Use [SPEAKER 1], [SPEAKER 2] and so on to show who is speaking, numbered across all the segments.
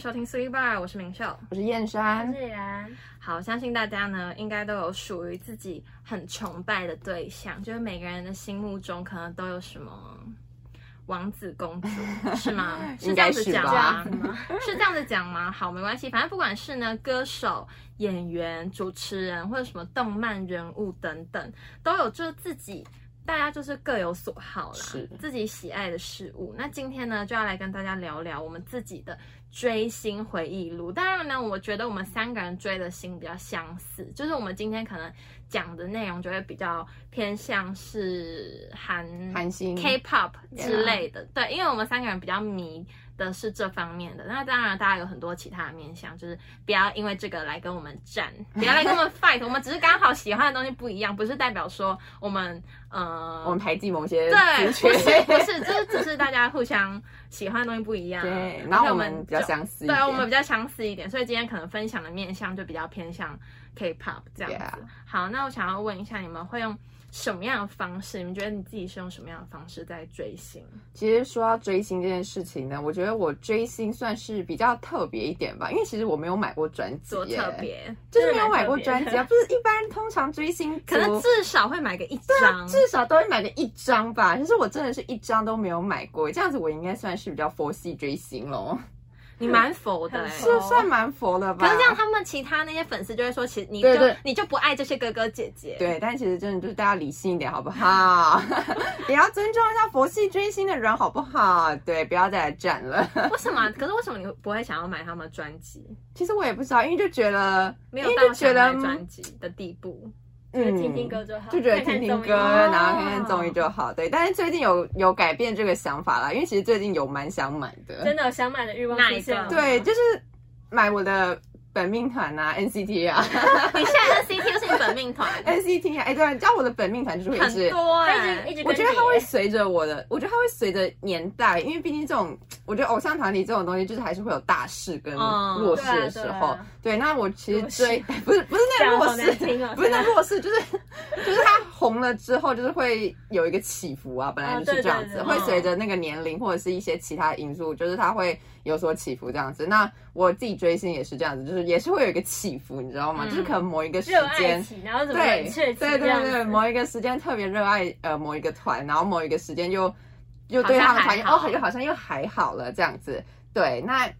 [SPEAKER 1] 收听 Three Bar，我是明秀。
[SPEAKER 2] 我是燕山，
[SPEAKER 3] 自然，
[SPEAKER 1] 好，相信大家呢应该都有属于自己很崇拜的对象，就是每个人的心目中可能都有什么王子公主，是 吗？是这样子讲
[SPEAKER 2] 应该
[SPEAKER 1] 吗
[SPEAKER 2] 是？
[SPEAKER 1] 是这样子讲吗？好，没关系，反正不管是呢歌手、演员、主持人或者什么动漫人物等等，都有就是自己。大家就是各有所好啦，
[SPEAKER 2] 是
[SPEAKER 1] 自己喜爱的事物。那今天呢，就要来跟大家聊聊我们自己的追星回忆录。当然呢，我觉得我们三个人追的星比较相似，就是我们今天可能讲的内容就会比较偏向是韩
[SPEAKER 2] 韩星
[SPEAKER 1] 嗯 K-pop 之类的。对，啊因为我们三个人比较迷的是这方面的。那当然，大家有很多其他的面向，就是不要因为这个来跟我们战，不要来跟我们 fight。我们只是刚好喜欢的东西不一样，不是代表说我们呃
[SPEAKER 2] 我们排挤某些
[SPEAKER 1] 对，
[SPEAKER 2] 族
[SPEAKER 1] 不是不
[SPEAKER 2] 群，
[SPEAKER 1] 是，就是只是大家互相喜欢的东西不一样。啊
[SPEAKER 2] 对，
[SPEAKER 1] 而
[SPEAKER 2] 然后
[SPEAKER 1] 且
[SPEAKER 2] 我
[SPEAKER 1] 我
[SPEAKER 2] 们比较
[SPEAKER 1] 就
[SPEAKER 2] 相似一
[SPEAKER 1] 对啊
[SPEAKER 2] 点，，
[SPEAKER 1] 我们比较相似一点，所以今天可能分享的面向就比较偏向 K-pop 这样子。
[SPEAKER 2] Yeah
[SPEAKER 1] 好，那我想要问一下，你们会用什么样的方式？你们觉得你自己是用什么样的方式在追星？
[SPEAKER 2] 其实说到追星这件事情呢，我觉得我追星算是比较特别一点吧，因为其实我没有买过专辑
[SPEAKER 1] 多
[SPEAKER 2] 耶，
[SPEAKER 1] 特别，
[SPEAKER 2] 就是没有买过
[SPEAKER 3] 真的
[SPEAKER 2] 专
[SPEAKER 3] 蛮特别
[SPEAKER 2] 辑 啊，不是一般通常追星族
[SPEAKER 1] 可能至少会买个一张。
[SPEAKER 2] 啊至少都会买个一张吧，就是我真的是一张都没有买过，这样子我应该算是比较佛系追星咯，
[SPEAKER 1] 你蛮佛的、
[SPEAKER 3] 很
[SPEAKER 1] 欸。
[SPEAKER 2] 这
[SPEAKER 3] 佛
[SPEAKER 2] 算蛮佛的吧？
[SPEAKER 1] 可是这样，他们其他那些粉丝就会说，其实你就
[SPEAKER 2] 对对
[SPEAKER 1] 你就不爱这些哥哥姐姐。
[SPEAKER 2] 对，但其实真的就是大家理性一点，好不好？ 也要尊重一下佛系追星的人，好不好？对，不要再来战了。
[SPEAKER 1] 为什么啊、可是为什么你不会想要买他们的专辑？
[SPEAKER 2] 其实我也不知道，因为就觉得，
[SPEAKER 1] 没有
[SPEAKER 2] 因为
[SPEAKER 1] 到
[SPEAKER 2] 就
[SPEAKER 1] 想
[SPEAKER 2] 觉得
[SPEAKER 1] 买，专辑的地步。
[SPEAKER 3] 就
[SPEAKER 2] 嗯，
[SPEAKER 3] 听听歌就好，
[SPEAKER 2] 就觉得
[SPEAKER 3] 看看
[SPEAKER 2] 听听
[SPEAKER 3] 综艺
[SPEAKER 2] 歌，然后看看
[SPEAKER 1] 哦
[SPEAKER 2] 综艺就好。对，但是最近有有改变这个想法啦，因为其实最近有蛮想买的。
[SPEAKER 3] 真的有想买的欲望
[SPEAKER 1] 哪
[SPEAKER 3] 出
[SPEAKER 1] 一
[SPEAKER 3] 现
[SPEAKER 1] 个
[SPEAKER 3] 了，
[SPEAKER 2] 对，就是买我的本命团啊，NCT 啊
[SPEAKER 1] 你现在的 CT 是你本命团，
[SPEAKER 2] ，NCT 啊，哎、对，你知道我的本命团就是会一
[SPEAKER 1] 很
[SPEAKER 2] 直。
[SPEAKER 1] 多
[SPEAKER 3] 他
[SPEAKER 1] 哎、
[SPEAKER 3] 一直一直跟
[SPEAKER 2] 我觉得
[SPEAKER 3] 你
[SPEAKER 2] 它会随着我的，我觉得它会随着年代，因为毕竟这种，我觉得偶像团体这种东西，就是还是会有大势跟
[SPEAKER 1] 嗯
[SPEAKER 2] 弱势的时
[SPEAKER 3] 对啊对啊
[SPEAKER 2] 候。对，那我其实
[SPEAKER 3] 弱势
[SPEAKER 2] 追不是不是那
[SPEAKER 3] 讲
[SPEAKER 2] 个
[SPEAKER 3] 得
[SPEAKER 2] 弱
[SPEAKER 3] 好
[SPEAKER 2] 势
[SPEAKER 3] 难，听哦，
[SPEAKER 2] 不是那弱势，就是就是他红了之后，就是会有一个起伏啊，本来就是这样子，
[SPEAKER 3] 哦对对对
[SPEAKER 2] 会随着那个年龄或者是一些其他因素，就是他会有所起伏这样子。那我自己追星也是这样子，就是也是会有一个起伏，你知道吗？
[SPEAKER 1] 嗯
[SPEAKER 2] 就是可能某一个时
[SPEAKER 3] 热爱
[SPEAKER 2] 间。
[SPEAKER 3] 情，然后怎么
[SPEAKER 2] 对
[SPEAKER 3] 冷却期
[SPEAKER 2] 对对
[SPEAKER 3] 这样
[SPEAKER 2] 对，对
[SPEAKER 3] 子，
[SPEAKER 2] 某一个时间特别热爱呃某一个团，然后某一个时间又又
[SPEAKER 1] 好像
[SPEAKER 2] 对他们团
[SPEAKER 1] 还好
[SPEAKER 2] 哦又好像又还好了这样子。对，那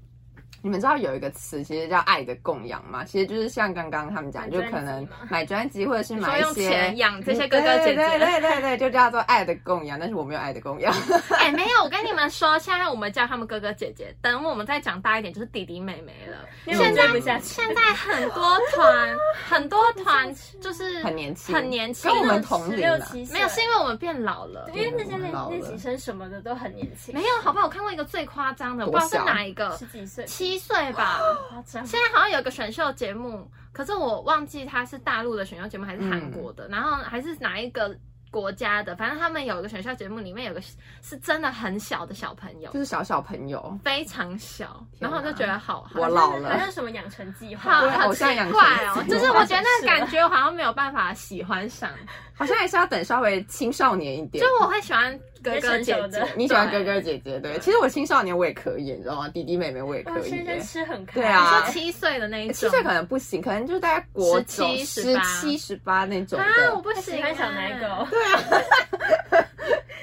[SPEAKER 2] 你们知道有一个词其实叫爱的供养吗？其实就是像刚刚他们讲，
[SPEAKER 3] 买
[SPEAKER 2] 就
[SPEAKER 3] 专辑
[SPEAKER 2] 可能
[SPEAKER 3] 吗
[SPEAKER 2] 买专辑或者是
[SPEAKER 1] 你
[SPEAKER 2] 买
[SPEAKER 1] 说
[SPEAKER 2] 一
[SPEAKER 1] 用
[SPEAKER 2] 些嗯
[SPEAKER 1] 钱。养这些哥哥姐姐。
[SPEAKER 2] 对对对对对，就叫做爱的供养，但是我没有爱的供养。
[SPEAKER 1] 哎、没有，我跟你们说，现在我们叫他们哥哥姐姐，等我们再长大一点就是弟弟妹妹了。
[SPEAKER 3] 因为我
[SPEAKER 1] 现
[SPEAKER 3] 追
[SPEAKER 1] 在
[SPEAKER 3] 不下去，
[SPEAKER 1] 现在很多团，很多团就是
[SPEAKER 2] 很年 轻
[SPEAKER 1] 很年轻，
[SPEAKER 2] 跟我们同
[SPEAKER 3] 十
[SPEAKER 2] 龄
[SPEAKER 3] 六
[SPEAKER 2] 的，
[SPEAKER 3] 七岁，
[SPEAKER 1] 没有是因为我们变老了。
[SPEAKER 3] 因为那些
[SPEAKER 2] 我们
[SPEAKER 3] 练
[SPEAKER 2] 老了
[SPEAKER 3] 练习生什么的都很年轻，
[SPEAKER 1] 没有，好不好？我看过一个最夸张的，我
[SPEAKER 2] 多
[SPEAKER 1] 不知道
[SPEAKER 2] 小
[SPEAKER 1] 是哪一个，
[SPEAKER 3] 十几岁，
[SPEAKER 1] 七岁吧。
[SPEAKER 3] 夸张，
[SPEAKER 1] 现在好像有一个选秀节目，可是我忘记它是大陆的选秀节目还是韩国的，然后还是哪一个国家的，反正他们有一个选秀节目，里面有个是是真的很小的小朋友
[SPEAKER 2] 就，是小小朋友。
[SPEAKER 1] 非常小，然
[SPEAKER 2] 天哪
[SPEAKER 1] 后我就觉得好好
[SPEAKER 2] 我老
[SPEAKER 3] 好
[SPEAKER 2] 了，
[SPEAKER 3] 像什么养成计
[SPEAKER 1] 好
[SPEAKER 3] 划，
[SPEAKER 2] 对
[SPEAKER 1] 好
[SPEAKER 2] 偶
[SPEAKER 1] 奇
[SPEAKER 2] 像养成
[SPEAKER 1] 怪哦，
[SPEAKER 2] 计
[SPEAKER 1] 就
[SPEAKER 2] 划
[SPEAKER 1] 是我觉得那
[SPEAKER 3] 是
[SPEAKER 1] 个
[SPEAKER 3] 吧
[SPEAKER 1] 感觉我好像没有办法喜欢上，
[SPEAKER 2] 好像还是要等稍微青少年一点
[SPEAKER 1] 就。我会喜欢哥哥
[SPEAKER 3] 比较
[SPEAKER 1] 姐
[SPEAKER 3] 成熟
[SPEAKER 1] 姐
[SPEAKER 3] 的，
[SPEAKER 2] 你喜欢
[SPEAKER 1] 对？
[SPEAKER 2] 哥
[SPEAKER 1] 哦
[SPEAKER 2] 哥姐姐，对？其实我青少年我也可以，你知道吗？弟弟妹妹我也
[SPEAKER 3] 哇
[SPEAKER 2] 可，以
[SPEAKER 3] 现在
[SPEAKER 2] 耶。
[SPEAKER 3] 吃很开，
[SPEAKER 2] 对
[SPEAKER 1] 你
[SPEAKER 2] 啊
[SPEAKER 1] 说七岁的那一种，
[SPEAKER 2] 七岁可能不行，可能就是大概国中
[SPEAKER 1] 17 18
[SPEAKER 2] 七、十八那种
[SPEAKER 1] 啊，我
[SPEAKER 2] 的。
[SPEAKER 1] 不
[SPEAKER 3] 他
[SPEAKER 1] 喜
[SPEAKER 3] 喜欢小奶狗，，
[SPEAKER 2] 对啊，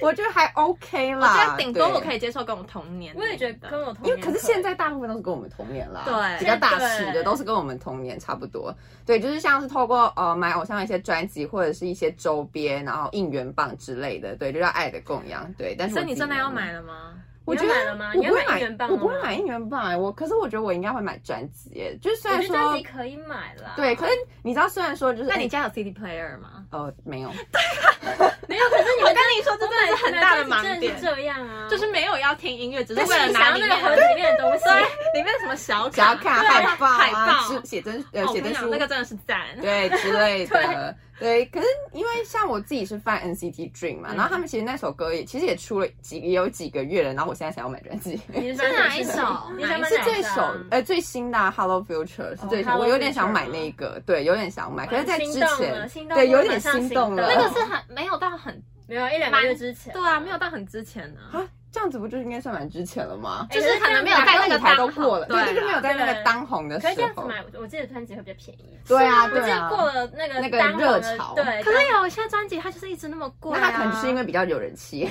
[SPEAKER 2] 我觉得还 OK
[SPEAKER 1] 我觉
[SPEAKER 2] 啦。
[SPEAKER 1] 得顶多我
[SPEAKER 2] 以。
[SPEAKER 1] 可以接受跟我同年龄的，
[SPEAKER 3] 我也觉得跟我同
[SPEAKER 2] 因
[SPEAKER 3] 年
[SPEAKER 2] 为
[SPEAKER 3] 以，
[SPEAKER 2] 可是现在大部分都是跟我们同年啦，
[SPEAKER 1] 对
[SPEAKER 2] 比较大
[SPEAKER 3] 现
[SPEAKER 2] 势
[SPEAKER 3] 在
[SPEAKER 2] 的
[SPEAKER 3] 对
[SPEAKER 2] 都是跟我们同年差不多。对，就是像是透过呃买偶像的一些专辑或者是一些周边，然后应援棒之类的，对，就叫爱的供养。对，但是
[SPEAKER 1] 所以
[SPEAKER 2] 我
[SPEAKER 1] 你
[SPEAKER 2] 自己
[SPEAKER 1] 真的
[SPEAKER 2] 没有
[SPEAKER 1] 要买了吗？
[SPEAKER 2] 我觉得
[SPEAKER 3] 你要买了吗
[SPEAKER 2] 我
[SPEAKER 3] 你要
[SPEAKER 2] 不会
[SPEAKER 3] 买应援棒
[SPEAKER 2] 我不会
[SPEAKER 3] 了吗
[SPEAKER 2] 买应援棒、哎，我可是我觉得我应该会买专辑、哎就是虽
[SPEAKER 3] 我
[SPEAKER 2] 然
[SPEAKER 3] 觉得专
[SPEAKER 2] 说
[SPEAKER 3] 辑可以买啦，
[SPEAKER 2] 对，可是你知道，虽然说就是
[SPEAKER 1] 那你
[SPEAKER 2] 哎
[SPEAKER 1] 家有 CD player 吗？
[SPEAKER 2] 哦没 有，
[SPEAKER 3] 没有，可是你
[SPEAKER 1] 我
[SPEAKER 3] 们
[SPEAKER 1] 跟你说，这真的是很大的盲
[SPEAKER 3] 真的
[SPEAKER 1] 点
[SPEAKER 3] 是，这样啊，
[SPEAKER 1] 就是没有要听音乐，只是
[SPEAKER 3] 但
[SPEAKER 1] 为了
[SPEAKER 3] 你
[SPEAKER 1] 拿
[SPEAKER 3] 想要
[SPEAKER 1] 里
[SPEAKER 3] 那
[SPEAKER 1] 面
[SPEAKER 3] 个盒子里面的东西，
[SPEAKER 1] 对里面什么小
[SPEAKER 2] 只要
[SPEAKER 1] 卡、
[SPEAKER 2] 看
[SPEAKER 1] 对
[SPEAKER 2] 海报
[SPEAKER 1] 海
[SPEAKER 2] 啊，
[SPEAKER 1] 报
[SPEAKER 2] 是，写真呃
[SPEAKER 1] 哦我
[SPEAKER 2] 写
[SPEAKER 1] 跟
[SPEAKER 2] 真
[SPEAKER 1] 你
[SPEAKER 2] 书
[SPEAKER 1] 讲，那个真的是赞。
[SPEAKER 2] 对之类 的。对，可是因为像我自己是翻 NCT Dream 嘛，
[SPEAKER 1] 嗯
[SPEAKER 2] 然后他们其实那首歌也其实也出了几也有几个月了，然后我现在才要买专辑，是
[SPEAKER 3] 你是
[SPEAKER 1] 是哪一首
[SPEAKER 3] 你想买
[SPEAKER 1] 哪一
[SPEAKER 3] 哪一
[SPEAKER 1] 首
[SPEAKER 2] 这首
[SPEAKER 3] 张
[SPEAKER 2] 呃最新的啊《Hello Future》是最新的，
[SPEAKER 3] Hello
[SPEAKER 2] 我有点想
[SPEAKER 3] Future
[SPEAKER 2] 买那个，对，有点想买，可是在之
[SPEAKER 3] 心动了
[SPEAKER 2] 前
[SPEAKER 3] 心动了
[SPEAKER 2] 对有点
[SPEAKER 3] 马上
[SPEAKER 2] 心动
[SPEAKER 3] 行动
[SPEAKER 2] 了，
[SPEAKER 1] 那个是很没有到很
[SPEAKER 3] 啊没有一两个月之前，
[SPEAKER 1] 哎对啊，没有到很之前呢、哎
[SPEAKER 2] 啊，这样子不就应该算蛮值钱了吗？
[SPEAKER 1] 就是可能没有啊在那
[SPEAKER 2] 两
[SPEAKER 1] 个
[SPEAKER 2] 舞台都
[SPEAKER 1] 当红
[SPEAKER 2] 过了，
[SPEAKER 1] 对啊
[SPEAKER 2] 对，就是没有在那个
[SPEAKER 3] 对
[SPEAKER 2] 当红的时
[SPEAKER 3] 可是这样子
[SPEAKER 2] 候。
[SPEAKER 3] 买，我记得专辑会比较便宜。
[SPEAKER 2] 对啊，
[SPEAKER 3] 我记
[SPEAKER 2] 对
[SPEAKER 3] 得过
[SPEAKER 2] 啊。
[SPEAKER 3] 了那个
[SPEAKER 2] 那个
[SPEAKER 3] 当红的
[SPEAKER 2] 热潮
[SPEAKER 3] 对，
[SPEAKER 1] 可是有一些专辑它就是一直那么贵、
[SPEAKER 2] 那
[SPEAKER 1] 啊，
[SPEAKER 2] 他可能就是因为比较有人气，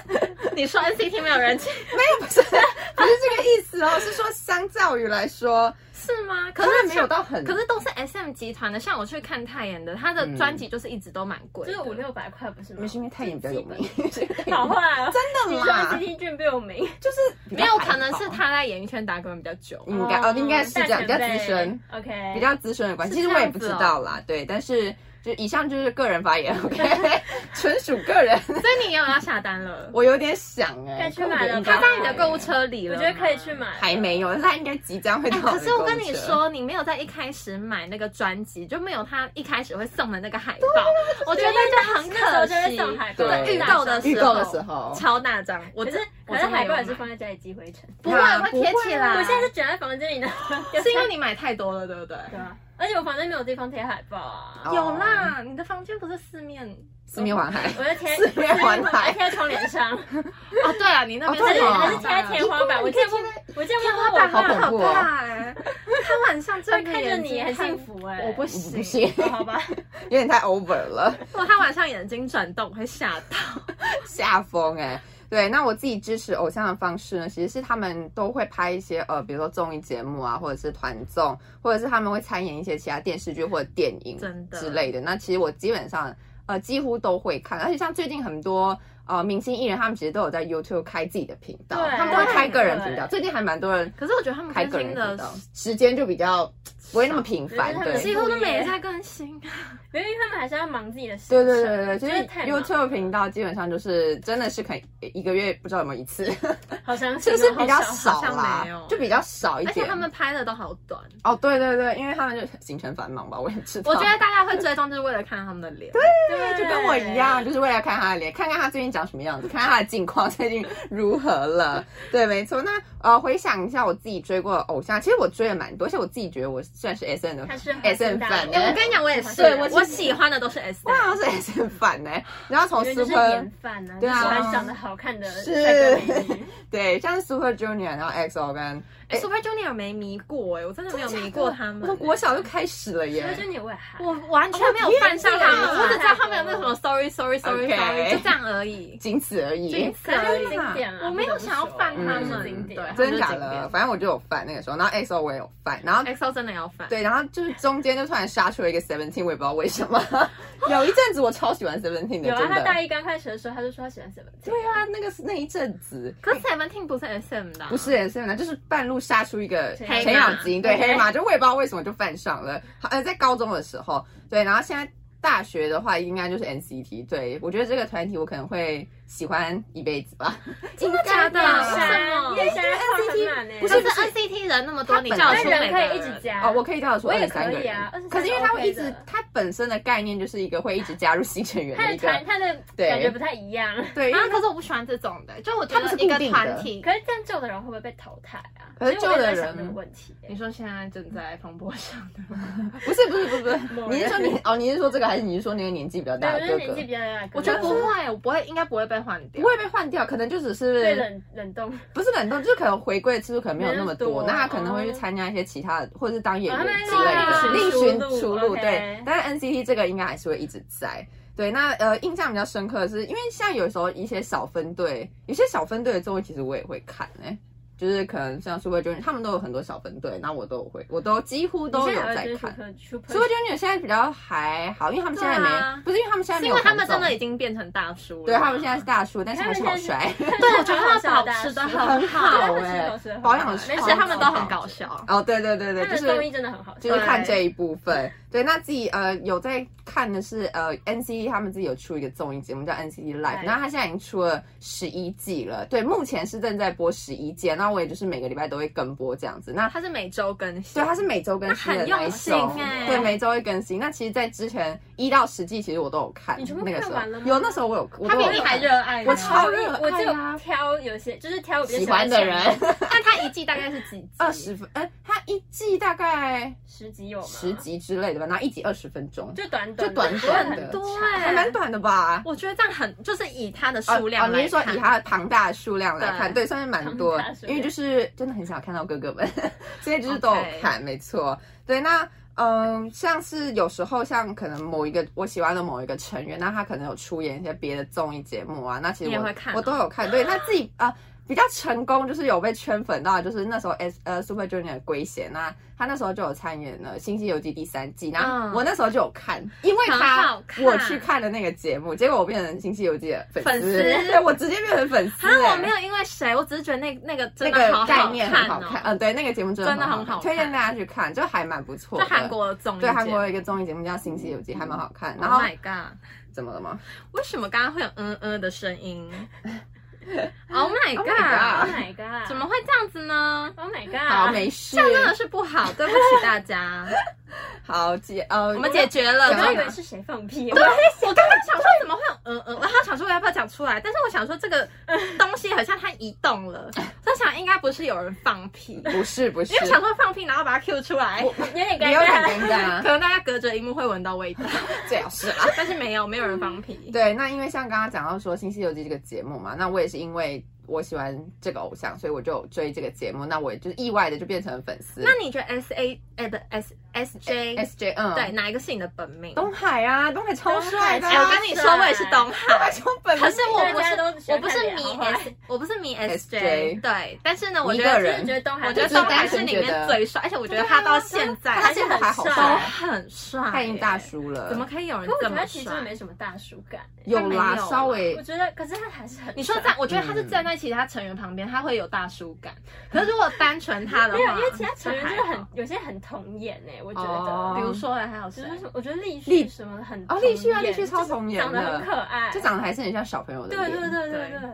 [SPEAKER 1] 你 说 NCT 没有人气
[SPEAKER 2] 不是这个意思哦，是说相较于来说，
[SPEAKER 1] 是吗？可
[SPEAKER 2] 可
[SPEAKER 1] 是
[SPEAKER 2] 是没有
[SPEAKER 1] 像
[SPEAKER 2] 到很，
[SPEAKER 1] 可是都是 SM 集团的，像我去看泰妍的，她的
[SPEAKER 2] 嗯
[SPEAKER 1] 专辑就是一直都蛮贵
[SPEAKER 3] 就
[SPEAKER 1] 的，
[SPEAKER 3] 是五六百块，不是吗？
[SPEAKER 2] 没是因为泰妍比较有名，
[SPEAKER 3] 好坏 哦，
[SPEAKER 2] 真
[SPEAKER 3] 你
[SPEAKER 2] 的
[SPEAKER 3] 说
[SPEAKER 2] 啦
[SPEAKER 3] CT 俊比我名，
[SPEAKER 2] 就是比
[SPEAKER 1] 没
[SPEAKER 2] 较
[SPEAKER 1] 有
[SPEAKER 2] 还
[SPEAKER 1] 可能
[SPEAKER 2] 好
[SPEAKER 1] 是她在演艺圈打滚比较久。啊
[SPEAKER 2] 应该哦，应该是这样，比较
[SPEAKER 3] 大
[SPEAKER 2] 资
[SPEAKER 3] 前辈
[SPEAKER 2] 深，
[SPEAKER 3] OK，
[SPEAKER 2] 比较资深的关系。
[SPEAKER 1] 是
[SPEAKER 2] 其实
[SPEAKER 1] 这
[SPEAKER 2] 我也
[SPEAKER 1] 样
[SPEAKER 2] 不知
[SPEAKER 1] 子哦
[SPEAKER 2] 道啦，对，但是就以上就是个人发言，OK，纯 属个人。
[SPEAKER 1] 所以你也有要下单了，
[SPEAKER 2] 我有点想哎、
[SPEAKER 3] 该
[SPEAKER 2] 欸，
[SPEAKER 3] 去买了吧
[SPEAKER 1] 它在你的购物，车里了
[SPEAKER 3] 我
[SPEAKER 1] 吗，
[SPEAKER 3] 觉得可以去买，啊
[SPEAKER 2] 还没有，但它应该即将会到、
[SPEAKER 1] 哎。可是我跟你，说，你没有在一开始买那个专辑，就没有他一开始会送的那个海报，我觉得啊就很
[SPEAKER 3] 那时候
[SPEAKER 1] 可
[SPEAKER 3] 就会
[SPEAKER 1] 惜。
[SPEAKER 3] 送海报，
[SPEAKER 2] 对
[SPEAKER 1] 预购的
[SPEAKER 2] 预
[SPEAKER 1] 时
[SPEAKER 2] 购
[SPEAKER 1] 候
[SPEAKER 2] 的时候，
[SPEAKER 1] 超大张，我
[SPEAKER 3] 可
[SPEAKER 1] 真
[SPEAKER 3] 是
[SPEAKER 1] 我
[SPEAKER 3] 可是
[SPEAKER 1] 真的
[SPEAKER 3] 海报
[SPEAKER 1] 有
[SPEAKER 3] 也是
[SPEAKER 1] 买
[SPEAKER 3] 放在家里积灰尘。
[SPEAKER 1] 不会
[SPEAKER 2] 啊
[SPEAKER 1] 会
[SPEAKER 2] 不
[SPEAKER 1] 贴
[SPEAKER 2] 会
[SPEAKER 1] 起
[SPEAKER 2] 啊
[SPEAKER 1] 来。
[SPEAKER 3] 我现在是卷在房间里的，
[SPEAKER 1] 是因为你买太多了，对不对？
[SPEAKER 3] 对啊，而且我房间没有地方贴海报啊，
[SPEAKER 2] 哦
[SPEAKER 1] 有啦，你的房间不是四面
[SPEAKER 2] 四面环海。
[SPEAKER 3] 我就贴
[SPEAKER 2] 四面环海
[SPEAKER 3] 我就贴窗帘上，
[SPEAKER 1] 哦，对啊，你那边
[SPEAKER 2] 哦
[SPEAKER 3] 还
[SPEAKER 2] 对
[SPEAKER 3] 是
[SPEAKER 2] 哦
[SPEAKER 3] 还是贴在天花板，我见过我见过
[SPEAKER 1] 天花板
[SPEAKER 2] 好恐
[SPEAKER 1] 很
[SPEAKER 2] 怖
[SPEAKER 1] 可
[SPEAKER 2] 哦
[SPEAKER 1] 怕哎，他晚上睁
[SPEAKER 3] 会
[SPEAKER 1] 开
[SPEAKER 3] 看着
[SPEAKER 1] 眼睛
[SPEAKER 3] 你很
[SPEAKER 1] 看
[SPEAKER 3] 幸，福哎，
[SPEAKER 1] 我不
[SPEAKER 2] 不
[SPEAKER 1] 行，
[SPEAKER 2] 行，
[SPEAKER 3] 哦好吧，
[SPEAKER 2] 有点太 over 了，
[SPEAKER 1] 如果他晚上眼睛转动会吓到。
[SPEAKER 2] 下风哎、对，那我自己支持偶像的方式呢，其实是他们都会拍一些呃，比如说综艺节目啊，或者是团综，或者是他们会参演一些其他电视剧或者电影
[SPEAKER 1] 真的
[SPEAKER 2] 之类的。那其实我基本上呃几乎都会看，而且像最近很多呃明星艺人，他们其实都有在 YouTube 开自己的频道，
[SPEAKER 3] 对
[SPEAKER 2] 他们会开个人
[SPEAKER 3] 对
[SPEAKER 2] 频道。最近还蛮多人
[SPEAKER 1] 可是我觉得他们
[SPEAKER 2] 开
[SPEAKER 1] 更
[SPEAKER 2] 个人
[SPEAKER 1] 新
[SPEAKER 2] 频
[SPEAKER 1] 的
[SPEAKER 2] 道，时间就比较不会那么频繁，
[SPEAKER 3] 对
[SPEAKER 2] 对。
[SPEAKER 1] 几乎都没在更新，
[SPEAKER 3] 因为他们还是要忙自己的事
[SPEAKER 2] 对
[SPEAKER 3] 情，
[SPEAKER 2] 对对对，对，就
[SPEAKER 3] 真的太忙了
[SPEAKER 2] 是 YouTube 频道基本上就是真的是可以一个月不知道有没有一 次，
[SPEAKER 3] 好伤心
[SPEAKER 2] 就
[SPEAKER 3] 哦，
[SPEAKER 2] 是比较
[SPEAKER 3] 好
[SPEAKER 2] 少
[SPEAKER 1] 好像
[SPEAKER 2] 啦
[SPEAKER 1] 没有，
[SPEAKER 2] 就比较少一
[SPEAKER 1] 而且
[SPEAKER 2] 点。
[SPEAKER 1] 他们拍的都好短。
[SPEAKER 2] 哦，对对对，因为他们就行程繁忙吧，我也知道。
[SPEAKER 1] 我觉得大家会追踪就是为了看他们的脸，对，
[SPEAKER 3] 对
[SPEAKER 2] 就跟我一样，就是为了看他的脸，看看他最近长什么样子，看看他的近况最近如何 了。对，没错。那呃，回想一下我自己追过的偶像，其实我追了蛮多，而且我自己觉得我算是 S N 的
[SPEAKER 3] 他是
[SPEAKER 2] S N 粉
[SPEAKER 3] 很大
[SPEAKER 2] 呢、
[SPEAKER 1] 哎，我跟你讲，我也是，
[SPEAKER 2] 对
[SPEAKER 1] 我
[SPEAKER 2] 我是
[SPEAKER 1] 喜欢的都是 S，
[SPEAKER 2] 我好像是 S N 粉呢、欸然后从
[SPEAKER 3] 我觉得就是
[SPEAKER 2] Super
[SPEAKER 3] 典范啊，
[SPEAKER 2] 对啊
[SPEAKER 3] 就喜欢长得好看的
[SPEAKER 2] 是
[SPEAKER 3] 帅哥美女
[SPEAKER 2] 对，像是 Super Junior，然后 XO 跟
[SPEAKER 1] 哎，Super Junior 没迷过哎，我真的没有迷过他们。
[SPEAKER 2] 我从国小就开始了耶
[SPEAKER 3] 所以。就你我也还
[SPEAKER 1] 我完全没有犯上他
[SPEAKER 3] 哦天
[SPEAKER 1] 们，
[SPEAKER 3] 哪
[SPEAKER 1] 我只知道他们有那什 么 sorry sorry sorry
[SPEAKER 2] OK
[SPEAKER 1] sorry，就这样而 已。
[SPEAKER 2] 仅此而已
[SPEAKER 1] 仅。此
[SPEAKER 3] 可
[SPEAKER 1] 而
[SPEAKER 3] 是
[SPEAKER 1] 已。
[SPEAKER 3] 经典啊，
[SPEAKER 1] 我没有想要犯他
[SPEAKER 2] 嗯
[SPEAKER 1] 们，
[SPEAKER 3] 经
[SPEAKER 1] 对，
[SPEAKER 3] 典
[SPEAKER 1] 他们
[SPEAKER 2] 真的假
[SPEAKER 1] 就经
[SPEAKER 2] 的？
[SPEAKER 1] 典
[SPEAKER 2] 反正我就有犯那个时候，然后 XO 我也有犯，然
[SPEAKER 3] 哎
[SPEAKER 2] 后
[SPEAKER 1] ？XO 真的要犯，
[SPEAKER 2] 对，然后就是中间就突然杀出了一个 Seventeen，我也不知道为什么。有一阵子我超喜欢 Seventeen 的，
[SPEAKER 3] 有啊，
[SPEAKER 2] 真
[SPEAKER 3] 他
[SPEAKER 2] 的
[SPEAKER 3] 大。一刚开始的时候，他就说他喜欢 Seven，
[SPEAKER 2] 对啊，那个是那一阵子，
[SPEAKER 1] 可是 Seventeen 不是 SM 的啊，
[SPEAKER 2] 不是 S M 就是半路杀出一个
[SPEAKER 3] 黑
[SPEAKER 1] 马
[SPEAKER 2] 程咬金，对
[SPEAKER 3] 对
[SPEAKER 2] 黑马，就我也不知道为什么就犯上了。好呃，在高中的时候，对，然后现在大学的话，应该就是 N C T。对我觉得这个团体我可能会喜欢一辈子吧。真
[SPEAKER 1] 的假的
[SPEAKER 3] 燕
[SPEAKER 1] 为什
[SPEAKER 3] 山
[SPEAKER 1] 么
[SPEAKER 3] 燕山画很满呢，
[SPEAKER 2] 啊哎不
[SPEAKER 1] 就是
[SPEAKER 2] 是
[SPEAKER 1] NCT 人那么多，
[SPEAKER 2] 他
[SPEAKER 1] 你
[SPEAKER 2] 本
[SPEAKER 1] 叫
[SPEAKER 2] 来
[SPEAKER 1] 得出
[SPEAKER 3] 但
[SPEAKER 1] 每
[SPEAKER 3] 人
[SPEAKER 1] 个
[SPEAKER 3] 可以一
[SPEAKER 1] 人
[SPEAKER 3] 直加
[SPEAKER 2] 哦，我可以叫得出
[SPEAKER 3] 啊我也
[SPEAKER 2] 23三
[SPEAKER 3] 可
[SPEAKER 2] 个
[SPEAKER 3] 以
[SPEAKER 2] 人
[SPEAKER 3] 啊23
[SPEAKER 2] 可是因为他会一直
[SPEAKER 3] OK 的，
[SPEAKER 2] 他本身的概念就是一个会一直加入新成员
[SPEAKER 3] 他
[SPEAKER 2] 的
[SPEAKER 3] 的
[SPEAKER 2] 一个
[SPEAKER 3] 团，他的
[SPEAKER 2] 对
[SPEAKER 3] 感觉不太一样。
[SPEAKER 2] 对，因为
[SPEAKER 1] 啊，可是我不喜欢这种的，就我觉
[SPEAKER 2] 他们
[SPEAKER 1] 得
[SPEAKER 2] 是
[SPEAKER 1] 一个
[SPEAKER 2] 固定的
[SPEAKER 1] 团体。
[SPEAKER 3] 可是这样旧的人会不会被淘汰啊？
[SPEAKER 2] 可是
[SPEAKER 3] 所以我
[SPEAKER 2] 旧的
[SPEAKER 3] 一直在想这
[SPEAKER 2] 人
[SPEAKER 3] 个问题欸，
[SPEAKER 1] 你说现在正在风波上的，
[SPEAKER 2] 不是不是不是不是，
[SPEAKER 3] 啊某
[SPEAKER 2] 你是
[SPEAKER 3] 人
[SPEAKER 2] 说你哦，你是说这个还是你是说那个年纪比较
[SPEAKER 3] 对，
[SPEAKER 2] 大
[SPEAKER 3] 我
[SPEAKER 2] 的
[SPEAKER 3] 觉
[SPEAKER 2] 哥
[SPEAKER 3] 得年
[SPEAKER 2] 哥？
[SPEAKER 3] 纪比较大，
[SPEAKER 1] 我觉得不会，我不会，应该不会被换
[SPEAKER 2] 不
[SPEAKER 1] 掉。
[SPEAKER 2] 会被换掉，可能就只
[SPEAKER 3] 被
[SPEAKER 2] 是
[SPEAKER 3] 冷冷冻，
[SPEAKER 2] 不是冷冻，就是可能回归的次数可能没有那么
[SPEAKER 3] 没那
[SPEAKER 2] 多，
[SPEAKER 3] 么多
[SPEAKER 2] 那他可能会去参加一些其他的，或者是当演
[SPEAKER 3] 哦他
[SPEAKER 2] 员
[SPEAKER 3] 们
[SPEAKER 2] 之类的，
[SPEAKER 1] 另
[SPEAKER 2] 另
[SPEAKER 3] 寻
[SPEAKER 2] 寻
[SPEAKER 3] 出
[SPEAKER 2] 出
[SPEAKER 3] 路
[SPEAKER 2] 路。对
[SPEAKER 3] OK，
[SPEAKER 2] 但是 NCT 这个应该还是会一直在。对，那呃，印象比较深刻的是，因为像有时候一些小分队，有些小分队的综艺其实我也会看诶、就是可能像 Super Junior，他们都有很多小分队，那我都有会，我都几乎都
[SPEAKER 3] 你
[SPEAKER 2] 有
[SPEAKER 3] 现还
[SPEAKER 2] 在
[SPEAKER 3] 会追
[SPEAKER 2] 看。
[SPEAKER 3] Super
[SPEAKER 2] Super Junior 现在比较还好，因为他们现在没，
[SPEAKER 1] 对啊
[SPEAKER 2] 不是因为他们现在
[SPEAKER 1] 是
[SPEAKER 2] 没
[SPEAKER 1] 因
[SPEAKER 2] 有
[SPEAKER 1] 为他
[SPEAKER 2] 团
[SPEAKER 1] 们
[SPEAKER 2] 综
[SPEAKER 1] 真的已经变成大叔了。
[SPEAKER 2] 对他们现在是大叔，但是还是好帅，
[SPEAKER 1] 对，我觉得他们保持的很好
[SPEAKER 2] 好哎、保养得
[SPEAKER 1] 而
[SPEAKER 2] 超
[SPEAKER 1] 且
[SPEAKER 2] 好
[SPEAKER 1] 他们都很搞笑。
[SPEAKER 2] 哦，对对对对，
[SPEAKER 3] 他
[SPEAKER 2] 就
[SPEAKER 3] 的综艺
[SPEAKER 2] 是
[SPEAKER 3] 真的很好笑，
[SPEAKER 2] 就是看这一部分。对，那自己呃有在看的是呃 NCT 他们自己有出一个综艺节目叫 NCT Live，
[SPEAKER 3] 对
[SPEAKER 2] 那他现在已经出了十一季了，对，目前是正在播十一季，那我也就是每个礼拜都会跟播这样子。那
[SPEAKER 1] 他是每周更新
[SPEAKER 2] 对，，它是每周更新的
[SPEAKER 1] 那很
[SPEAKER 2] 那一
[SPEAKER 1] 用心
[SPEAKER 2] 种，
[SPEAKER 1] 欸
[SPEAKER 2] 对，每周会更新。那其实，在之前一到十季其实我都有看，
[SPEAKER 3] 你全部
[SPEAKER 2] 那个
[SPEAKER 3] 看
[SPEAKER 2] 时候
[SPEAKER 3] 完了吗
[SPEAKER 2] 有那时候我有，我
[SPEAKER 1] 他
[SPEAKER 2] 都
[SPEAKER 1] 比
[SPEAKER 2] 有
[SPEAKER 1] 你
[SPEAKER 2] 看
[SPEAKER 1] 还热爱呢，
[SPEAKER 2] 我超热
[SPEAKER 3] 我
[SPEAKER 2] 爱
[SPEAKER 3] 只有
[SPEAKER 2] 啊
[SPEAKER 3] 挑有些，就是挑我比较
[SPEAKER 2] 喜欢的人，
[SPEAKER 1] 但他一季大概是几集？
[SPEAKER 2] 二十分，哎、他一季大概
[SPEAKER 3] 十集有吗？
[SPEAKER 2] 十集之类的吧，然后一集二十分钟，
[SPEAKER 3] 就短
[SPEAKER 2] 就
[SPEAKER 3] 短
[SPEAKER 2] 短
[SPEAKER 3] 不会
[SPEAKER 2] 短
[SPEAKER 3] 很
[SPEAKER 2] 的，
[SPEAKER 3] 多
[SPEAKER 1] 哎
[SPEAKER 2] 还蛮短的吧。
[SPEAKER 1] 我觉得这样很，就是以它的数
[SPEAKER 2] 哦
[SPEAKER 1] 量
[SPEAKER 2] 哦，你
[SPEAKER 1] 来
[SPEAKER 2] 是说
[SPEAKER 1] 看，
[SPEAKER 2] 以它的庞大的数量来看，
[SPEAKER 1] 对
[SPEAKER 2] 对，算是蛮多
[SPEAKER 3] 庞大的，数
[SPEAKER 2] 因
[SPEAKER 3] 量
[SPEAKER 2] 为就是真的很少看到哥哥们， 所以就是都有
[SPEAKER 1] OK
[SPEAKER 2] 看没错。对，那嗯，像是有时候像可能某一个我喜欢的某一个成员，那他可能有出演一些别的综艺节目啊，那其实
[SPEAKER 1] 你也
[SPEAKER 2] 我
[SPEAKER 1] 会看哦
[SPEAKER 2] 我都有看，对，那自己啊。呃比较成功就是有被圈粉到，就是那时候 S 呃 Super Junior 的圭贤，那他那时候就有参演了《新西游记》第三季，然
[SPEAKER 1] 嗯
[SPEAKER 2] 后我那时候就有看，因为
[SPEAKER 1] 很
[SPEAKER 2] 他
[SPEAKER 1] 好看
[SPEAKER 2] 我去看了那个节目，结果我变成《新西游记》的粉丝，
[SPEAKER 1] 粉丝
[SPEAKER 2] 对我直接变成粉丝、
[SPEAKER 1] 啊，
[SPEAKER 2] 欸，
[SPEAKER 1] 我没有因为谁，我只是觉得那那个
[SPEAKER 2] 那
[SPEAKER 1] 真的好
[SPEAKER 2] 个
[SPEAKER 1] 好看
[SPEAKER 2] 概
[SPEAKER 1] 哦
[SPEAKER 2] 念很好看，嗯、对，那个节目真的
[SPEAKER 1] 真的很
[SPEAKER 2] 好
[SPEAKER 1] 好看
[SPEAKER 2] 推荐大家去看，就还蛮不错
[SPEAKER 1] 就
[SPEAKER 2] 的。
[SPEAKER 1] 韩国的综艺
[SPEAKER 2] 对韩国
[SPEAKER 1] 节
[SPEAKER 2] 有一个综艺节目叫《新西游记》，还蛮好看。
[SPEAKER 1] 目。
[SPEAKER 2] 然
[SPEAKER 1] Oh
[SPEAKER 2] 后
[SPEAKER 1] my god！
[SPEAKER 2] 怎么了吗？
[SPEAKER 1] 为什么刚刚会有嗯嗯的声 音？Oh my
[SPEAKER 2] Oh my
[SPEAKER 1] god！
[SPEAKER 3] Oh my god！
[SPEAKER 1] 怎么会这样子呢？
[SPEAKER 3] ？Oh my
[SPEAKER 2] 好，
[SPEAKER 3] god！
[SPEAKER 2] 没事
[SPEAKER 1] 啊这，样真的是不好，对不起大 家。
[SPEAKER 2] 好解呃，
[SPEAKER 1] 我们解决了。
[SPEAKER 2] 我
[SPEAKER 3] 我
[SPEAKER 2] 刚
[SPEAKER 1] 然后
[SPEAKER 2] 刚
[SPEAKER 3] 刚以
[SPEAKER 2] 以
[SPEAKER 3] 为
[SPEAKER 2] 为
[SPEAKER 3] 是谁放屁，
[SPEAKER 1] 对，我刚刚想说怎么会有嗯嗯，我还想说我要不要讲出来，但是我想说这个东西好像它移动 了，我在想应该不是有人放屁，
[SPEAKER 2] 不是不是
[SPEAKER 1] 因为，想说放屁然后把它 Q 出来，
[SPEAKER 3] 有
[SPEAKER 2] 也
[SPEAKER 3] 点尴
[SPEAKER 2] 有点
[SPEAKER 3] 尬。
[SPEAKER 2] 尴 尬
[SPEAKER 1] 可，能大家隔着荧幕会闻到味道，
[SPEAKER 2] 最好是啦。
[SPEAKER 1] 但是没有没有人放屁。
[SPEAKER 2] 对，那因为像刚刚讲到说《新西游记》这个节目嘛，那我也是因为我喜欢这个偶像，所以我就有追这个节目，那我也就是意外的就变成粉丝。
[SPEAKER 1] 那你觉得 S A 哎不 S S 哦 J
[SPEAKER 2] S J 嗯，
[SPEAKER 1] 对哪一个是你的本命？
[SPEAKER 2] 东海啊，东海超帅的
[SPEAKER 1] 哎，
[SPEAKER 2] 啊、
[SPEAKER 1] 我跟你说，我也是东
[SPEAKER 2] 东海
[SPEAKER 1] 海。
[SPEAKER 2] 超本
[SPEAKER 1] 可是我不
[SPEAKER 3] 大家都
[SPEAKER 1] 是
[SPEAKER 3] 喜
[SPEAKER 1] 我
[SPEAKER 3] 欢
[SPEAKER 1] 不
[SPEAKER 3] 看
[SPEAKER 1] 是
[SPEAKER 3] 脸
[SPEAKER 1] 迷
[SPEAKER 3] 好坏
[SPEAKER 1] S 我不迷
[SPEAKER 2] SJ
[SPEAKER 1] SJ 对，但是呢，我
[SPEAKER 2] 一
[SPEAKER 1] 觉
[SPEAKER 2] 个
[SPEAKER 1] 得
[SPEAKER 2] 人
[SPEAKER 3] 就是觉得东海，
[SPEAKER 1] 我觉得
[SPEAKER 2] 就是
[SPEAKER 1] 东海
[SPEAKER 2] 单
[SPEAKER 1] 是
[SPEAKER 2] 纯
[SPEAKER 1] 里
[SPEAKER 2] 觉
[SPEAKER 1] 面
[SPEAKER 2] 得
[SPEAKER 1] 最帅，而且我觉得啊他到现在
[SPEAKER 2] 他现在还好
[SPEAKER 3] 对
[SPEAKER 1] 都
[SPEAKER 2] 帅，
[SPEAKER 1] 很帅，
[SPEAKER 2] 他已经大叔了，
[SPEAKER 1] 怎么可以有人
[SPEAKER 3] 可我
[SPEAKER 1] 这
[SPEAKER 3] 觉得
[SPEAKER 1] 么
[SPEAKER 3] 他其实真的
[SPEAKER 1] 帅？
[SPEAKER 3] 没什么大叔感。
[SPEAKER 2] 有
[SPEAKER 1] 他
[SPEAKER 2] 啦
[SPEAKER 1] 没有啊？
[SPEAKER 2] 稍微
[SPEAKER 3] 我觉得，可是他还是很
[SPEAKER 1] 你说
[SPEAKER 3] 帅
[SPEAKER 1] 站，我觉得他是站在其他成员旁边，他会有大叔 感。可是如果单纯他的
[SPEAKER 3] 没有，
[SPEAKER 1] 话，
[SPEAKER 3] 因为其他成员真的
[SPEAKER 1] 就还
[SPEAKER 3] 很
[SPEAKER 1] 好，
[SPEAKER 3] 有些很童颜哎、我觉
[SPEAKER 2] 哦
[SPEAKER 3] 得，
[SPEAKER 1] 比如说还有
[SPEAKER 3] 就
[SPEAKER 1] 谁
[SPEAKER 3] 是？什么，我觉得立旭
[SPEAKER 2] 立
[SPEAKER 3] 什么的很
[SPEAKER 2] 哦立旭啊
[SPEAKER 3] 童颜
[SPEAKER 2] 立旭超童颜的
[SPEAKER 3] 就是长得很可爱，
[SPEAKER 2] 就长得还是很像小朋友的
[SPEAKER 3] 对
[SPEAKER 2] 脸，
[SPEAKER 3] 对对对
[SPEAKER 1] 对
[SPEAKER 3] 对，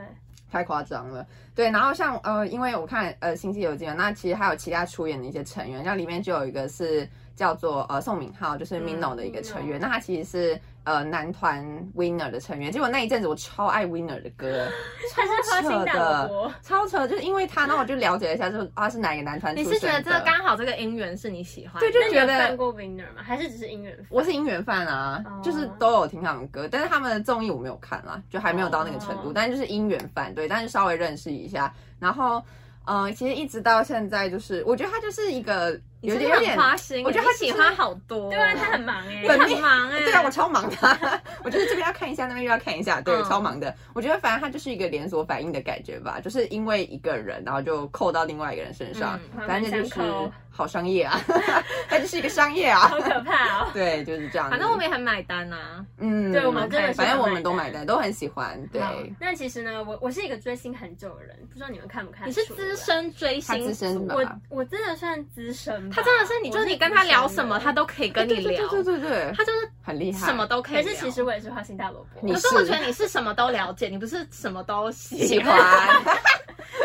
[SPEAKER 2] 太夸张了。对，然后像呃，因为我看呃《新西游记》嘛，那其实还有其他出演的一些成员，像里面就有一个是叫做呃宋敏浩，就是
[SPEAKER 1] 嗯
[SPEAKER 2] Mino 的一个成员，
[SPEAKER 3] Mino
[SPEAKER 2] 那他其实是呃男团 Winner 的成员。结果那一阵子我超爱 Winner 的歌，
[SPEAKER 3] 他是花
[SPEAKER 2] 超扯
[SPEAKER 3] 心大萝
[SPEAKER 2] 的，
[SPEAKER 3] 卜，
[SPEAKER 2] 超扯，就是因为他，然后我就了解了一下，就是啊他是哪一个男团出
[SPEAKER 1] 你
[SPEAKER 2] 身
[SPEAKER 1] 是觉得这
[SPEAKER 2] 的
[SPEAKER 1] 刚好这个姻缘是你喜欢的？
[SPEAKER 2] 对就
[SPEAKER 3] 那你
[SPEAKER 2] 觉
[SPEAKER 3] 有
[SPEAKER 2] 得
[SPEAKER 3] 翻过 Winner 吗？还是只是音乐粉？
[SPEAKER 2] 我是音源饭啊
[SPEAKER 3] 哦
[SPEAKER 2] 就是都有听他们歌，但是他们的综艺我没有看啦，就还没有到那个程度
[SPEAKER 3] 哦
[SPEAKER 2] 但是就是音源饭对，但是稍微认识一下，然后。嗯，其实一直到现在，就是我觉得他就是一个
[SPEAKER 1] 你
[SPEAKER 2] 有
[SPEAKER 1] 真的
[SPEAKER 2] 点有点
[SPEAKER 1] 很，花欸心，
[SPEAKER 2] 我觉得他
[SPEAKER 1] 你
[SPEAKER 2] 其
[SPEAKER 1] 喜
[SPEAKER 2] 实
[SPEAKER 1] 欢好多。
[SPEAKER 3] 对啊，他很忙哎、
[SPEAKER 1] 你
[SPEAKER 2] 本
[SPEAKER 3] 欸，
[SPEAKER 1] 很忙哎。
[SPEAKER 2] 对啊，我超忙的， 我就是这边要看一下，那边又要看一下，对，
[SPEAKER 1] 嗯
[SPEAKER 2] 超忙的。我觉得反正他就是一个连锁反应的感觉吧，就是因为一个人，然后就扣到另外一个人身上，
[SPEAKER 1] 嗯
[SPEAKER 2] 反正就是
[SPEAKER 3] 环环相扣
[SPEAKER 2] 好商业啊， 他就是一个商业啊
[SPEAKER 3] 好，可怕 哦。
[SPEAKER 2] 对，就是这样子。
[SPEAKER 1] 反正我们也很买单啊呐。
[SPEAKER 2] 嗯，
[SPEAKER 3] 对我们真的是
[SPEAKER 2] 反正我们都
[SPEAKER 3] 买
[SPEAKER 2] 买
[SPEAKER 3] 单
[SPEAKER 2] 单，都很喜欢。对，
[SPEAKER 1] 好
[SPEAKER 3] 那其实呢，我我是一个追星很久的人，不知道你们看不看？
[SPEAKER 1] 你是资，深追
[SPEAKER 2] 他
[SPEAKER 1] 星
[SPEAKER 2] 资深
[SPEAKER 1] 族
[SPEAKER 2] 吧，
[SPEAKER 3] 我我真的算资深吧。
[SPEAKER 1] 他真的是你，就是
[SPEAKER 3] 我
[SPEAKER 1] 你跟他聊
[SPEAKER 3] 资深
[SPEAKER 1] 什么，
[SPEAKER 3] 人
[SPEAKER 1] 他都可以跟你
[SPEAKER 2] 对
[SPEAKER 1] 聊，
[SPEAKER 2] 对对对对，
[SPEAKER 1] 他就是
[SPEAKER 2] 很厉害。
[SPEAKER 1] 什么？都可以
[SPEAKER 3] 可
[SPEAKER 1] 聊。
[SPEAKER 3] 是其实我也是花心大萝卜，
[SPEAKER 2] 你
[SPEAKER 1] 可
[SPEAKER 2] 是
[SPEAKER 1] 是我觉得你是什么都了解，你不是什么都喜
[SPEAKER 2] 喜欢？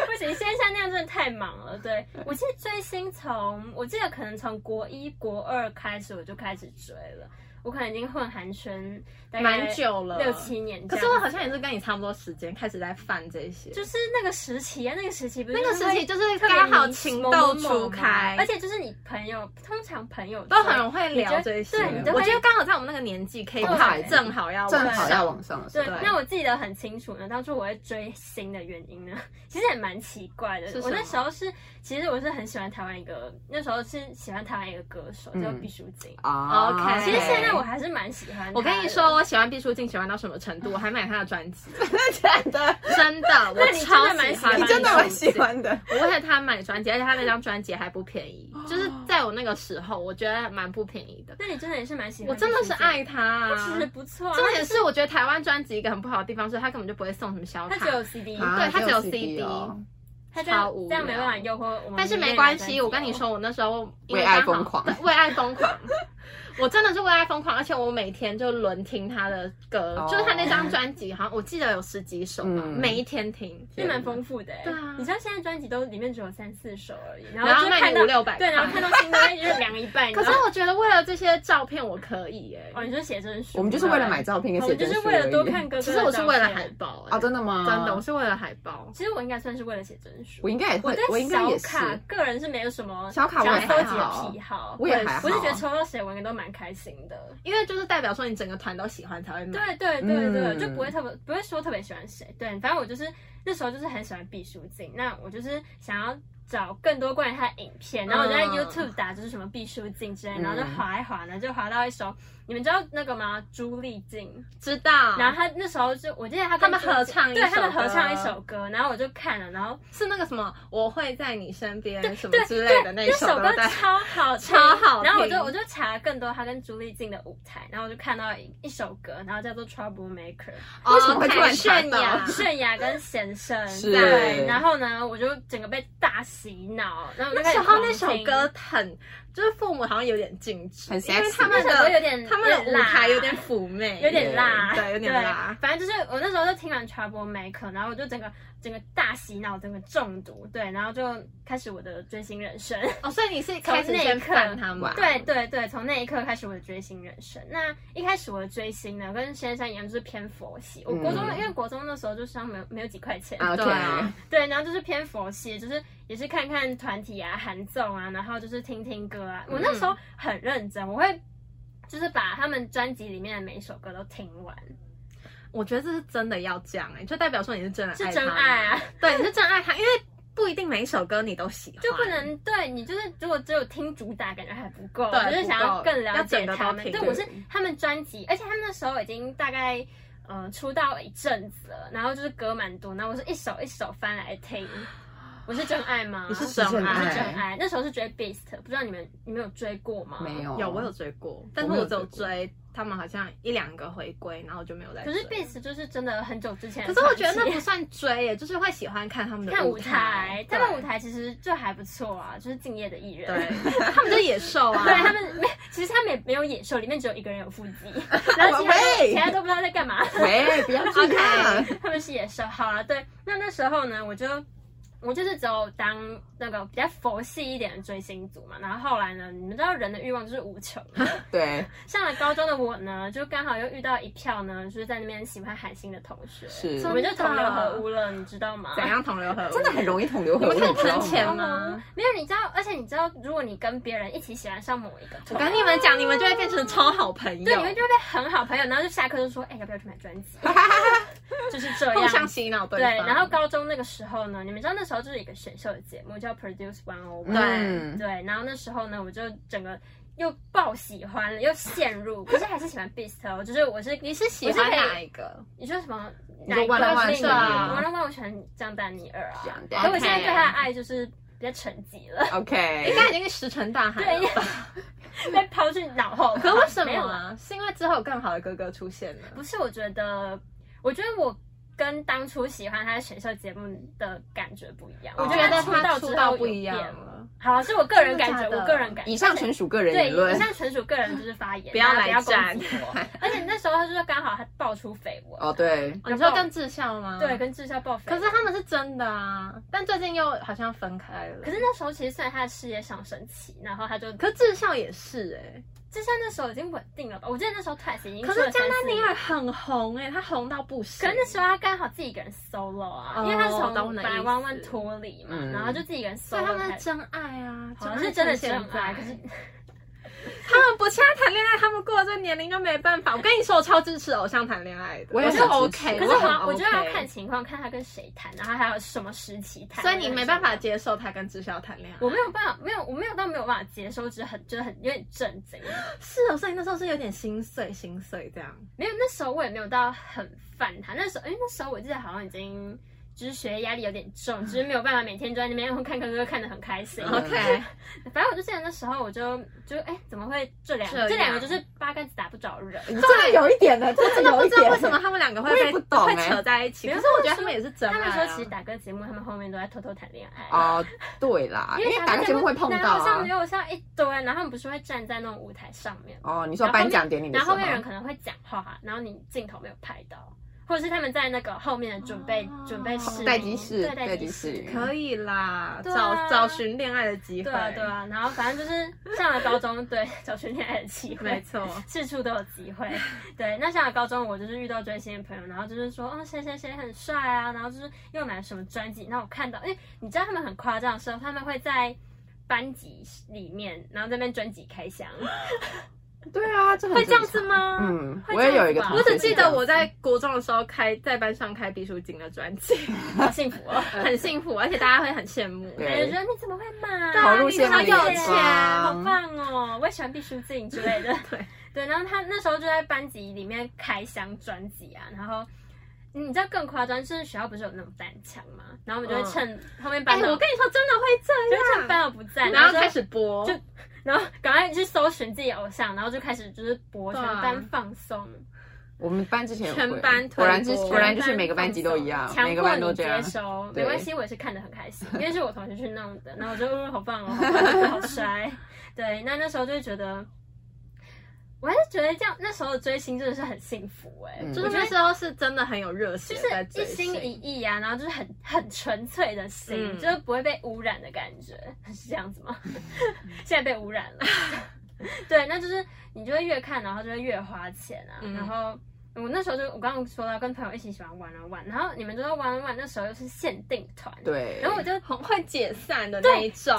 [SPEAKER 3] 不行，现在像那样真的太忙了。对
[SPEAKER 1] 嗯
[SPEAKER 3] 我记得追星从我记得可能从国一、国二开始我就开始追了，我可能已经混韩圈 大概
[SPEAKER 1] 蛮久了，
[SPEAKER 3] 六七年这
[SPEAKER 1] 可
[SPEAKER 3] 样。
[SPEAKER 1] 是我好像也是跟你差不多时间开始在犯这些，
[SPEAKER 3] 就是那个时期啊，那个时期不是
[SPEAKER 1] 那个时期就是
[SPEAKER 3] 就是会
[SPEAKER 1] 刚好
[SPEAKER 3] 特别迷
[SPEAKER 1] 情
[SPEAKER 3] 某
[SPEAKER 1] 窦
[SPEAKER 3] 某
[SPEAKER 1] 初
[SPEAKER 3] 某嘛
[SPEAKER 1] 开，
[SPEAKER 3] 啊而且就是你朋友通常朋友
[SPEAKER 1] 都很会聊
[SPEAKER 3] 你觉得
[SPEAKER 1] 这些。
[SPEAKER 3] 对
[SPEAKER 2] 你都
[SPEAKER 1] 我
[SPEAKER 3] 会
[SPEAKER 1] 觉得刚好在我们那个年纪可以
[SPEAKER 3] 对
[SPEAKER 1] 跑，正 好要
[SPEAKER 2] 正好
[SPEAKER 1] 往
[SPEAKER 2] 要
[SPEAKER 1] 上
[SPEAKER 2] 往上的时
[SPEAKER 3] 对
[SPEAKER 1] 对
[SPEAKER 2] 候，，
[SPEAKER 3] 那我记得很清楚呢。当初我会追星的原因呢， 其实也蛮奇怪
[SPEAKER 1] 是
[SPEAKER 3] 的。
[SPEAKER 1] 什
[SPEAKER 3] 我那
[SPEAKER 1] 么
[SPEAKER 3] 时候是，其实我是很喜欢台湾一个，那时候是喜欢台湾一个歌手叫
[SPEAKER 2] 嗯
[SPEAKER 3] 毕淑静。
[SPEAKER 2] 啊
[SPEAKER 1] OK
[SPEAKER 3] 其实现在我
[SPEAKER 2] 还
[SPEAKER 3] 还是蛮喜欢。
[SPEAKER 1] 哎我跟你说，，我喜欢毕书尽，喜欢到什么程度？我还买他的专辑，
[SPEAKER 2] 真的，
[SPEAKER 1] 真的，我
[SPEAKER 3] 那你真
[SPEAKER 1] 超
[SPEAKER 3] 的蛮
[SPEAKER 1] 喜
[SPEAKER 3] 喜欢
[SPEAKER 1] 欢。
[SPEAKER 2] 你真的蛮喜欢的。
[SPEAKER 1] 我为了他买专辑，而且他那张专辑还不便宜，
[SPEAKER 3] 哦
[SPEAKER 1] 就是在我那个时候，我觉得蛮不便宜的。
[SPEAKER 3] 那你真的也是蛮喜欢。
[SPEAKER 1] 我真的是爱，他、啊，
[SPEAKER 3] 其实不错啊。
[SPEAKER 1] 重点是，我觉得台湾专辑一个很不好的地方是，他根本就不会送什么小
[SPEAKER 3] 他
[SPEAKER 1] 卡
[SPEAKER 3] 只。有 CD，
[SPEAKER 2] 啊
[SPEAKER 1] 对他只有 CD
[SPEAKER 2] 哦
[SPEAKER 3] 他这
[SPEAKER 1] 超
[SPEAKER 3] 样
[SPEAKER 1] 无
[SPEAKER 3] 这样没
[SPEAKER 1] 聊
[SPEAKER 3] 办法诱惑我们。哦
[SPEAKER 1] 但是没关系，我跟你，说，我那时候因为
[SPEAKER 2] 为爱
[SPEAKER 1] 刚好
[SPEAKER 2] 疯狂
[SPEAKER 1] 对为爱疯狂。我真的是为他疯狂，而且我每天就轮听他的歌
[SPEAKER 2] 哦
[SPEAKER 1] 就是他那张专辑，好像我记得有十几首吧，
[SPEAKER 2] 嗯
[SPEAKER 1] 每一天听。
[SPEAKER 3] 是蛮丰富的、欸。
[SPEAKER 1] 对啊
[SPEAKER 3] 你知道现在专辑都里面只有三四首而已，然
[SPEAKER 1] 然后
[SPEAKER 3] 就
[SPEAKER 1] 卖
[SPEAKER 3] 看
[SPEAKER 1] 你
[SPEAKER 3] 到
[SPEAKER 1] 500-600
[SPEAKER 3] 对，然后看到 新歌就是凉一半。
[SPEAKER 1] 可是
[SPEAKER 3] 你知道
[SPEAKER 1] 我觉得为了这些照片，我可以哎、
[SPEAKER 3] 哦，你说写真书，
[SPEAKER 2] 我们就是为了买照片
[SPEAKER 3] 对，
[SPEAKER 2] 跟
[SPEAKER 3] 我
[SPEAKER 2] 写
[SPEAKER 3] 们
[SPEAKER 2] 真
[SPEAKER 3] 哦就是
[SPEAKER 2] 书
[SPEAKER 3] 为了多
[SPEAKER 2] 而已
[SPEAKER 3] 看哥哥。
[SPEAKER 1] 其实我是为了海，报、欸、
[SPEAKER 2] 哦，真的吗？
[SPEAKER 1] 真的，我，是为了海报。
[SPEAKER 3] 其实我应该算是为了写真书
[SPEAKER 2] 我。应该也会，我
[SPEAKER 3] 对
[SPEAKER 2] 应该
[SPEAKER 3] 小
[SPEAKER 2] 也是，
[SPEAKER 3] 卡个人是没有什么
[SPEAKER 2] 小卡我
[SPEAKER 3] 想
[SPEAKER 2] 也
[SPEAKER 3] 要收
[SPEAKER 2] 还
[SPEAKER 3] 集
[SPEAKER 2] 好
[SPEAKER 3] 的癖好，
[SPEAKER 2] 我也还好
[SPEAKER 3] 我是觉得抽到谁我应该都蛮开心的。
[SPEAKER 1] 因为就是代表说你整个团都喜欢才会买。
[SPEAKER 3] 对对对对，
[SPEAKER 2] 嗯
[SPEAKER 3] 就不会特别不会说特别喜欢谁，对，反正我就是那时候就是很喜欢毕书尽，那我就是想要找更多关于他的影片，然后我就在
[SPEAKER 1] 嗯
[SPEAKER 3] YouTube 打就是什么毕书尽之类，然后就
[SPEAKER 2] 嗯
[SPEAKER 3] 划一划呢，就划到一首，你们知道那个吗？朱丽静，
[SPEAKER 1] 知道。
[SPEAKER 3] 然后他那时候就我记得他
[SPEAKER 1] 他
[SPEAKER 3] 跟
[SPEAKER 1] 们
[SPEAKER 3] 朱丽
[SPEAKER 1] 合
[SPEAKER 3] 静
[SPEAKER 1] 唱一
[SPEAKER 3] 对，他们
[SPEAKER 1] 首
[SPEAKER 3] 合唱一
[SPEAKER 1] 歌
[SPEAKER 3] 首歌，然后我就看了，然后
[SPEAKER 1] 是那个什么，我会在你身边什么
[SPEAKER 3] 对
[SPEAKER 1] 之
[SPEAKER 3] 对，
[SPEAKER 1] 类的那一首
[SPEAKER 3] 首歌
[SPEAKER 1] 对不对
[SPEAKER 3] 超好听，
[SPEAKER 1] 超好听
[SPEAKER 3] 然后我就我就查了更多他跟朱丽静的舞台，然后我就看到一一首歌，然后叫做 Trouble Maker，
[SPEAKER 1] 哦
[SPEAKER 2] 为什么会突然
[SPEAKER 1] 太炫
[SPEAKER 2] 查
[SPEAKER 1] 耀
[SPEAKER 2] 到？
[SPEAKER 3] 泫雅跟贤胜
[SPEAKER 2] 是
[SPEAKER 3] 对，然后呢，我就整个被大洗脑，然后我就
[SPEAKER 1] 那
[SPEAKER 3] 开始
[SPEAKER 1] 时候那首
[SPEAKER 3] 狂听
[SPEAKER 1] 歌很，就是父母好像有点禁止，
[SPEAKER 2] 很
[SPEAKER 1] 因为
[SPEAKER 2] sexy
[SPEAKER 1] 他们
[SPEAKER 3] 那首歌
[SPEAKER 1] 的
[SPEAKER 3] 有点
[SPEAKER 1] 他们的舞台有
[SPEAKER 3] 有
[SPEAKER 1] 点
[SPEAKER 3] 点辣
[SPEAKER 1] 妩媚，
[SPEAKER 3] 有点辣，
[SPEAKER 1] 对，有点辣。
[SPEAKER 3] 反正就是我那时候就听完 Trouble Maker，然后我就整个整个大洗脑，整个中毒，对，然后就开始我的追星人生。
[SPEAKER 1] 哦，所以你是开始
[SPEAKER 3] 从那一
[SPEAKER 1] 先
[SPEAKER 3] 刻
[SPEAKER 1] 看他们，
[SPEAKER 3] 对对对，从那一刻开始我的追星人生。那一开始我的追星呢，跟先生一样，就是偏佛系。我国中、
[SPEAKER 2] 嗯
[SPEAKER 3] 因为国中那时候就是没有没有几块钱，
[SPEAKER 2] 啊，OK，
[SPEAKER 1] 对啊
[SPEAKER 3] 对，然后就是偏佛系，就是也是看看团体啊、韩综啊，然后就是听听歌啊。
[SPEAKER 1] 嗯
[SPEAKER 3] 我那时候很认真，我会就是把他们专辑里面的每一首歌都听完，
[SPEAKER 1] 我觉得这是真的要这样哎、就代表说你是真的
[SPEAKER 3] 是
[SPEAKER 1] 爱
[SPEAKER 3] 真
[SPEAKER 1] 他
[SPEAKER 3] 爱啊。
[SPEAKER 1] 对，你是真爱他，因为不一定每一首歌你都喜欢，
[SPEAKER 3] 就不能对你就是如果只有听主打，感觉还不够，
[SPEAKER 1] 对
[SPEAKER 3] 我就是想
[SPEAKER 1] 不
[SPEAKER 3] 要
[SPEAKER 1] 够
[SPEAKER 3] 更了解
[SPEAKER 1] 要整个
[SPEAKER 3] 他
[SPEAKER 1] 都
[SPEAKER 3] 们。
[SPEAKER 1] 听
[SPEAKER 3] 对，我是他们专辑，而且他们那时候已经大概。呃，出道一阵子了，然后就是歌蛮多，然后我是一首一首翻来听。我是真爱吗？
[SPEAKER 1] 你是
[SPEAKER 2] 真
[SPEAKER 1] 真
[SPEAKER 2] 爱
[SPEAKER 3] 我是真
[SPEAKER 1] 爱。
[SPEAKER 3] 爱。那时候是追 Beast，不知道你们你们有追过吗？
[SPEAKER 2] 没。有
[SPEAKER 1] 有，我有追过，但是
[SPEAKER 2] 我
[SPEAKER 1] 哦我
[SPEAKER 2] 没有
[SPEAKER 1] 只有
[SPEAKER 2] 追过
[SPEAKER 1] 追他们好像一两个回归，然后我就没有再
[SPEAKER 3] 可
[SPEAKER 1] 追。
[SPEAKER 3] 是 Beast 就是真的很久之前
[SPEAKER 1] 可
[SPEAKER 3] 的
[SPEAKER 1] 是
[SPEAKER 3] 团
[SPEAKER 1] 我
[SPEAKER 3] 体。
[SPEAKER 1] 觉得那不算追耶，就是会喜欢看他们的
[SPEAKER 3] 看舞
[SPEAKER 1] 台
[SPEAKER 3] 台，，他们
[SPEAKER 1] 对
[SPEAKER 3] 舞台其实就还不错啊，就是敬业的艺 人。
[SPEAKER 1] 对，他们就是野兽啊，
[SPEAKER 3] 对他们没，其实他们也没有野兽，里面只有一个人有腹肌， 然后其他都
[SPEAKER 2] 喂
[SPEAKER 3] 其他都不知道在干嘛。
[SPEAKER 2] 喂，不要去看，
[SPEAKER 3] 他们是野兽。好了，对，那那时候呢，我就我就是只有当那个比较佛系一点的追星族嘛。然后后来呢，你们知道人的欲望就是无穷的。
[SPEAKER 2] 对，
[SPEAKER 3] 上了高中的我呢，就刚好又遇到一票呢，就是在那边喜欢韩星的同学，
[SPEAKER 2] 是
[SPEAKER 3] 我们就同流合污了，你知道吗？
[SPEAKER 1] 怎样同流合污？
[SPEAKER 2] 真的很容易同流合污，
[SPEAKER 1] 你们看
[SPEAKER 2] 你知道
[SPEAKER 1] 之前
[SPEAKER 2] 吗
[SPEAKER 1] 吗
[SPEAKER 3] 没有，你知道，而且你知道，如果你跟别人一起喜欢上某一个团，
[SPEAKER 1] 我跟你们讲，你们就会变成超好朋友，
[SPEAKER 3] 对，你们就会很好朋友，然后就下课就说，哎、要不要去买专辑？ 就是这
[SPEAKER 1] 互相
[SPEAKER 3] 样。
[SPEAKER 1] 洗脑对
[SPEAKER 3] 对，
[SPEAKER 1] 方。
[SPEAKER 3] 然后高中那个时候呢，你们知道那时候就是一个选秀的节目叫 Produce One O
[SPEAKER 1] 对
[SPEAKER 3] One，
[SPEAKER 2] 嗯
[SPEAKER 3] 对，然后那时候呢，我就整个又爆喜欢了，又陷入，可是还是喜欢 Beast 哦，就是我是
[SPEAKER 1] 你是喜欢哪一个？
[SPEAKER 3] 你说什么
[SPEAKER 2] 你
[SPEAKER 3] 哪
[SPEAKER 2] 说
[SPEAKER 3] 一个
[SPEAKER 2] One on One
[SPEAKER 3] 是
[SPEAKER 2] 是
[SPEAKER 3] 你？
[SPEAKER 1] 吗
[SPEAKER 3] 我 One on One 我喜欢张丹尼尔啊，
[SPEAKER 2] 讲
[SPEAKER 3] 可
[SPEAKER 2] 的
[SPEAKER 3] 我现在
[SPEAKER 1] 啊 OK
[SPEAKER 3] 对他的爱就是比较沉寂了，
[SPEAKER 1] 应
[SPEAKER 2] ，OK，
[SPEAKER 1] 该已经是石沉大海了吧。
[SPEAKER 3] 被抛去脑后。
[SPEAKER 1] 可为什
[SPEAKER 3] 没
[SPEAKER 1] 么
[SPEAKER 3] 有啦
[SPEAKER 1] 啊？是因为之后有更好的哥哥出现了。
[SPEAKER 3] 不是，我觉得，我觉得我跟当初喜欢他的选秀节目的感觉不一样。
[SPEAKER 2] 哦
[SPEAKER 3] 我
[SPEAKER 1] 我
[SPEAKER 3] 觉
[SPEAKER 1] 觉
[SPEAKER 3] 得
[SPEAKER 1] 得
[SPEAKER 3] 出
[SPEAKER 1] 他
[SPEAKER 3] 道
[SPEAKER 1] 出
[SPEAKER 3] 之
[SPEAKER 1] 道
[SPEAKER 3] 后
[SPEAKER 1] 不
[SPEAKER 3] 有
[SPEAKER 1] 一样
[SPEAKER 3] 变
[SPEAKER 1] 了。
[SPEAKER 3] 好，是我个人感
[SPEAKER 1] 真
[SPEAKER 3] 觉，
[SPEAKER 1] 的假的
[SPEAKER 3] 我个人感觉。
[SPEAKER 2] 以上纯属个人
[SPEAKER 3] 对，
[SPEAKER 2] 言论
[SPEAKER 3] 以，上纯属个人就是 发言，
[SPEAKER 1] 不要
[SPEAKER 3] 大家
[SPEAKER 1] 来
[SPEAKER 3] 不要攻击我。而且那时候他就是刚好他爆出绯闻，
[SPEAKER 2] 哦，对，
[SPEAKER 1] 哦你说跟智孝吗？
[SPEAKER 3] 对，。跟智孝爆绯
[SPEAKER 1] 可
[SPEAKER 3] 闻。
[SPEAKER 1] 是他们是真的啊，但最近又好像分开了。
[SPEAKER 3] 可是那时候其实算他的事业上升期，然后他就
[SPEAKER 1] 可是智孝也是哎、
[SPEAKER 3] 智孝那时候已经稳定了吧？我记得那时候 Twice 已经
[SPEAKER 1] 可
[SPEAKER 3] 出
[SPEAKER 1] 是
[SPEAKER 3] 了
[SPEAKER 1] 江
[SPEAKER 3] 三
[SPEAKER 1] 丹
[SPEAKER 3] 四
[SPEAKER 1] 尼
[SPEAKER 3] 年
[SPEAKER 1] 尔很红哎、他红到不
[SPEAKER 3] 可
[SPEAKER 1] 行。
[SPEAKER 3] 是那时候他刚好自己一个人 solo 啊，
[SPEAKER 1] 哦
[SPEAKER 3] 因为他是
[SPEAKER 1] 懂
[SPEAKER 3] 从
[SPEAKER 1] 你的
[SPEAKER 3] 百
[SPEAKER 1] 意思
[SPEAKER 3] 万万脱离嘛，
[SPEAKER 2] 嗯
[SPEAKER 3] 然后就自己一个人
[SPEAKER 1] 所以
[SPEAKER 3] solo
[SPEAKER 1] 他们是
[SPEAKER 3] 开始
[SPEAKER 1] 真爱啊，
[SPEAKER 3] 好像是真的真
[SPEAKER 1] 真
[SPEAKER 3] 爱，可是
[SPEAKER 1] 哎他们不现在谈恋爱，他们过了这个年龄就没办法。我跟你说，我超支持偶像谈恋爱的，
[SPEAKER 2] 我也
[SPEAKER 1] 是
[SPEAKER 2] 很支
[SPEAKER 1] OK，
[SPEAKER 2] 持
[SPEAKER 3] 可是
[SPEAKER 1] 我
[SPEAKER 3] 我
[SPEAKER 1] 很
[SPEAKER 3] 要
[SPEAKER 1] OK。
[SPEAKER 3] 我觉得要看情况，看他跟谁谈，然后还有什么时期谈，
[SPEAKER 1] 所以你没办法
[SPEAKER 3] 接，
[SPEAKER 1] 接受他跟智孝谈恋爱。
[SPEAKER 3] 我没有办法，没有我没有到没有办法接受，只是很就是很有点震惊。
[SPEAKER 1] 是哦，所以那时候是有点心碎，心碎这样。
[SPEAKER 3] 没有那时候我也没有到很烦他，那时候因为那时候我记得好像已经就是学业压力有点重，就是没有办法每天就在那边然后看看歌看得很开心。
[SPEAKER 1] OK，
[SPEAKER 3] 反正我就记得那时候我就就哎、怎么会这两
[SPEAKER 1] 这样
[SPEAKER 3] 这两个就是八竿子打不着人。
[SPEAKER 2] 你真的有一点的，真的有
[SPEAKER 1] 不
[SPEAKER 2] 一
[SPEAKER 1] 知道
[SPEAKER 2] 点。
[SPEAKER 1] 为什么他们两个会
[SPEAKER 2] 我也
[SPEAKER 1] 被
[SPEAKER 2] 不懂
[SPEAKER 1] 会
[SPEAKER 2] 欸
[SPEAKER 1] 扯在一起，
[SPEAKER 3] 没
[SPEAKER 1] 可
[SPEAKER 3] 有
[SPEAKER 1] 是我觉得他们也是真
[SPEAKER 3] 他
[SPEAKER 1] 爱
[SPEAKER 3] 们
[SPEAKER 1] 啊。
[SPEAKER 3] 说其实打歌节目，他们后面都在偷偷谈恋爱。
[SPEAKER 2] 哦，对啦，因为打个节目会碰到
[SPEAKER 3] 然后上
[SPEAKER 2] 啊
[SPEAKER 3] 面。有像一堆，然后他们不是会站在那种舞台上面吗，
[SPEAKER 2] 哦，你说颁奖典礼的
[SPEAKER 3] 然
[SPEAKER 2] 时
[SPEAKER 3] 后
[SPEAKER 2] 候
[SPEAKER 3] 后，面人可能会讲话，然后你镜头没有拍到，或者是他们在那个后面的准备、
[SPEAKER 1] 哦
[SPEAKER 3] 准备室
[SPEAKER 2] 待机室
[SPEAKER 3] 对待
[SPEAKER 2] 待
[SPEAKER 3] 机
[SPEAKER 2] 机室
[SPEAKER 3] 室。
[SPEAKER 1] 可以啦，
[SPEAKER 3] 对啊
[SPEAKER 1] 找找寻恋爱的机会。
[SPEAKER 3] 对啊，对啊，然后反正就是上了高中，对，找寻恋爱的机
[SPEAKER 1] 没
[SPEAKER 3] 会，
[SPEAKER 1] 错。
[SPEAKER 3] 四处都有机 会。对，那上了高中，我就是遇到追星的朋友，然后就是说，哦，谁谁谁很帅啊，然后就是又买了什么专辑，然后我看到，因为你知道他们很夸张的时候，他们会在班级里面，然后在那边专辑开 箱，
[SPEAKER 2] 对啊，这很
[SPEAKER 3] 会这样
[SPEAKER 2] 正
[SPEAKER 3] 子吗？
[SPEAKER 2] 常。嗯，
[SPEAKER 3] 会
[SPEAKER 2] 我也
[SPEAKER 3] 这样
[SPEAKER 2] 有一个
[SPEAKER 3] 子吧
[SPEAKER 2] 同
[SPEAKER 1] 我
[SPEAKER 2] 学
[SPEAKER 1] 只
[SPEAKER 2] 是这
[SPEAKER 1] 记
[SPEAKER 2] 样子，
[SPEAKER 1] 得我在国中的时候开在班上开毕书尽的专辑，
[SPEAKER 3] 好幸福哦。
[SPEAKER 1] 很幸福，而且大家会很羡慕。
[SPEAKER 2] 对
[SPEAKER 3] 感觉你怎么会买？
[SPEAKER 2] 好路线
[SPEAKER 1] 啊好
[SPEAKER 2] 没
[SPEAKER 1] 有
[SPEAKER 2] 眼
[SPEAKER 1] 钱
[SPEAKER 3] 好
[SPEAKER 2] 光
[SPEAKER 3] 棒哦！我也喜欢毕书尽之类的。
[SPEAKER 1] 对
[SPEAKER 3] 对，然后他那时候就在班级里面开箱专辑啊，然后。你知道更夸张，就是学校不是有那种单枪嘛，然后我们就会趁后面
[SPEAKER 1] 哎，
[SPEAKER 3] 班长，
[SPEAKER 1] 我跟你说，真的会
[SPEAKER 3] 就会
[SPEAKER 1] 这
[SPEAKER 3] 趁
[SPEAKER 1] 样。
[SPEAKER 3] 班长不在，
[SPEAKER 1] 然后
[SPEAKER 3] 就
[SPEAKER 1] 开，始播，
[SPEAKER 3] 就然后赶快去搜寻自己的偶像，然后就开始就是博全
[SPEAKER 1] 对啊
[SPEAKER 3] 班放松，
[SPEAKER 2] 我们班之前有
[SPEAKER 1] 全
[SPEAKER 2] 会
[SPEAKER 1] 班推
[SPEAKER 2] 果然就
[SPEAKER 1] 播
[SPEAKER 2] 果然就是
[SPEAKER 3] 全班
[SPEAKER 2] 每个班级都一样
[SPEAKER 3] 放，松
[SPEAKER 2] 每
[SPEAKER 3] 强
[SPEAKER 2] 个
[SPEAKER 3] 迫
[SPEAKER 2] 班都
[SPEAKER 3] 你
[SPEAKER 2] 这样
[SPEAKER 3] 接。收，没
[SPEAKER 2] 对
[SPEAKER 3] 关系，我也是看得很开 心，因为是我同学去弄的，然后我就嗯好棒哦，好棒哦好帅，对，那那时候就会觉得。我还是觉得这样，那时候追星真的是很幸福哎、
[SPEAKER 2] 嗯
[SPEAKER 1] 就
[SPEAKER 3] 就是是
[SPEAKER 1] 那时候是真的很有热血
[SPEAKER 3] 就
[SPEAKER 1] 在
[SPEAKER 3] 是
[SPEAKER 1] 追
[SPEAKER 3] 一心
[SPEAKER 1] 星，
[SPEAKER 3] 一意啊，然后就是很很纯粹的心，
[SPEAKER 1] 嗯
[SPEAKER 3] 就是不会被污染的感觉，是这样 子吗？现在被污染了，对，那就是你就会越看，然后就会越花钱啊，
[SPEAKER 1] 嗯
[SPEAKER 3] 然后。我那时候就我刚刚说到跟朋友一起喜欢玩啊玩，然后你们知道玩啊玩那时候又是限定团，，
[SPEAKER 2] 对，
[SPEAKER 3] 然后我就哦
[SPEAKER 1] 很会解散的那一种，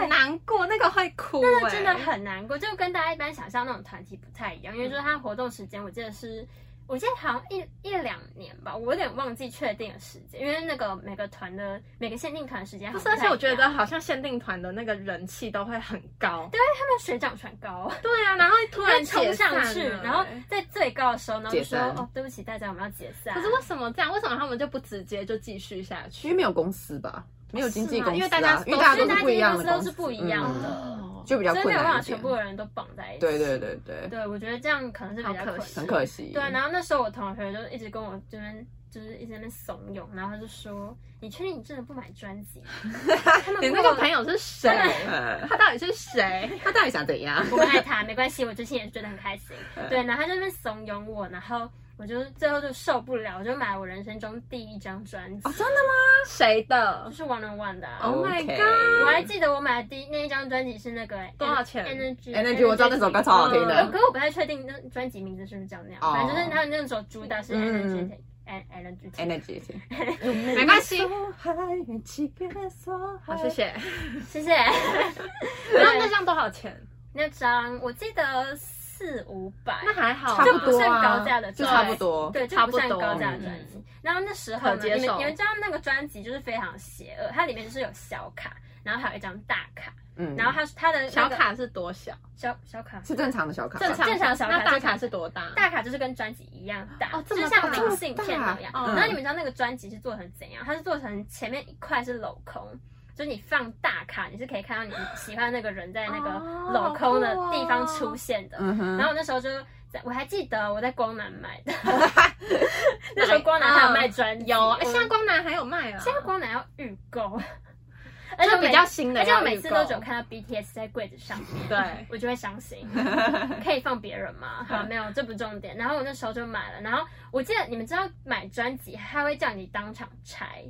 [SPEAKER 1] 很难过，那个会哭、欸，
[SPEAKER 3] 那真的很难过，就跟大家一般想象那种团体不太一样，
[SPEAKER 1] 嗯
[SPEAKER 3] 因为就是它活动时间，我记得是，我记得好像一一两年吧，我有点忘记确定的时间，因为那个每个团的每个限定团时间
[SPEAKER 1] 不
[SPEAKER 3] 好
[SPEAKER 1] 是，
[SPEAKER 3] 像
[SPEAKER 1] 而且
[SPEAKER 3] 不太一样，
[SPEAKER 1] 我觉得好像限定团的那个人气都会很高，对
[SPEAKER 3] 他们水涨船高，
[SPEAKER 1] 对啊，然后突
[SPEAKER 3] 突然
[SPEAKER 1] 然
[SPEAKER 3] 冲
[SPEAKER 1] 解散
[SPEAKER 3] 上
[SPEAKER 1] 了欸
[SPEAKER 3] 去，然后在最高的时候，然后就
[SPEAKER 2] 解
[SPEAKER 3] 说
[SPEAKER 2] 散
[SPEAKER 3] 哦，对不起大家，我们要解散。
[SPEAKER 1] 可是为什么这样？为什么他们就不直接就继续下
[SPEAKER 2] 因为
[SPEAKER 1] 去？
[SPEAKER 2] 没有公司吧，没有经纪
[SPEAKER 1] 是吗
[SPEAKER 2] 公司啊，
[SPEAKER 1] 因为大家
[SPEAKER 2] 因为大家
[SPEAKER 3] 所以
[SPEAKER 2] 都是
[SPEAKER 3] 大家
[SPEAKER 2] 不一样的
[SPEAKER 3] 公司
[SPEAKER 2] 公
[SPEAKER 3] 都
[SPEAKER 2] 司，
[SPEAKER 3] 是不一样
[SPEAKER 2] 嗯嗯
[SPEAKER 3] 的，
[SPEAKER 1] 哦
[SPEAKER 2] 就比较
[SPEAKER 3] 所以没
[SPEAKER 2] 困
[SPEAKER 3] 有办法
[SPEAKER 2] 难一
[SPEAKER 3] 全
[SPEAKER 2] 点。
[SPEAKER 3] 部的人都绑在一起。
[SPEAKER 2] 对对对对，
[SPEAKER 3] 对，我觉得这样可能是比较
[SPEAKER 1] 好可
[SPEAKER 3] 困难
[SPEAKER 1] 惜
[SPEAKER 2] 很可惜。
[SPEAKER 3] 对，啊然后那时候我同学就一直跟我这边就是一直在那边怂恿，然后他就说：“你确定你真的不买专辑吗？” 他们
[SPEAKER 1] 你
[SPEAKER 3] 跟
[SPEAKER 1] 那个
[SPEAKER 3] 我
[SPEAKER 1] 朋友是谁？
[SPEAKER 2] 呃
[SPEAKER 1] 他到底是谁？
[SPEAKER 2] 他到底想怎 样？
[SPEAKER 3] 我爱他，没关系，我最近也觉得很 开心。
[SPEAKER 2] 嗯
[SPEAKER 3] 对，然后他就在那边怂恿我，然后我就最后就受不了，我就买了我人生中第一张专
[SPEAKER 2] 哦
[SPEAKER 3] 辑，
[SPEAKER 1] 真的吗？ 谁的
[SPEAKER 3] 不是 One on One 的、啊。
[SPEAKER 1] Oh my
[SPEAKER 2] OK
[SPEAKER 1] god
[SPEAKER 3] 我还记得我买的第一那一张专辑是那个
[SPEAKER 1] 多少钱
[SPEAKER 3] ？Energy 哦
[SPEAKER 2] Energy，我知道那首歌超好听
[SPEAKER 1] 嗯
[SPEAKER 2] 的
[SPEAKER 3] 我。可我不太确定那专辑名字是不是叫那样，
[SPEAKER 2] 哦
[SPEAKER 3] 反正就是他们那首主打是
[SPEAKER 2] 嗯
[SPEAKER 3] Energy Energy
[SPEAKER 2] Energy，
[SPEAKER 1] 没
[SPEAKER 2] 没
[SPEAKER 1] 关系好，谢
[SPEAKER 2] 好
[SPEAKER 1] 谢。
[SPEAKER 3] 谢谢。
[SPEAKER 1] 然后那张多少钱？
[SPEAKER 3] 那张我记得四五百，
[SPEAKER 1] 那还好啊，
[SPEAKER 2] 差
[SPEAKER 3] 就
[SPEAKER 2] 不
[SPEAKER 3] 不
[SPEAKER 2] 多
[SPEAKER 3] 算
[SPEAKER 2] 啊
[SPEAKER 3] 高价的
[SPEAKER 2] 就
[SPEAKER 3] 专辑，
[SPEAKER 2] 差不多。
[SPEAKER 3] 对，就
[SPEAKER 1] 差
[SPEAKER 3] 不
[SPEAKER 1] 不
[SPEAKER 3] 算
[SPEAKER 1] 多嗯
[SPEAKER 3] 高价的专辑。然后那时候呢，
[SPEAKER 1] 可
[SPEAKER 3] 你
[SPEAKER 1] 接
[SPEAKER 3] 们
[SPEAKER 1] 受
[SPEAKER 3] 你们知道那个专辑就是非常邪恶，它里面就是有小卡，然后还有一张大卡，
[SPEAKER 2] 嗯，
[SPEAKER 3] 然后它它的那个
[SPEAKER 1] 小卡是多小？
[SPEAKER 3] 小小卡
[SPEAKER 2] 是正常的小卡吧，
[SPEAKER 1] 正常
[SPEAKER 3] 正常小卡
[SPEAKER 1] 那大
[SPEAKER 3] 正常
[SPEAKER 1] 卡是多大？
[SPEAKER 3] 大卡就是跟专辑一样大，
[SPEAKER 1] 哦这
[SPEAKER 3] 就
[SPEAKER 1] 么
[SPEAKER 3] 像
[SPEAKER 1] 大
[SPEAKER 3] 明信片那样。
[SPEAKER 1] 这么大嗯
[SPEAKER 3] 然后你们知道那个专辑是做成怎样？它是做成前面一块是镂空，就是你放大卡，你是可以看到你喜欢的那个人在那个
[SPEAKER 1] 哦
[SPEAKER 3] 镂空的
[SPEAKER 1] 好酷哦
[SPEAKER 3] 地方出现的。
[SPEAKER 2] 嗯哼
[SPEAKER 3] 然后我那时候就在，我还记得我在光南买 的，那时候光南还哦有卖专辑，嗯
[SPEAKER 1] 有，哎，现在
[SPEAKER 3] 现
[SPEAKER 1] 光南还有卖啊，
[SPEAKER 3] 在光南要预购， 而
[SPEAKER 1] 而
[SPEAKER 3] 且
[SPEAKER 1] 且
[SPEAKER 3] 我每
[SPEAKER 1] 比较新的
[SPEAKER 3] 而且
[SPEAKER 1] 要预
[SPEAKER 3] 我
[SPEAKER 1] 购，
[SPEAKER 3] 每次都只有看到 BTS 在柜子上面，
[SPEAKER 1] 对
[SPEAKER 3] 我就会伤 心。可以放别人吗？好，没有，这不重点。然后我那时候就买了，然后我记得你们知道买专辑，他会叫你当场拆，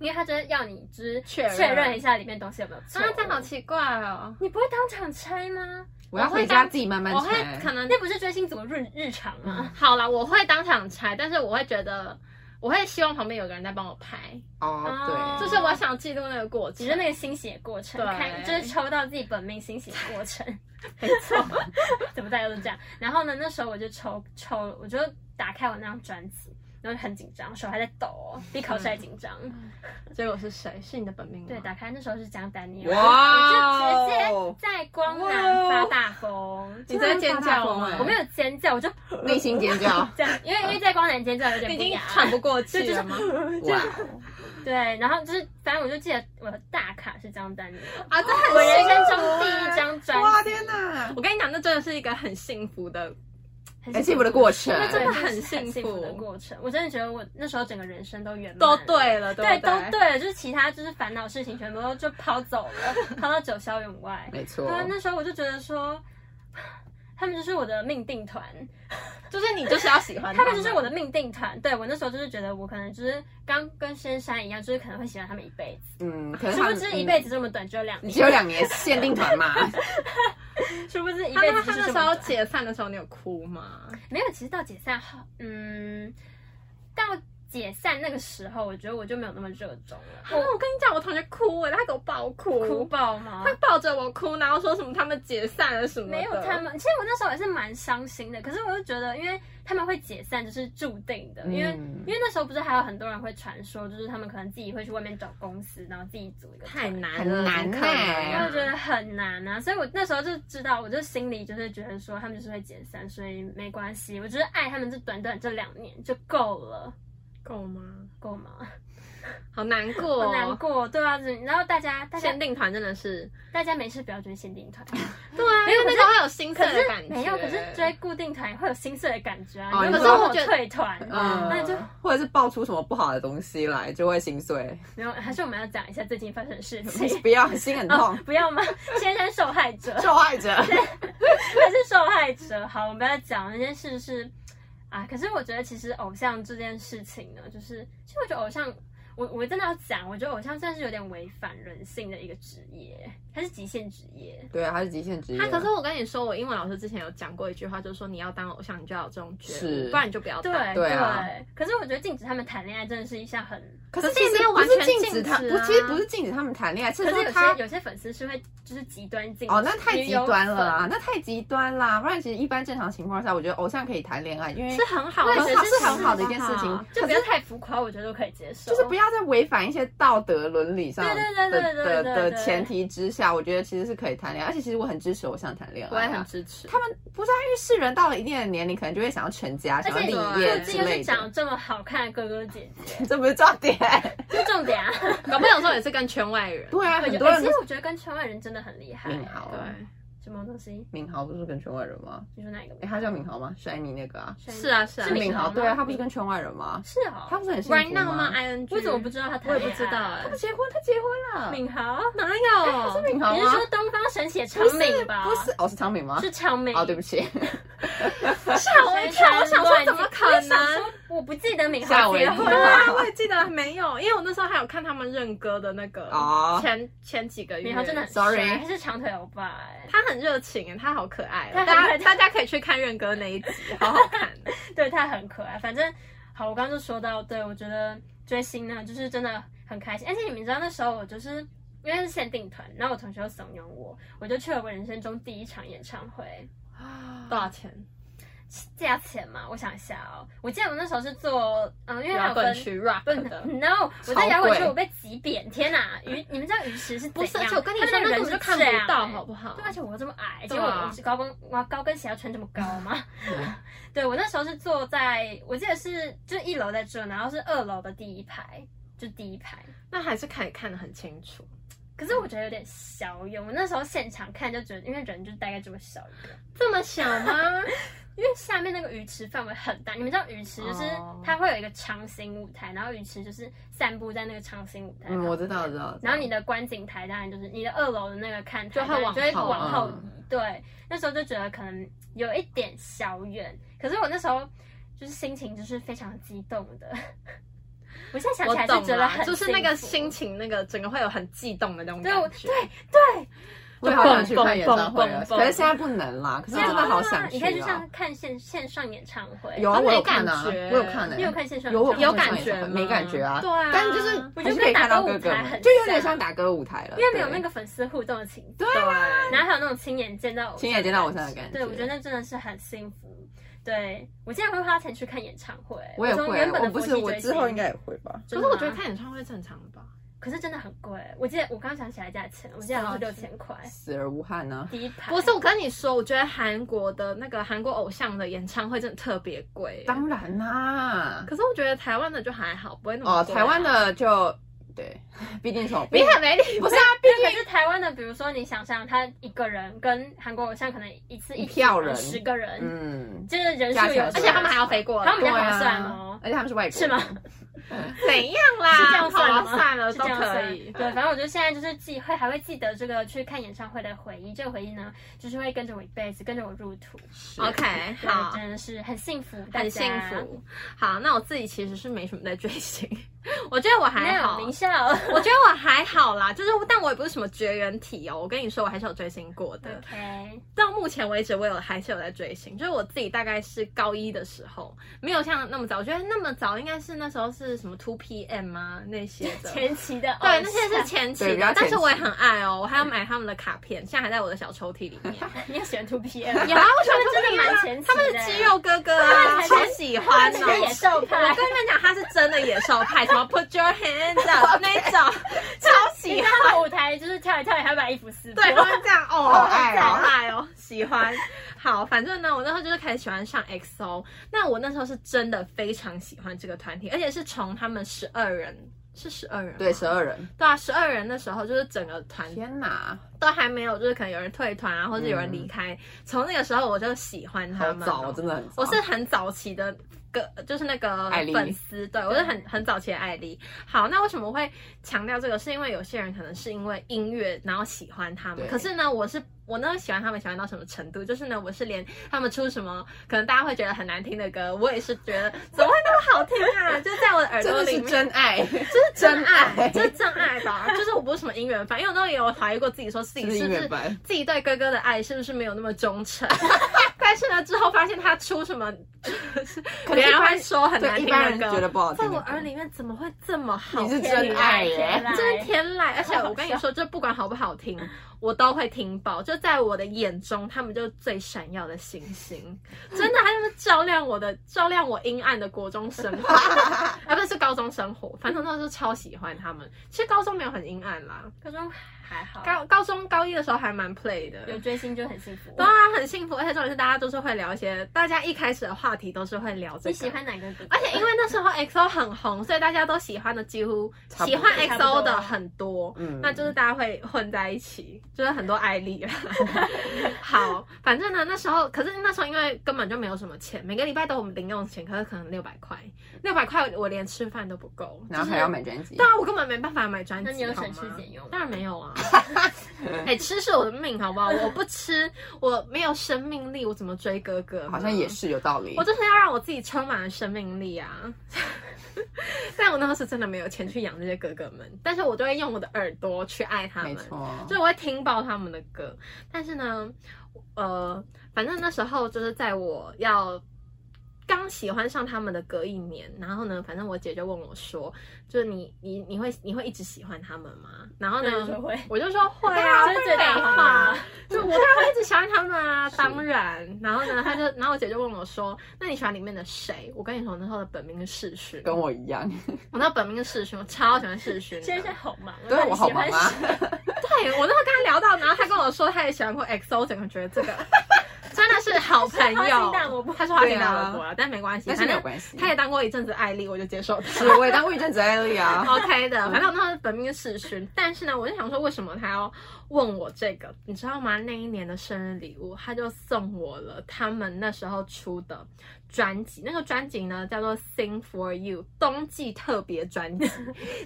[SPEAKER 3] 因为他就是要你就是
[SPEAKER 1] 确认
[SPEAKER 3] 确认一下里面东西有没有错。
[SPEAKER 1] 啊，这样好奇怪哦。
[SPEAKER 3] 你不会当场拆吗？
[SPEAKER 2] 我要回家自己慢慢
[SPEAKER 1] 我会
[SPEAKER 2] 拆。
[SPEAKER 1] 可能
[SPEAKER 3] 那不是追星族的日日常吗？
[SPEAKER 1] 好啦，我会当场拆，但是我会觉得，我会希望旁边有个人在帮我拍，
[SPEAKER 2] 哦，
[SPEAKER 1] 就
[SPEAKER 2] 对，
[SPEAKER 1] 是我想记录那个过程
[SPEAKER 3] 只。是那个欣喜的过程，
[SPEAKER 1] 对
[SPEAKER 3] 看就是抽到自己本命欣喜的 过程，没 错，怎么大家都这样。然后呢，那时候我就抽抽，我就打开我那张专辑，然后很紧张，手还在抖哦，比考试还紧张。
[SPEAKER 1] 嗯结果是谁？是你的本命吗？
[SPEAKER 3] 对，打开那时候是江丹妮尔，
[SPEAKER 2] 哇哦
[SPEAKER 3] 我就直接在光南发大疯，
[SPEAKER 1] 哦你在尖叫哦吗？
[SPEAKER 3] 我没有尖叫，我就
[SPEAKER 2] 内心尖叫，
[SPEAKER 3] 这样，因为因为在光南尖叫有点
[SPEAKER 1] 你已
[SPEAKER 3] 不
[SPEAKER 1] 经
[SPEAKER 3] 雅。
[SPEAKER 1] 喘不过气了吗？
[SPEAKER 2] 哇，
[SPEAKER 3] 对，然后就是反正我就记得我的大卡是江丹妮尔，
[SPEAKER 1] 啊，这
[SPEAKER 3] 我
[SPEAKER 1] 很
[SPEAKER 3] 人
[SPEAKER 1] 幸
[SPEAKER 3] 生
[SPEAKER 1] 福。
[SPEAKER 3] 中第一张专
[SPEAKER 2] 哇
[SPEAKER 3] 辑，
[SPEAKER 2] 天哪！
[SPEAKER 1] 哎我跟你讲，那真的是一个很幸福的，
[SPEAKER 2] 很幸福的过程，
[SPEAKER 1] 那真的
[SPEAKER 3] 对
[SPEAKER 1] 很
[SPEAKER 3] 是
[SPEAKER 1] 幸
[SPEAKER 3] 幸
[SPEAKER 1] 福
[SPEAKER 3] 的过程。我真的觉得我那时候整个人生都圆满，
[SPEAKER 1] 都，对了，
[SPEAKER 3] 对，
[SPEAKER 1] 不
[SPEAKER 3] 都对了，就是其他就是烦恼事情全部都就抛走了，抛到九霄云外。
[SPEAKER 2] 没错
[SPEAKER 3] 对，啊，那时候我就觉得说，他们就是我的命定团，
[SPEAKER 1] 就是你就是要喜欢
[SPEAKER 3] 他们就是我
[SPEAKER 1] 的。
[SPEAKER 3] 的命定团。对我那时候就是觉得我可能就是刚跟深山一样，就是可能会喜欢他们一辈子，
[SPEAKER 2] 嗯，可能
[SPEAKER 3] 殊
[SPEAKER 2] 他
[SPEAKER 3] 不
[SPEAKER 2] 们
[SPEAKER 3] 知
[SPEAKER 2] 嗯
[SPEAKER 3] 一辈子这么短，只有两
[SPEAKER 2] 你只有
[SPEAKER 3] 年，
[SPEAKER 2] 两年限定团嘛，
[SPEAKER 3] 殊不知一
[SPEAKER 1] 他
[SPEAKER 3] 辈
[SPEAKER 1] 那
[SPEAKER 3] 子
[SPEAKER 1] 他
[SPEAKER 3] 就
[SPEAKER 1] 那
[SPEAKER 3] 是这么
[SPEAKER 1] 时候
[SPEAKER 3] 短
[SPEAKER 1] 解散的时候，你有哭吗？
[SPEAKER 3] 没有，其实到解散后，嗯，到解散那个时候，我觉得我就没有那么热衷了，
[SPEAKER 1] 啊我我跟你讲，我同学哭了，他给我爆哭，
[SPEAKER 3] 哭爆吗
[SPEAKER 1] 他？抱着我哭，然后说什么他们解散了什么的
[SPEAKER 3] 没有他们，其实我那时候也是蛮伤心的，可是我就觉得，因为他们会解散就是注定的，因为、
[SPEAKER 2] 嗯
[SPEAKER 3] 因为那时候不是还有很多人会传说，就是他们可能自己会去外面找公司，然后自己组一个
[SPEAKER 1] 太
[SPEAKER 3] 团。
[SPEAKER 1] 难了，
[SPEAKER 2] 很难
[SPEAKER 1] 怎么可能
[SPEAKER 2] 欸
[SPEAKER 3] 我就觉得很难啊，所以我那时候就知道，我就心里就是觉得说他们就是会解散，所以没关系，我就是爱他们这短短这两年就够了，
[SPEAKER 1] 够吗？
[SPEAKER 3] 够吗？
[SPEAKER 1] 好难过、
[SPEAKER 3] 好难。过，对啊，然后大家大家
[SPEAKER 1] 限定团真的是，
[SPEAKER 3] 大家没事不要追限定团，
[SPEAKER 1] 对啊，因为那时候会有心碎
[SPEAKER 3] 可
[SPEAKER 1] 的感
[SPEAKER 3] 是
[SPEAKER 1] 觉，
[SPEAKER 3] 没有，可是追固定团会有心碎的感觉啊。
[SPEAKER 2] 哦
[SPEAKER 3] 你
[SPEAKER 2] 可
[SPEAKER 3] 如
[SPEAKER 2] 是
[SPEAKER 3] 果
[SPEAKER 1] 我
[SPEAKER 3] 我
[SPEAKER 1] 觉得
[SPEAKER 3] 退团，
[SPEAKER 2] 嗯，
[SPEAKER 3] 啊那就
[SPEAKER 2] 或者是爆出什么不好的东西来，就会心碎，
[SPEAKER 3] 没有。还是我们要讲一下最近发生的事 情。 哦
[SPEAKER 2] 不要心很
[SPEAKER 1] 哦
[SPEAKER 2] 痛，
[SPEAKER 3] 不要吗？ 先生受害者
[SPEAKER 2] 受害者，
[SPEAKER 3] 还是受害者？好，我们不要讲那件事是啊。可是我觉得其实偶像这件事情呢，就是其实我觉得偶像，我我真的要讲，我觉得偶像算是有点违反人性的一个职业，它是极限职业。
[SPEAKER 2] 对啊，他是极限职业，
[SPEAKER 1] 他可是我跟你说，我英文老师之前有讲过一句话，就是说你要当偶像，你就要有这种觉悟，
[SPEAKER 2] 是
[SPEAKER 1] 不然你就不要当。
[SPEAKER 3] 对
[SPEAKER 2] 对啊
[SPEAKER 3] 可是我觉得禁止他们谈恋爱真的是一项很，
[SPEAKER 2] 可是
[SPEAKER 1] 可是
[SPEAKER 2] 其
[SPEAKER 1] 也没
[SPEAKER 2] 实
[SPEAKER 1] 有
[SPEAKER 2] 不
[SPEAKER 1] 完
[SPEAKER 2] 是
[SPEAKER 1] 全
[SPEAKER 2] 禁止他，
[SPEAKER 1] 禁止
[SPEAKER 2] 不
[SPEAKER 1] 啊
[SPEAKER 2] 其实不是禁止他们谈恋爱，是
[SPEAKER 3] 可是
[SPEAKER 2] 说
[SPEAKER 3] 有
[SPEAKER 2] 他
[SPEAKER 3] 些有些粉丝是会就是极端禁止
[SPEAKER 2] 哦，那太极端了
[SPEAKER 3] 女友
[SPEAKER 2] 啊，
[SPEAKER 3] 粉
[SPEAKER 2] 那太极端啦。不然其实一般正常情况下，我觉得偶像可以谈恋爱，因为
[SPEAKER 1] 是很好，
[SPEAKER 2] 对
[SPEAKER 1] 我觉得
[SPEAKER 2] 是很好的一件事情
[SPEAKER 3] 就不要太浮夸，我觉得都可以接受。
[SPEAKER 2] 就是不要在违反一些道德伦理上
[SPEAKER 3] 对对
[SPEAKER 2] 的
[SPEAKER 3] 对对对
[SPEAKER 2] 的
[SPEAKER 3] 对
[SPEAKER 2] 的
[SPEAKER 3] 对
[SPEAKER 2] 前提之下，我觉得其实是可以谈恋爱，而且其实我很支持偶像谈恋
[SPEAKER 1] 我
[SPEAKER 2] 爱
[SPEAKER 1] 也
[SPEAKER 2] 啊、
[SPEAKER 1] 很支持。
[SPEAKER 2] 他们不是啊，因为世人到了一定的年龄，可能就会想要成家，
[SPEAKER 3] 而
[SPEAKER 2] 想
[SPEAKER 3] 且你
[SPEAKER 2] 要立
[SPEAKER 1] 对
[SPEAKER 2] 业
[SPEAKER 3] 各自
[SPEAKER 2] 之
[SPEAKER 3] 又
[SPEAKER 2] 类
[SPEAKER 3] 是长得
[SPEAKER 2] 的。
[SPEAKER 3] 这么好看的哥哥姐姐，
[SPEAKER 2] 这不是重点，
[SPEAKER 3] 这重点啊！
[SPEAKER 1] 搞不好有时候也是跟圈外人。
[SPEAKER 2] 对啊，
[SPEAKER 3] 我觉
[SPEAKER 2] 很
[SPEAKER 3] 得
[SPEAKER 2] 多
[SPEAKER 3] 欸
[SPEAKER 2] 人
[SPEAKER 3] 其
[SPEAKER 2] 都
[SPEAKER 3] 实我觉得跟圈外人真的很厉害。欸
[SPEAKER 2] 敏豪啊，
[SPEAKER 1] 对，
[SPEAKER 3] 什么东西？
[SPEAKER 2] 敏豪不是跟圈外人吗？
[SPEAKER 3] 你说哪一个名？
[SPEAKER 2] 哎，他叫敏豪吗？是安妮那个啊，
[SPEAKER 1] 是啊是啊
[SPEAKER 3] 是
[SPEAKER 1] 敏
[SPEAKER 2] 敏
[SPEAKER 3] 豪
[SPEAKER 2] 豪，
[SPEAKER 3] 吗
[SPEAKER 2] 对啊，他不是跟圈外人吗？
[SPEAKER 3] 是哦，
[SPEAKER 2] 他不是很幸福
[SPEAKER 1] Right now 吗？ING？
[SPEAKER 3] 我怎么不知道他谈
[SPEAKER 1] 我也
[SPEAKER 3] 恋爱？啊
[SPEAKER 1] 不知啊道哎
[SPEAKER 2] 他，结婚，他结婚了。
[SPEAKER 3] 敏豪，
[SPEAKER 1] 哪有？
[SPEAKER 2] 敏豪
[SPEAKER 3] 你是
[SPEAKER 2] 吗
[SPEAKER 3] 说东方神起的长
[SPEAKER 2] 不是
[SPEAKER 3] 敏吧？
[SPEAKER 2] 不是，，哦，是昌明吗？
[SPEAKER 3] 是长敏。
[SPEAKER 2] 哦，对不 起，
[SPEAKER 1] 吓我一跳！我想说怎么可
[SPEAKER 3] 我想
[SPEAKER 1] 能？
[SPEAKER 3] 说我不记得敏
[SPEAKER 2] 吓
[SPEAKER 3] 豪
[SPEAKER 2] 我一
[SPEAKER 3] 结
[SPEAKER 2] 跳
[SPEAKER 3] 婚
[SPEAKER 1] 对
[SPEAKER 3] 了。
[SPEAKER 1] 啊，我也记得没有，因为我那时候还有看他们认歌的那个
[SPEAKER 2] 哦
[SPEAKER 1] 前前几个月，
[SPEAKER 3] 敏豪真的很
[SPEAKER 2] Sorry
[SPEAKER 3] 帅他是长腿欧巴哎、
[SPEAKER 1] 他很热情，他好可爱哦。
[SPEAKER 3] 他很
[SPEAKER 1] 大
[SPEAKER 3] 可爱
[SPEAKER 1] 家大家可以去看认歌那 一集，好好看。哦
[SPEAKER 3] 对他很可爱。反正好，我刚刚就说到，对我觉得追星呢，就是真的很开心。而且你们知道那时候我就是因为是限定团，然后我同学又怂恿我，我就去了我人生中第一场演唱会。
[SPEAKER 2] 嗯
[SPEAKER 1] 多少钱？
[SPEAKER 3] 价钱嘛，我想一下哦，我记得我那时候是做，嗯，因为还
[SPEAKER 1] 摇
[SPEAKER 3] 有
[SPEAKER 1] 滚
[SPEAKER 3] 分。
[SPEAKER 1] 区 rap
[SPEAKER 3] 不
[SPEAKER 1] 的。
[SPEAKER 3] ，no！我在
[SPEAKER 2] 超
[SPEAKER 3] 摇滚区，
[SPEAKER 2] 贵
[SPEAKER 3] 我被挤扁。天哪，鱼，你们知道鱼池是
[SPEAKER 1] 不是，
[SPEAKER 3] 怎
[SPEAKER 1] 而
[SPEAKER 3] 样
[SPEAKER 1] 且我跟你
[SPEAKER 3] 他
[SPEAKER 1] 说，
[SPEAKER 3] 们的
[SPEAKER 1] 那根
[SPEAKER 3] 人
[SPEAKER 1] 本就是看
[SPEAKER 3] 这样
[SPEAKER 1] 不到，
[SPEAKER 3] 欸
[SPEAKER 1] 好不好
[SPEAKER 3] 对，？而且我这么矮，结
[SPEAKER 1] 对
[SPEAKER 3] 果
[SPEAKER 1] 啊
[SPEAKER 3] 我是高跟，我高跟鞋要穿这么高吗？ 对我那时候是坐在，我记得是就一楼在这，然后是二楼的第一排，就第一排。
[SPEAKER 1] 那还是可以看得很清楚。
[SPEAKER 3] 可是我觉得有点小远，我那时候现场看就觉得，因为人就大概这么小一个，
[SPEAKER 1] 这么小 吗？
[SPEAKER 3] 因为下面那个鱼池范围很大，你们知道鱼池就是
[SPEAKER 1] 哦
[SPEAKER 3] 它会有一个长形舞台，然后鱼池就是散步在那个长形舞台。
[SPEAKER 2] 嗯，我知道，我知道。
[SPEAKER 3] 然后你的观景台当然就是你的二楼的那个看台，
[SPEAKER 1] 就会往
[SPEAKER 3] 就会
[SPEAKER 1] 后
[SPEAKER 3] 往后移。
[SPEAKER 2] 嗯
[SPEAKER 3] 对，那时候就觉得可能有一点小远，可是我那时候就是心情就是非常激动的。 我现在想
[SPEAKER 1] 我
[SPEAKER 3] 起来就
[SPEAKER 1] 懂
[SPEAKER 3] 觉得
[SPEAKER 1] 了，
[SPEAKER 3] 很
[SPEAKER 1] 就是那个
[SPEAKER 3] 幸福
[SPEAKER 1] 心情，那个整个会有很悸动的那种
[SPEAKER 3] 对
[SPEAKER 1] 感
[SPEAKER 3] 我
[SPEAKER 1] 觉。
[SPEAKER 3] 对对，
[SPEAKER 2] 我也好想去看演唱会啊，可是现在不能啦。可是
[SPEAKER 3] 现
[SPEAKER 2] 真
[SPEAKER 3] 在
[SPEAKER 2] 的好想去、啊。
[SPEAKER 3] 你可以去像看线线上演唱会，
[SPEAKER 2] 有啊，
[SPEAKER 1] 啊
[SPEAKER 2] 我有
[SPEAKER 1] 没感
[SPEAKER 2] 看啊，
[SPEAKER 1] 觉
[SPEAKER 2] 我有看呢、
[SPEAKER 3] 你有看线上
[SPEAKER 2] 有我
[SPEAKER 3] 演唱
[SPEAKER 1] 有
[SPEAKER 3] 会
[SPEAKER 1] 感
[SPEAKER 3] 吗
[SPEAKER 1] 觉吗
[SPEAKER 2] 没感觉啊？
[SPEAKER 3] 对啊
[SPEAKER 2] 但是就是
[SPEAKER 3] 我
[SPEAKER 2] 还
[SPEAKER 3] 觉
[SPEAKER 2] 是
[SPEAKER 3] 得
[SPEAKER 2] 可以
[SPEAKER 3] 跟
[SPEAKER 2] 看
[SPEAKER 3] 打
[SPEAKER 2] 到
[SPEAKER 3] 歌
[SPEAKER 2] 哥
[SPEAKER 3] 舞
[SPEAKER 2] 哥
[SPEAKER 3] 台
[SPEAKER 2] 们，
[SPEAKER 3] 很
[SPEAKER 2] 就有点像
[SPEAKER 3] 像，
[SPEAKER 2] 打歌舞台了，
[SPEAKER 3] 因为没有那
[SPEAKER 2] 对
[SPEAKER 3] 个粉丝互动的情绪，
[SPEAKER 2] 对啊，
[SPEAKER 3] 然后还有那种亲眼见到偶像的
[SPEAKER 2] 亲眼见到偶像的感觉
[SPEAKER 3] 对我觉得那真的是很幸福。对我竟然会花钱去看演唱会，
[SPEAKER 2] 我也
[SPEAKER 3] 从
[SPEAKER 2] 会
[SPEAKER 3] 原
[SPEAKER 2] 啊，
[SPEAKER 3] 本
[SPEAKER 2] 我
[SPEAKER 3] 的
[SPEAKER 2] 不
[SPEAKER 3] 国
[SPEAKER 2] 是
[SPEAKER 3] 际
[SPEAKER 2] 我
[SPEAKER 3] 追
[SPEAKER 2] 之
[SPEAKER 3] 星
[SPEAKER 2] 后应该也会吧。
[SPEAKER 1] 可
[SPEAKER 3] 真
[SPEAKER 1] 是
[SPEAKER 3] 的
[SPEAKER 1] 我觉得
[SPEAKER 3] 吗
[SPEAKER 1] 看演唱会正常的吧，
[SPEAKER 3] 可是真的很贵，我记得我刚想起来价钱，我记得好像是
[SPEAKER 1] 多
[SPEAKER 3] 六
[SPEAKER 1] 少钱
[SPEAKER 3] 千块
[SPEAKER 2] 死而无憾呢、
[SPEAKER 3] 第一排。
[SPEAKER 1] 哦不是，我跟你说，我觉得韩国的那个韩国偶像的演唱会真的特别贵。
[SPEAKER 2] 当然啦、
[SPEAKER 1] 可是我觉得台湾的就还好，不会那么
[SPEAKER 2] 哦，
[SPEAKER 1] 贵啊
[SPEAKER 2] 台湾的就对， 毕竟从
[SPEAKER 1] 你很没礼
[SPEAKER 2] 不是啊，毕
[SPEAKER 3] 可
[SPEAKER 2] 竟
[SPEAKER 3] 是台湾的，比如说你想象他一个人跟韩国偶像可能一次
[SPEAKER 2] 一
[SPEAKER 3] 起
[SPEAKER 2] 票人
[SPEAKER 3] 十个人，
[SPEAKER 2] 嗯，
[SPEAKER 3] 就是人数
[SPEAKER 2] 加起
[SPEAKER 3] 有，
[SPEAKER 2] 来
[SPEAKER 1] 而且他们还要飞过来
[SPEAKER 3] 他们比
[SPEAKER 2] 对
[SPEAKER 3] 较划
[SPEAKER 2] 啊
[SPEAKER 3] 算哦。
[SPEAKER 2] 而且他们是外国
[SPEAKER 3] 是吗？
[SPEAKER 1] 怎样
[SPEAKER 3] 是
[SPEAKER 1] 啦？
[SPEAKER 3] 这样算
[SPEAKER 1] 好了
[SPEAKER 3] 的吗？
[SPEAKER 1] 算了，
[SPEAKER 3] 是
[SPEAKER 1] 呃都
[SPEAKER 3] 这样
[SPEAKER 1] 可
[SPEAKER 3] 算
[SPEAKER 1] 以。
[SPEAKER 3] 对，反正我觉得现在就是记会还会记得这个去看演唱会的回忆，这个回忆呢，就是会跟着我一辈子，跟着我入土。
[SPEAKER 1] OK，
[SPEAKER 3] 对
[SPEAKER 1] 好。
[SPEAKER 3] 真的是很幸福，大
[SPEAKER 1] 很
[SPEAKER 3] 家
[SPEAKER 1] 幸。福，好，那我自己其实是没什么在追星， 我觉得我
[SPEAKER 3] 没
[SPEAKER 1] 还
[SPEAKER 3] 有
[SPEAKER 1] 好，
[SPEAKER 3] 名校。
[SPEAKER 1] 我觉得我还好啦，就是但我也不是什么绝缘体哦，我跟你说，我还是有追星过的。
[SPEAKER 3] OK，
[SPEAKER 1] 到目前为止，我有还是有在追星，就是我自己大概是高一的时候，没有像那么早。我觉得那么早应该是那时候是什么 Two PM 啊那些 的，对，
[SPEAKER 3] 前期的偶
[SPEAKER 1] 那些是
[SPEAKER 3] 像
[SPEAKER 1] 前期
[SPEAKER 2] 对比较
[SPEAKER 1] 的，但
[SPEAKER 2] 前期
[SPEAKER 1] 是我也很爱哦，我还要买他们的卡片，现在还在我的小抽屉里面。
[SPEAKER 3] 你也喜欢 Two PM？
[SPEAKER 1] 有啊，我喜欢
[SPEAKER 3] 他们真的蛮前期
[SPEAKER 1] 他
[SPEAKER 3] 的
[SPEAKER 1] 们是肌肉哥哥 啊，
[SPEAKER 3] 他
[SPEAKER 1] 超
[SPEAKER 3] 们才是
[SPEAKER 1] 喜欢
[SPEAKER 3] 他
[SPEAKER 1] 哦
[SPEAKER 3] 们是野兽派
[SPEAKER 1] 我跟你们讲，他是真的野兽派，什么 Put your hands up 那种，超喜欢。
[SPEAKER 3] 你在他们舞台就是跳一跳，也还把衣服撕破。
[SPEAKER 1] 对，他们这样哦，
[SPEAKER 2] 好
[SPEAKER 1] 好爱
[SPEAKER 2] 爱
[SPEAKER 1] 哦，
[SPEAKER 2] 哦
[SPEAKER 1] 好爱哦，喜欢。好，反正呢，我那时候就是开始喜欢上 XO。那我那时候是真的非常喜欢这个团体，而且是从他们十二人是十二人吗，
[SPEAKER 2] 对，十二人，
[SPEAKER 1] 对啊，十二人的时候，就是整个团
[SPEAKER 2] 天哪，
[SPEAKER 1] 都还没有，就是可能有人退团啊，或者有人离开。从、那个时候我就喜欢他
[SPEAKER 2] 嗯好
[SPEAKER 1] 们、
[SPEAKER 2] 早，真的很早。
[SPEAKER 1] 我是很早期的个，就是那个
[SPEAKER 2] 艾莉
[SPEAKER 1] 粉丝，对我是很很早期的艾莉。好，那为什么会强调这个？是因为有些人可能是因为音乐，然后喜欢他们
[SPEAKER 2] 对。
[SPEAKER 1] 可是呢，我是我呢喜欢他们喜欢到什么程度？就是呢，我是连 他们出什么可能大家会觉得很难听的歌，我也是觉得 怎么会那么好听啊？就在我的耳
[SPEAKER 2] 真
[SPEAKER 1] 朵
[SPEAKER 2] 的
[SPEAKER 1] 里
[SPEAKER 2] 是
[SPEAKER 1] 面。
[SPEAKER 2] 真爱，
[SPEAKER 1] 这是真
[SPEAKER 2] 真爱
[SPEAKER 1] 爱，这是真爱吧？ 就是我不是什么音乐fan，因为我那时候也有怀疑过自己，说自己
[SPEAKER 2] 是不是
[SPEAKER 1] 是
[SPEAKER 2] 音
[SPEAKER 1] 不
[SPEAKER 2] 乐
[SPEAKER 1] 是
[SPEAKER 2] 班？
[SPEAKER 1] 自己对哥哥的爱是不是没有那么忠 诚？但是呢，之后发现他出什么，
[SPEAKER 2] 可能
[SPEAKER 1] 别
[SPEAKER 2] 一
[SPEAKER 1] 人
[SPEAKER 2] 般
[SPEAKER 1] 会说很难
[SPEAKER 2] 对，一
[SPEAKER 1] 听
[SPEAKER 2] 般人
[SPEAKER 1] 的歌，
[SPEAKER 2] 觉得不好听
[SPEAKER 1] 在
[SPEAKER 2] 的歌。
[SPEAKER 1] 我耳里面怎么会这么好？
[SPEAKER 2] 你是
[SPEAKER 1] 天
[SPEAKER 2] 真
[SPEAKER 1] 籁
[SPEAKER 2] 爱耶
[SPEAKER 3] 天籁
[SPEAKER 1] 真是天籁！而且我跟你说，就不管好不好听，我都会听爆。就在我的眼中，他们就是最闪耀的星星，真的，他们照亮我的，照亮我阴暗的国中生活， 啊，不是是高中生活。反正那时候超喜欢他们。其实高中没有很阴暗啦，
[SPEAKER 3] 高中还好，
[SPEAKER 1] 高高中高一的时候还蛮 play 的，
[SPEAKER 3] 有追星就很幸福。
[SPEAKER 1] 对啊，很幸福，而且重点是大家都是会聊一些，大家一开始的话题都是会聊这个。
[SPEAKER 3] 你喜欢哪个歌？
[SPEAKER 1] 而且因为那时候 XO 很红，所以大家都喜欢的几乎
[SPEAKER 2] 差不
[SPEAKER 1] 喜
[SPEAKER 2] 多
[SPEAKER 1] 欢
[SPEAKER 3] 差不多
[SPEAKER 1] XO 的很多，
[SPEAKER 2] 嗯
[SPEAKER 1] 那就是大家会混在一起，就是很多爱丽 啦。好，反正呢那时候，可是那时候因为根本就没有什么钱，每个礼拜都有我们零用钱，可是可能六百块，六百块我连吃饭都不够，
[SPEAKER 2] 然后还要买专辑
[SPEAKER 1] 对，啊，我根本没办法买专辑，
[SPEAKER 3] 那你有
[SPEAKER 1] 好
[SPEAKER 3] 省吃
[SPEAKER 1] 吗
[SPEAKER 3] 俭用吗
[SPEAKER 1] 当然没有 啊！哎、吃是我的命，好不好？我不吃，我没有生命力，我怎么追哥哥呢？
[SPEAKER 2] 好像也是有道理
[SPEAKER 1] 我。就是要让我自己充满了生命力啊！ 但我那时候是真的没有钱去养这些哥哥们，但是我都会用我的耳朵去爱他
[SPEAKER 2] 没
[SPEAKER 1] 们，
[SPEAKER 2] 错，
[SPEAKER 1] 就我会听爆他们的歌。但是呢，呃，反正那时候就是在我要刚喜欢上他们的隔一年，然后呢，反正我姐就问我说：“就是你你你会你会一直喜欢他们吗？”然后呢，
[SPEAKER 3] 那就会。
[SPEAKER 1] 我就说会啊，
[SPEAKER 3] 啊
[SPEAKER 1] 会
[SPEAKER 3] 真的觉得
[SPEAKER 1] 美
[SPEAKER 3] 好
[SPEAKER 1] 化
[SPEAKER 3] 啊，
[SPEAKER 1] 就我当然会一直喜欢他们 啊，当然。然后呢，他就， 然后我姐就问我说：“那你喜欢里面的谁？”我跟你说，我那时候的本名是世勋，
[SPEAKER 2] 跟我一样。
[SPEAKER 1] 我那本名是世勋，我超喜欢世勋的。
[SPEAKER 3] 现在好忙啊，
[SPEAKER 2] 对
[SPEAKER 3] 那你
[SPEAKER 2] 我好
[SPEAKER 3] 喜欢
[SPEAKER 2] 忙啊
[SPEAKER 3] 谁，
[SPEAKER 1] 对我那时候跟他聊到，然后他跟我说他也喜欢过 XO，我整个觉得这 个真的是好朋
[SPEAKER 3] 他是花心大萝
[SPEAKER 1] 友
[SPEAKER 3] 卜。
[SPEAKER 1] 他说他听
[SPEAKER 2] 对啊
[SPEAKER 1] 大萝卜啊，但没关系，
[SPEAKER 2] 但是
[SPEAKER 1] 反
[SPEAKER 2] 没有
[SPEAKER 1] 正
[SPEAKER 2] 关系。
[SPEAKER 1] 他也当过一阵子艾丽，我就接受他。
[SPEAKER 2] 是，我也当过一阵子艾丽 啊。
[SPEAKER 1] OK 的，反正我那时候本命是世勋，但是呢，我就想说，为什么他要问我这个？你知道吗？那一年的生日礼物，他就送我了他们那时候出的专辑，那个专辑呢叫做《Sing for You》冬季特别专辑，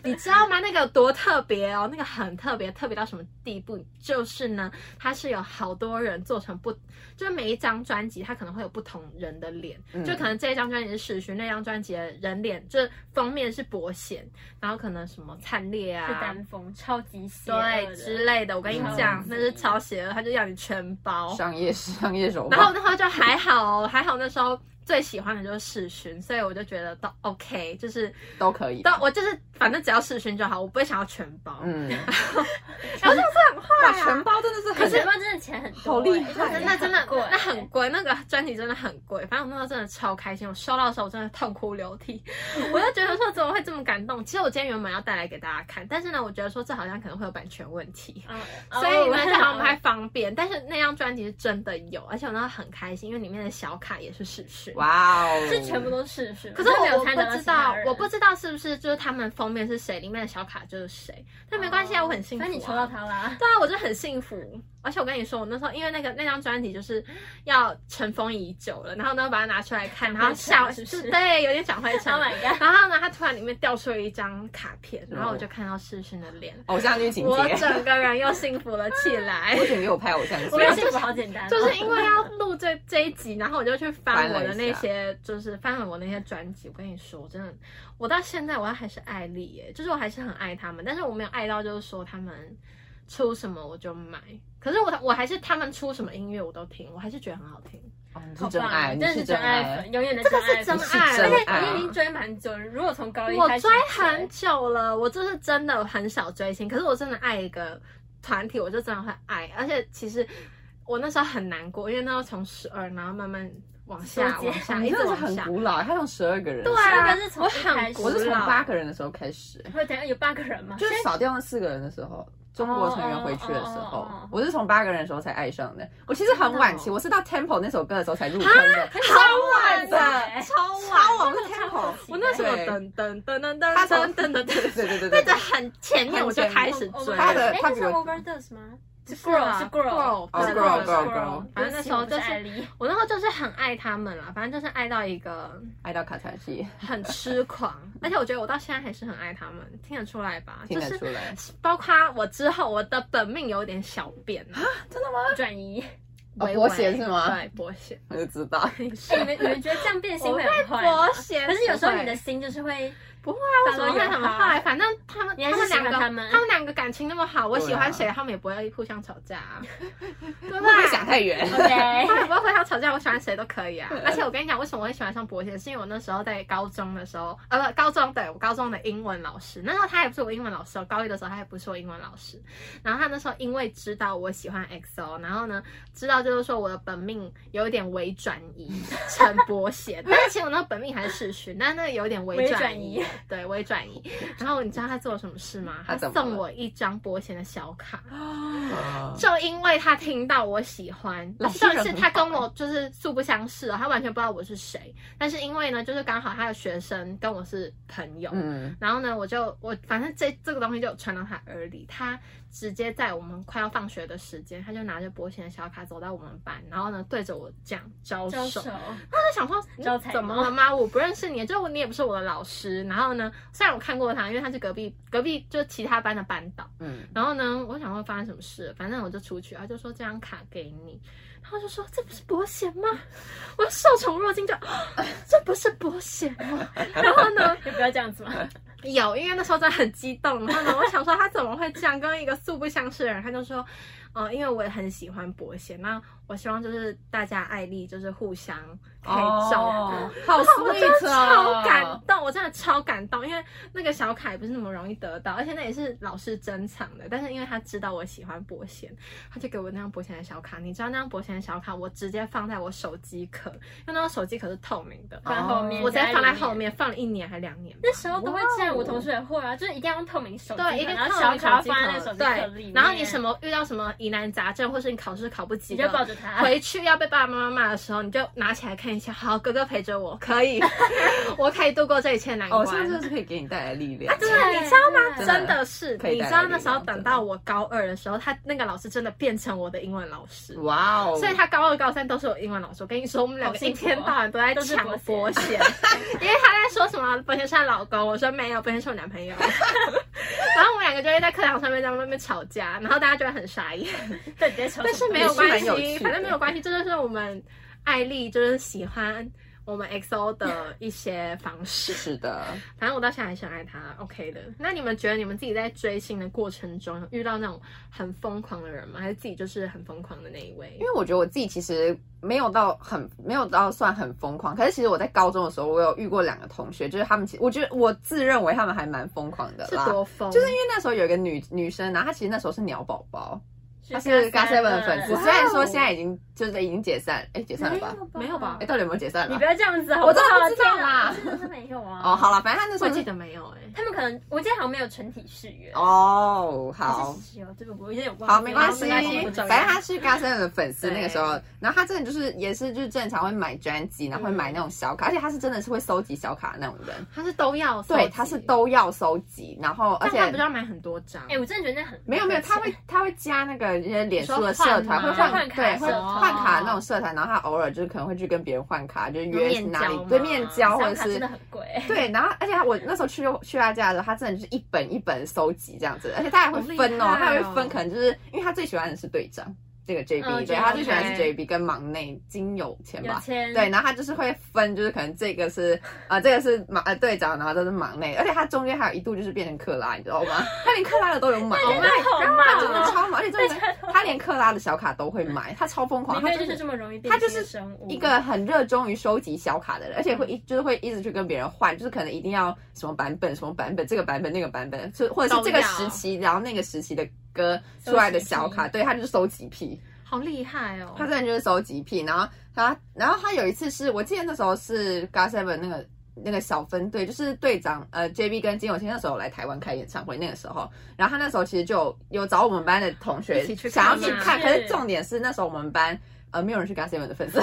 [SPEAKER 1] 你知道吗？那个有多特别哦，那个很特别，特别到什么地步？就是呢，它是有好多人做成不，就是每一张专。专辑它可能会有不同人的脸，
[SPEAKER 2] 嗯
[SPEAKER 1] 就可能这一张专辑是史勋，那张专辑的人脸就是封面是伯贤，然后可能什么灿烈
[SPEAKER 3] 是
[SPEAKER 1] 啊。
[SPEAKER 3] 单峰，超级邪恶
[SPEAKER 1] 对
[SPEAKER 3] 的
[SPEAKER 1] 之类的，我跟你讲
[SPEAKER 3] 嗯，
[SPEAKER 1] 那是超邪恶，他就要你全包。
[SPEAKER 2] 嗯商业商业手法。
[SPEAKER 1] 然后那时候就还好哦，还好那时候最喜欢的就是世勋，所以我就觉得都 OK，就是
[SPEAKER 2] 都可以
[SPEAKER 1] 都，我就是反正只要世勋就好，我不会想要全包。
[SPEAKER 2] 嗯，
[SPEAKER 1] 可是这很
[SPEAKER 2] 哇，
[SPEAKER 1] 坏啊，
[SPEAKER 2] 全包真的是
[SPEAKER 3] 可
[SPEAKER 2] 很
[SPEAKER 3] 是他真的钱很多，
[SPEAKER 2] 好厉
[SPEAKER 3] 欸
[SPEAKER 2] 害
[SPEAKER 1] 那真的
[SPEAKER 3] 贵
[SPEAKER 1] 那很贵，那个专辑真的很贵。反正我那时候真的超开心，我收到的时候我真的痛哭流涕，我就觉得说怎么会这么感动？其实我今天原本要带来给大家看，但是呢，我觉得说这好像可能会有版权问题。
[SPEAKER 3] 嗯
[SPEAKER 1] 所以呢，这 样我们还
[SPEAKER 3] 还
[SPEAKER 1] 方便。但是那张专辑是真的有，而且我那时候很开心，因为里面的小卡也是世勋。
[SPEAKER 2] 哇哦，
[SPEAKER 3] 是全部都试试，
[SPEAKER 1] 可是
[SPEAKER 3] 没
[SPEAKER 1] 我
[SPEAKER 3] 有
[SPEAKER 1] 我
[SPEAKER 3] 参
[SPEAKER 1] 不
[SPEAKER 3] 加到
[SPEAKER 1] 知
[SPEAKER 3] 其他
[SPEAKER 1] 道，
[SPEAKER 3] 人
[SPEAKER 1] 我不知道是不是就是他们封面是谁，里面的小卡就是谁。但没关系啊，我很幸福、啊。
[SPEAKER 3] 那你抽到它啦。
[SPEAKER 1] 对啊，我就很幸福。而且我跟你说，我那时候因为那个那张专辑就是要尘封已久了，然后呢把它拿出来看，然后笑，
[SPEAKER 3] 是不是
[SPEAKER 1] 就对，有点长灰尘
[SPEAKER 3] Oh。my god！
[SPEAKER 1] 然后呢，它突然里面掉出了一张卡片，然后
[SPEAKER 3] 哦
[SPEAKER 1] 我就看到世勋的脸，
[SPEAKER 2] 偶像剧情节，
[SPEAKER 1] 我整个人又幸福了起 来。
[SPEAKER 2] 为什么给我拍偶像剧？
[SPEAKER 3] 我的幸福好简单哦，
[SPEAKER 1] 就是因为要录这这一集，然后我就去翻我的
[SPEAKER 2] 翻了一
[SPEAKER 1] 那
[SPEAKER 2] 下
[SPEAKER 1] 些，就是翻了我那些专辑。我跟你说，我真的，我到现在我还是爱丽耶，就是我还是很爱他们，但是我没有爱到就是说他们出什么我就买。可是我我还是他们出什么音乐我都听，我还是觉得很好听。
[SPEAKER 2] 哦你
[SPEAKER 3] 好
[SPEAKER 2] 是真
[SPEAKER 3] 棒
[SPEAKER 2] 爱，你
[SPEAKER 3] 真的是
[SPEAKER 2] 真
[SPEAKER 3] 爱
[SPEAKER 2] 爱，
[SPEAKER 3] 粉，永远的真爱
[SPEAKER 1] 这
[SPEAKER 3] 粉
[SPEAKER 1] 个。是
[SPEAKER 2] 真爱
[SPEAKER 3] 而
[SPEAKER 2] 真
[SPEAKER 3] 且你已经追蛮久了，如果从高一
[SPEAKER 1] 我
[SPEAKER 3] 开始
[SPEAKER 1] 追很久了，我就是真的很少追星，可是我真的爱一个团体，我就真的会爱。而且其实我那时候很难过，因为那时候从十二，然后慢慢往下
[SPEAKER 3] 缩减
[SPEAKER 1] 往下，
[SPEAKER 2] 哦你
[SPEAKER 1] 一
[SPEAKER 2] 真
[SPEAKER 1] 直
[SPEAKER 2] 的
[SPEAKER 1] 往
[SPEAKER 2] 是很
[SPEAKER 1] 下。
[SPEAKER 2] 古老，他从十二个人，
[SPEAKER 1] 对
[SPEAKER 3] 那
[SPEAKER 1] 啊
[SPEAKER 3] 个是从
[SPEAKER 1] 我
[SPEAKER 3] 一开
[SPEAKER 1] 很
[SPEAKER 3] 始
[SPEAKER 1] 古
[SPEAKER 2] 我
[SPEAKER 1] 老，
[SPEAKER 2] 是从八个人的时候开始，
[SPEAKER 3] 会等一下有八个人吗？
[SPEAKER 2] 就是少掉那四个人的时候，中国成员回去的时
[SPEAKER 3] 哦哦
[SPEAKER 2] 候
[SPEAKER 3] 哦哦哦，
[SPEAKER 2] 我是从八个人的时候才爱上的。我其实很晚
[SPEAKER 1] 真
[SPEAKER 2] 期，
[SPEAKER 1] 的哦
[SPEAKER 2] 我是到 Temple 那首歌的时候才入坑的，
[SPEAKER 1] 好晚的，
[SPEAKER 2] 超
[SPEAKER 3] 的
[SPEAKER 1] 超
[SPEAKER 2] 超
[SPEAKER 1] 晚。
[SPEAKER 2] 晚，我是 Temple。
[SPEAKER 1] 我那时候
[SPEAKER 2] 对
[SPEAKER 1] 噔噔噔噔噔
[SPEAKER 2] 欸他从
[SPEAKER 1] 噔噔噔 噔，
[SPEAKER 2] 对对
[SPEAKER 1] 那
[SPEAKER 2] 对对
[SPEAKER 1] 个很前面我就开始追
[SPEAKER 2] 哦他
[SPEAKER 1] 了。
[SPEAKER 2] 的
[SPEAKER 3] 哎，
[SPEAKER 2] 他
[SPEAKER 3] 那
[SPEAKER 2] 比
[SPEAKER 3] 是
[SPEAKER 2] 我
[SPEAKER 3] overdose 吗？是
[SPEAKER 1] 不是啊
[SPEAKER 3] girl，是
[SPEAKER 1] girl，
[SPEAKER 3] girl，不是
[SPEAKER 1] 哦
[SPEAKER 3] girl，
[SPEAKER 1] girl，
[SPEAKER 3] 是
[SPEAKER 1] girl，
[SPEAKER 2] girl
[SPEAKER 1] 反正那时候就是
[SPEAKER 3] 对不起我不艾莉
[SPEAKER 1] 我那时候就是很爱他们啦，反正就是爱到一个
[SPEAKER 2] 爱到卡传西，
[SPEAKER 1] 很痴狂，而且我觉得我到现在还是很爱他们，听得出来吧？
[SPEAKER 2] 听
[SPEAKER 1] 就
[SPEAKER 2] 得
[SPEAKER 1] 是
[SPEAKER 2] 出来。
[SPEAKER 1] 包括我之后我的本命有点小变啊，
[SPEAKER 3] 转移。
[SPEAKER 2] 哦
[SPEAKER 1] 微微
[SPEAKER 2] 伯贤是吗
[SPEAKER 1] 对，伯 贤，
[SPEAKER 2] 我就知道，
[SPEAKER 3] 哎，你们你们觉得这样变心会很坏吗
[SPEAKER 1] 伯？贤，
[SPEAKER 3] 可是有时候你的心就是会，
[SPEAKER 1] 不会啊，为什么会很
[SPEAKER 3] 反而有
[SPEAKER 1] 坏？
[SPEAKER 3] 好
[SPEAKER 1] 反正他们
[SPEAKER 3] 你还
[SPEAKER 1] 他
[SPEAKER 3] 是
[SPEAKER 1] 们
[SPEAKER 3] 喜
[SPEAKER 1] 两
[SPEAKER 3] 欢
[SPEAKER 1] 个
[SPEAKER 3] 他们
[SPEAKER 1] 他们两个感情那么好，我
[SPEAKER 2] 对啊
[SPEAKER 1] 喜欢谁，他们也不会互相吵架 啊，对
[SPEAKER 3] 啊
[SPEAKER 2] 会不会想
[SPEAKER 1] 吧？
[SPEAKER 2] 太远？
[SPEAKER 3] OK，
[SPEAKER 1] 他们也不会互相吵架，我喜欢谁都可以啊。而且我跟你讲，为什么我会喜欢上伯贤，是因为我那时候在高中的时候，呃，不，高中对我高中的英文老师，那时候他也不是我英文老师哦，高一的时候他也不是我英文老师。然后他那时候因为知道我喜欢 XO，然后呢，知道就是说我的本命有一点微转移成伯贤，但是其实我那个本命还是世勋，但是那个有点微
[SPEAKER 3] 微
[SPEAKER 1] 转
[SPEAKER 3] 转
[SPEAKER 1] 移，
[SPEAKER 3] 移
[SPEAKER 1] 对微转移。然后你知道他做了什么事吗？
[SPEAKER 2] 他
[SPEAKER 1] 他
[SPEAKER 2] 怎么了
[SPEAKER 1] 送我一张伯贤的小卡，
[SPEAKER 2] 啊
[SPEAKER 1] 就因为他听到我喜欢，
[SPEAKER 2] 嗯老师
[SPEAKER 1] 上
[SPEAKER 2] 人
[SPEAKER 1] 次
[SPEAKER 2] 很
[SPEAKER 1] 他
[SPEAKER 2] 好欸
[SPEAKER 1] 跟我就是素不相识哦，他完全不知道我是谁。但是因为呢，就是刚好他的学生跟我是朋友，
[SPEAKER 2] 嗯，
[SPEAKER 1] 然后呢，我就我反正这这个东西就有传到他耳里，他直接在我们快要放学的时间，他就拿着伯贤的小卡走到我们班，然后呢对着我这样招
[SPEAKER 3] 招
[SPEAKER 1] 手
[SPEAKER 3] 手，，
[SPEAKER 1] 他就想说
[SPEAKER 3] 招财
[SPEAKER 1] 你
[SPEAKER 3] 猫
[SPEAKER 1] 怎么了吗？我不认识你，就你也不是我的老师。然后呢，虽然我看过他，因为他是隔壁隔壁就是其他班的班导，
[SPEAKER 2] 嗯，
[SPEAKER 1] 然后呢，我想会发生什么事，反正我就出去，他就说这张卡给你，然后就说这不是伯贤吗？ 我受宠若惊就， 这不是伯贤吗？ 然后呢，
[SPEAKER 3] 就不要这样子嘛。
[SPEAKER 1] 有，因为那时候真的很激动，然后呢，我想说他怎么会这样跟一个素不相识的人，他就说，呃，因为我也很喜欢伯贤，那我希望就是大家爱丽就是互相可以照顾。
[SPEAKER 2] 哦好
[SPEAKER 1] 我真的
[SPEAKER 2] sweet
[SPEAKER 1] 超
[SPEAKER 2] 哦，
[SPEAKER 1] 感动，我真的超感动，因为那个小卡也不是那么容易得到，而且那也是老师珍藏的。但是因为他知道我喜欢伯贤，他就给我那张伯贤的小卡。你知道那张伯贤的小卡，我直接放在我手机壳，因为那张手机壳是透明的，
[SPEAKER 3] 放在后面，
[SPEAKER 1] 哦我直接放在后
[SPEAKER 3] 面。
[SPEAKER 1] 面，放了一年还两年吧。
[SPEAKER 3] 那时候都会这样，
[SPEAKER 2] 哇哦
[SPEAKER 3] 我同学也会啊，就是一定要用透明手机壳，
[SPEAKER 1] 对，一定
[SPEAKER 3] 然后
[SPEAKER 1] 靠
[SPEAKER 3] 小
[SPEAKER 1] 你
[SPEAKER 3] 卡要
[SPEAKER 1] 手机
[SPEAKER 3] 放在那
[SPEAKER 1] 壳
[SPEAKER 3] 手机壳里
[SPEAKER 1] 对，
[SPEAKER 3] 面
[SPEAKER 1] 然后你什么遇到什么疑难杂症，或是你考试考不及
[SPEAKER 3] 你
[SPEAKER 1] 的，
[SPEAKER 3] 就抱着 它，
[SPEAKER 1] 回去要被爸爸妈妈骂的时候，你就拿起来看一下，好，哥哥陪着我，可以， 我可以度过这一切难关。
[SPEAKER 2] 偶像哦真的是可以给你带来力量。
[SPEAKER 1] 对，你知道吗？
[SPEAKER 3] 对
[SPEAKER 1] 真的是，
[SPEAKER 2] 可以
[SPEAKER 1] 你
[SPEAKER 2] 带来
[SPEAKER 1] 知道那时候
[SPEAKER 2] 力量
[SPEAKER 1] 等到我高二的时候，他那个老师真的变成我的英文老师，
[SPEAKER 2] 哇哦！
[SPEAKER 1] 所以他高二、高三都是我英文老师。我跟你说，我们两个
[SPEAKER 3] 好幸
[SPEAKER 1] 一
[SPEAKER 3] 福哦
[SPEAKER 1] 天到晚都在
[SPEAKER 3] 都是
[SPEAKER 1] 抢
[SPEAKER 3] 伯
[SPEAKER 1] 伯 贤，因为他在说什么伯贤是他老公，我说没有，伯贤是我男朋友。 然后我们两个就会在课堂上面在外面吵架，然后大家就会很傻眼。
[SPEAKER 3] 对，你在抽什么
[SPEAKER 1] 但是没有关
[SPEAKER 2] 也是蛮有
[SPEAKER 1] 系，
[SPEAKER 2] 趣的
[SPEAKER 1] 反正没有关系，这就是我们艾丽就是喜欢我们 XO 的一些方 式。
[SPEAKER 2] 是的，
[SPEAKER 1] 反正我到现在还是很爱他，OK 的。那你们觉得你们自己在追星的过程中，有遇到那种很疯狂的人吗？还是自己就是很疯狂的那一位
[SPEAKER 2] 因？为我觉得我自己其实没有到很没有到算很疯狂，可是其实我在高中的时候，我有遇过两个同学，就是他们其实我觉得我自认为他们还蛮疯狂的
[SPEAKER 1] 是
[SPEAKER 2] 啦，
[SPEAKER 1] 多疯？
[SPEAKER 2] 就是因为那时候有一个女女生，然后她其实那时候是鸟宝宝，她是 g a
[SPEAKER 3] GOT7
[SPEAKER 2] Seven 的粉丝，
[SPEAKER 1] 哇哦
[SPEAKER 2] 虽然说现在已经就是已经解散，哎，解散了吧？
[SPEAKER 1] 没有吧
[SPEAKER 2] 哎，到底有没有解散
[SPEAKER 3] 你
[SPEAKER 2] 了
[SPEAKER 3] 不？要这样子好好，
[SPEAKER 2] 我真的不知道
[SPEAKER 3] 天啊
[SPEAKER 2] 啦
[SPEAKER 3] 真的是没有啊。
[SPEAKER 2] 哦，好了，反正她那时
[SPEAKER 1] 我
[SPEAKER 2] 候
[SPEAKER 1] 记
[SPEAKER 2] 是
[SPEAKER 1] 得没有哎、欸
[SPEAKER 3] 他们可能我记得好像没有全体誓约，
[SPEAKER 2] 哦，
[SPEAKER 3] 还是
[SPEAKER 2] 好。
[SPEAKER 3] 誓约，这个我有点有忘记了。
[SPEAKER 2] 好，没关系，
[SPEAKER 1] 没关系不重
[SPEAKER 2] 反正
[SPEAKER 1] 要
[SPEAKER 2] 他是 g a s 的粉丝
[SPEAKER 1] 对
[SPEAKER 2] 那个时候，然后他真的就是也是就是正常会买专辑，然后会买那种小卡，而且他是真的是会收集小卡的那种人，
[SPEAKER 1] 他是都要嗯收集，
[SPEAKER 2] 对，他是都要收集，然后而
[SPEAKER 1] 但他不
[SPEAKER 2] 且
[SPEAKER 1] 是要买很多张？
[SPEAKER 3] 哎、我真的觉得那很
[SPEAKER 2] 没有没有，他会他会加那个一些脸书的
[SPEAKER 1] 你说
[SPEAKER 2] 社
[SPEAKER 1] 换
[SPEAKER 2] 团，
[SPEAKER 1] 吗
[SPEAKER 2] 会
[SPEAKER 3] 换卡
[SPEAKER 2] 对
[SPEAKER 3] 社
[SPEAKER 2] 会
[SPEAKER 3] 团
[SPEAKER 2] 换卡的那种社团，然后他偶尔就是可能会去跟别人换卡，就是约
[SPEAKER 1] 面
[SPEAKER 2] 哪里
[SPEAKER 1] 交
[SPEAKER 2] 对
[SPEAKER 1] 吗
[SPEAKER 2] 面
[SPEAKER 3] 小
[SPEAKER 2] 交或
[SPEAKER 3] 卡
[SPEAKER 2] 者是
[SPEAKER 3] 真的很贵，
[SPEAKER 2] 对，然后而且他我那时候去去他家的时候，他真的就是一本一本收集这样子，而且他还会分哦，
[SPEAKER 1] 好厉害哦
[SPEAKER 2] 他还会分，可能就是因为他最喜欢的是队长这个 JB，、
[SPEAKER 3] 嗯
[SPEAKER 2] 对
[SPEAKER 3] JB
[SPEAKER 2] 他最喜欢的是 JB 跟忙内金有钱
[SPEAKER 3] 有
[SPEAKER 2] 吧。
[SPEAKER 3] 钱
[SPEAKER 2] 对，然后他就是会分，就是可能这个是啊、呃这个是忙呃队长，然后这是忙内，而且他中间还有一度就是变成克拉，你知道吗？他连克拉的都有买，
[SPEAKER 1] Oh my
[SPEAKER 3] 好
[SPEAKER 1] god！
[SPEAKER 3] 嘛，
[SPEAKER 2] 真的超忙，而且真的
[SPEAKER 3] 大家都
[SPEAKER 2] 他连克拉的小卡都会买，他超疯狂，
[SPEAKER 3] 里
[SPEAKER 2] 他
[SPEAKER 3] 面
[SPEAKER 2] 就
[SPEAKER 3] 就是是这么容易变
[SPEAKER 2] 他就
[SPEAKER 3] 形的
[SPEAKER 2] 是
[SPEAKER 3] 生物
[SPEAKER 2] 一个很热衷于收集小卡的人，而且会一就是会一直去跟别人换，就是可能一定要什么版本、什么版本、这个版本、那个版本，就或者是
[SPEAKER 1] 都
[SPEAKER 2] 这
[SPEAKER 1] 要
[SPEAKER 2] 个时期，然后那个时期的歌出来的小卡，对他就是收集癖，
[SPEAKER 1] 好厉害哦！
[SPEAKER 2] 他真的就是收集癖。然后他，然后他有一次是我记得那时候是 g a Seven 那个。那个小分队就是队长，呃，JB 跟金永清那时候有来台湾开演唱会，那个时候，然后他那时候其实就有有找我们班的同学
[SPEAKER 1] 一起去
[SPEAKER 2] 想要
[SPEAKER 1] 看啊
[SPEAKER 2] 去
[SPEAKER 1] 嘛
[SPEAKER 2] 看，可是
[SPEAKER 3] 是
[SPEAKER 2] 重点是那时候我们班呃没有人是 g a Seven 的粉丝，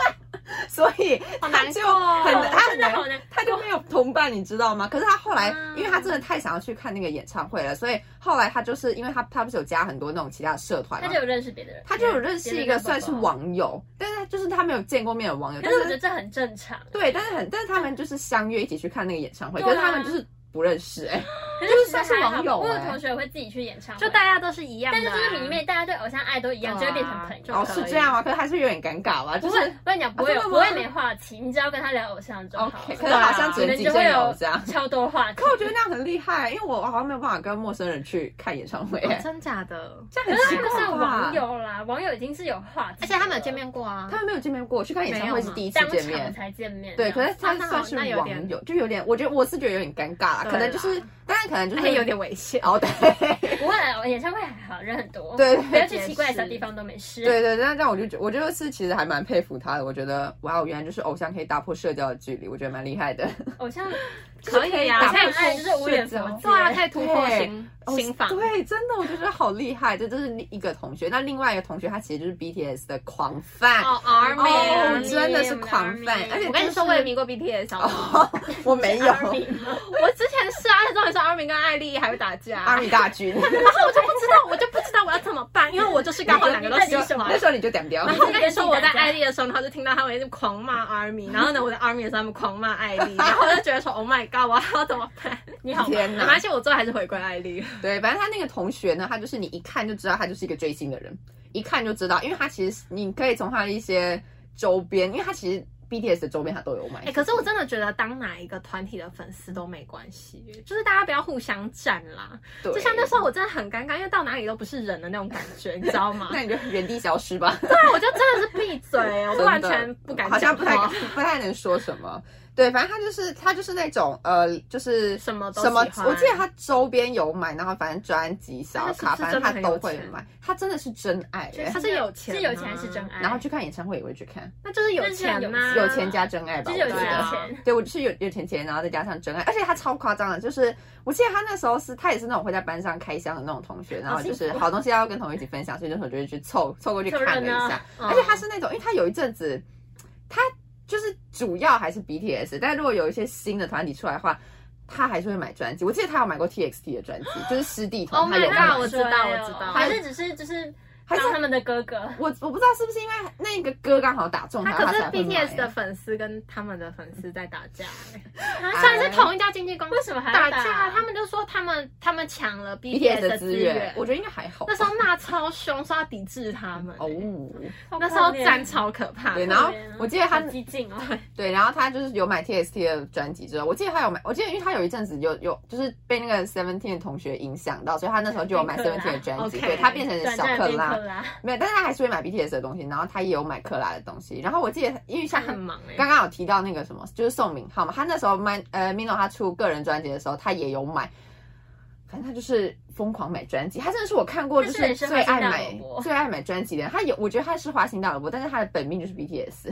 [SPEAKER 2] 所以
[SPEAKER 1] 好
[SPEAKER 2] 他
[SPEAKER 1] 难
[SPEAKER 2] 就
[SPEAKER 1] 过哦
[SPEAKER 2] 很
[SPEAKER 3] 哦
[SPEAKER 2] 他很
[SPEAKER 3] 真的
[SPEAKER 2] 难
[SPEAKER 3] 好难，
[SPEAKER 2] 他就没有同伴，你知道吗？可是他后来
[SPEAKER 1] 啊，
[SPEAKER 2] 因为他真的太想要去看那个演唱会了，所以后来他就是因为他他不是有加很多那种其他的社团
[SPEAKER 3] 他
[SPEAKER 2] 嘛
[SPEAKER 3] 就，有认识别的人，
[SPEAKER 2] 他就有认识一个算是
[SPEAKER 3] 网，
[SPEAKER 2] 网友，但是他就是他没有见过面的网友，
[SPEAKER 3] 可
[SPEAKER 2] 但
[SPEAKER 3] 是我觉
[SPEAKER 2] 是
[SPEAKER 3] 得这很正常，
[SPEAKER 2] 对，但是很但是他们就是相约一起去看那个演唱会，
[SPEAKER 3] 对
[SPEAKER 2] 可
[SPEAKER 3] 啊
[SPEAKER 2] 是他们就是不认识哎、
[SPEAKER 3] 可
[SPEAKER 2] 就是
[SPEAKER 3] 其实
[SPEAKER 2] 算是
[SPEAKER 3] 还好
[SPEAKER 2] 网友
[SPEAKER 3] 我有
[SPEAKER 2] 欸
[SPEAKER 3] 同学会自己去演唱会，
[SPEAKER 1] 就大家都是一样的
[SPEAKER 3] 但
[SPEAKER 1] 啊、
[SPEAKER 3] 是就是迷妹，大家对偶像爱都一样，就
[SPEAKER 1] 对啊
[SPEAKER 3] 会变成朋友。
[SPEAKER 1] 就
[SPEAKER 2] 哦
[SPEAKER 1] 可以
[SPEAKER 2] 是这样吗？可是还是有点尴尬吧，
[SPEAKER 3] 不
[SPEAKER 2] 就
[SPEAKER 3] 会
[SPEAKER 2] 是，
[SPEAKER 3] 我跟你讲，不会有
[SPEAKER 2] 啊真
[SPEAKER 3] 不
[SPEAKER 2] 的吗
[SPEAKER 3] 会没话题，你只要跟他聊偶像就好
[SPEAKER 2] OK，可
[SPEAKER 3] 了，
[SPEAKER 2] 是好像
[SPEAKER 1] 对啊
[SPEAKER 2] 只
[SPEAKER 3] 你
[SPEAKER 2] 能
[SPEAKER 3] 们
[SPEAKER 2] 几
[SPEAKER 3] 就会
[SPEAKER 2] 件有
[SPEAKER 3] 有
[SPEAKER 2] 这样。
[SPEAKER 3] 超多话题
[SPEAKER 2] 可。我觉得那样很厉害，因为我好像没有办法跟陌生人去看演唱会、
[SPEAKER 1] 哦
[SPEAKER 2] 哎
[SPEAKER 1] 真假的？
[SPEAKER 2] 这样
[SPEAKER 3] 可
[SPEAKER 2] 很
[SPEAKER 3] 是
[SPEAKER 2] 奇
[SPEAKER 3] 他们
[SPEAKER 2] 怪
[SPEAKER 3] 是
[SPEAKER 2] 吧
[SPEAKER 3] 网友啦，网友已经是有话题了，
[SPEAKER 1] 而且他们有见面过啊
[SPEAKER 2] 他，们没有见面过，去看演唱会是第一次
[SPEAKER 3] 当
[SPEAKER 2] 见
[SPEAKER 3] 场
[SPEAKER 2] 面。
[SPEAKER 3] 才见面这
[SPEAKER 2] 对，
[SPEAKER 3] 样，
[SPEAKER 2] 可是他
[SPEAKER 1] 那
[SPEAKER 2] 算是
[SPEAKER 1] 那有
[SPEAKER 2] 网
[SPEAKER 1] 点
[SPEAKER 2] 友，就有点，我觉得我是觉得有点尴尬啦，
[SPEAKER 1] 对
[SPEAKER 2] 可能就是
[SPEAKER 1] 啦，
[SPEAKER 2] 当然可能就
[SPEAKER 1] 而
[SPEAKER 2] 是
[SPEAKER 1] 且有点危险。
[SPEAKER 2] 哦，对
[SPEAKER 3] 不会啊，演唱会还好，人很多，
[SPEAKER 2] 对
[SPEAKER 3] 不要去奇怪的小地方都没事。
[SPEAKER 2] 对对，那这样我就觉，我就是其实还蛮佩服他的，我觉得哇，原来就是偶像可以打破社交的距离，我觉得蛮厉害的。
[SPEAKER 3] 偶像
[SPEAKER 1] 可以啊，
[SPEAKER 2] 就是可以
[SPEAKER 1] 我现
[SPEAKER 2] 打破
[SPEAKER 3] 很
[SPEAKER 1] 在
[SPEAKER 3] 爱就是无缘
[SPEAKER 2] 睡
[SPEAKER 3] 佛
[SPEAKER 2] 着
[SPEAKER 3] 界
[SPEAKER 1] 对哦啊，可以突破
[SPEAKER 2] 对
[SPEAKER 1] 心心房。
[SPEAKER 2] 对，真的我就觉得好厉害，这这是一个同学，那另外一个同学他其实就是 BTS 的狂饭。
[SPEAKER 1] 哦，Army，
[SPEAKER 2] 哦真的是狂饭而且
[SPEAKER 1] 我跟你说，我也迷过 BTS，好不好
[SPEAKER 2] 我没有
[SPEAKER 1] 哦我之前是啊，那时候还说 Army 跟艾丽还会打 架，
[SPEAKER 2] 阿米大军，
[SPEAKER 1] 然后我就不知道，我就不知道我要怎么办，因为我就是刚好两个都喜欢
[SPEAKER 2] 那。时候你就点掉
[SPEAKER 1] 然。后我跟你说，我在艾丽的时候，然后就听到他们一直狂骂 Army，然后呢，我在 Army 的时候，他们狂骂艾 丽，然后我就觉得说，Oh my god，我要怎么办？
[SPEAKER 3] 你好吗，
[SPEAKER 2] 天
[SPEAKER 1] 没
[SPEAKER 2] 哪！
[SPEAKER 1] 关系，我最后还是回归艾丽。
[SPEAKER 2] 对，反正他那个同学呢，他就是你一看就知道他就是一个追星的人，一看就知道，因为他其实你可以从他的一些周边，因为他其实 BTS 的周边他都有买。
[SPEAKER 1] 哎、可是我真的觉得当哪一个团体的粉丝都没关系，就是大家不要互相占啦。
[SPEAKER 2] 对
[SPEAKER 1] 就像那时候我真的很尴尬，因为到哪里都不是人的那种感觉，你知道 吗？
[SPEAKER 2] 那你就原地消失吧，
[SPEAKER 1] 对啊，我就真的是闭嘴，我都
[SPEAKER 2] 真 的
[SPEAKER 1] 完全不敢
[SPEAKER 2] 好像
[SPEAKER 1] 讲
[SPEAKER 2] 不太敢
[SPEAKER 1] 话，
[SPEAKER 2] 不太能说什么。对，反正他就是他就是那种呃，就是
[SPEAKER 1] 什么都
[SPEAKER 2] 什么
[SPEAKER 1] 喜，欢
[SPEAKER 2] 我记得他周边有买，然后反正专辑、小卡，
[SPEAKER 1] 他
[SPEAKER 2] 反
[SPEAKER 1] 是不是
[SPEAKER 2] 正他
[SPEAKER 1] 真的很
[SPEAKER 2] 都
[SPEAKER 1] 有
[SPEAKER 2] 会
[SPEAKER 1] 钱
[SPEAKER 2] 买，他真的是真爱、
[SPEAKER 3] 就
[SPEAKER 2] 欸。
[SPEAKER 1] 他是有钱
[SPEAKER 3] 是
[SPEAKER 1] 啊
[SPEAKER 3] 有钱是真爱，
[SPEAKER 2] 然后去看演唱会也会去看，
[SPEAKER 1] 那就是有钱呐、
[SPEAKER 2] 有钱加真爱吧，
[SPEAKER 3] 就是有
[SPEAKER 2] 我觉
[SPEAKER 3] 钱
[SPEAKER 1] 对
[SPEAKER 2] 得
[SPEAKER 1] 啊
[SPEAKER 3] 钱，
[SPEAKER 2] 对，我就是有有钱钱，然后再加上真爱，而且他超夸张的，就是我记得他那时候是他也是那种会在班上开箱的那种同学，然后就是
[SPEAKER 1] 幸福
[SPEAKER 2] 好东西要跟同学一起分享，所以那时候就会去凑凑过去
[SPEAKER 3] 凑
[SPEAKER 2] 看
[SPEAKER 3] 热
[SPEAKER 2] 了一
[SPEAKER 3] 闹
[SPEAKER 2] 下，
[SPEAKER 1] 嗯
[SPEAKER 2] 而且他是那种，因为他有一阵子他就是主要还是 BTS，但如果有一些新的团体出来的话。他还是会买专辑，我记得他有买过 TXT 的专辑，就是师弟同，
[SPEAKER 1] Oh
[SPEAKER 2] 他
[SPEAKER 1] my
[SPEAKER 2] 有
[SPEAKER 1] god，
[SPEAKER 2] 买
[SPEAKER 1] 我知道我知道
[SPEAKER 3] 还是只是就是
[SPEAKER 2] 还是
[SPEAKER 3] 当他们的哥哥。
[SPEAKER 2] 我我不知道是不是因为那个歌刚好打中
[SPEAKER 1] 他
[SPEAKER 2] 他，
[SPEAKER 1] 可是
[SPEAKER 2] 才会买
[SPEAKER 1] BTS 的粉丝跟他们的粉丝在打架、欸，
[SPEAKER 3] 啊
[SPEAKER 1] 虽然是同一家经纪公司，
[SPEAKER 3] 为什么还要
[SPEAKER 1] 打
[SPEAKER 3] 打
[SPEAKER 1] 架？他们就说他们他们抢了
[SPEAKER 2] BTS
[SPEAKER 1] BTS
[SPEAKER 2] 的
[SPEAKER 1] 的
[SPEAKER 2] 资
[SPEAKER 1] 资
[SPEAKER 2] 源
[SPEAKER 1] 源，，
[SPEAKER 2] 我觉得应该还好吧。
[SPEAKER 1] 那时候骂超凶，说要抵制他们、
[SPEAKER 2] 哦
[SPEAKER 1] 欸，那时候战超可怕
[SPEAKER 2] 对，
[SPEAKER 1] 的。
[SPEAKER 2] 然后我记得他
[SPEAKER 3] 好激进哦，
[SPEAKER 2] 对，然后他就是有买 TST 的专辑之后，我记得他有买，我记得因为他有一阵子有有就是被那个 Seventeen 的同学影响到，所以他那时候就有买
[SPEAKER 3] 变克
[SPEAKER 2] Seventeen
[SPEAKER 3] 拉
[SPEAKER 2] 的专辑，
[SPEAKER 1] OK
[SPEAKER 2] 对他变成
[SPEAKER 3] 短
[SPEAKER 2] 小
[SPEAKER 3] 暂
[SPEAKER 2] 克
[SPEAKER 3] 变
[SPEAKER 2] 拉
[SPEAKER 3] 克，拉，
[SPEAKER 2] 没有，但是他还是会买 BTS 的东西，然后他也有买克拉的东西，然后我记得因为
[SPEAKER 1] 他
[SPEAKER 2] 像
[SPEAKER 1] 很忙哎、
[SPEAKER 2] 刚刚有提到那个什么，就是宋敏浩嘛，他那时候买呃 Mino 他出个人专辑的时候，他也有买，反正他就是疯狂买专辑，他真的是我看过就
[SPEAKER 3] 他是人生
[SPEAKER 2] 最爱
[SPEAKER 3] 花心大
[SPEAKER 2] 买
[SPEAKER 3] 萝卜
[SPEAKER 2] 最爱买专辑的人，他有我觉得他是花心大萝卜，但是他的本命就是 BTS，、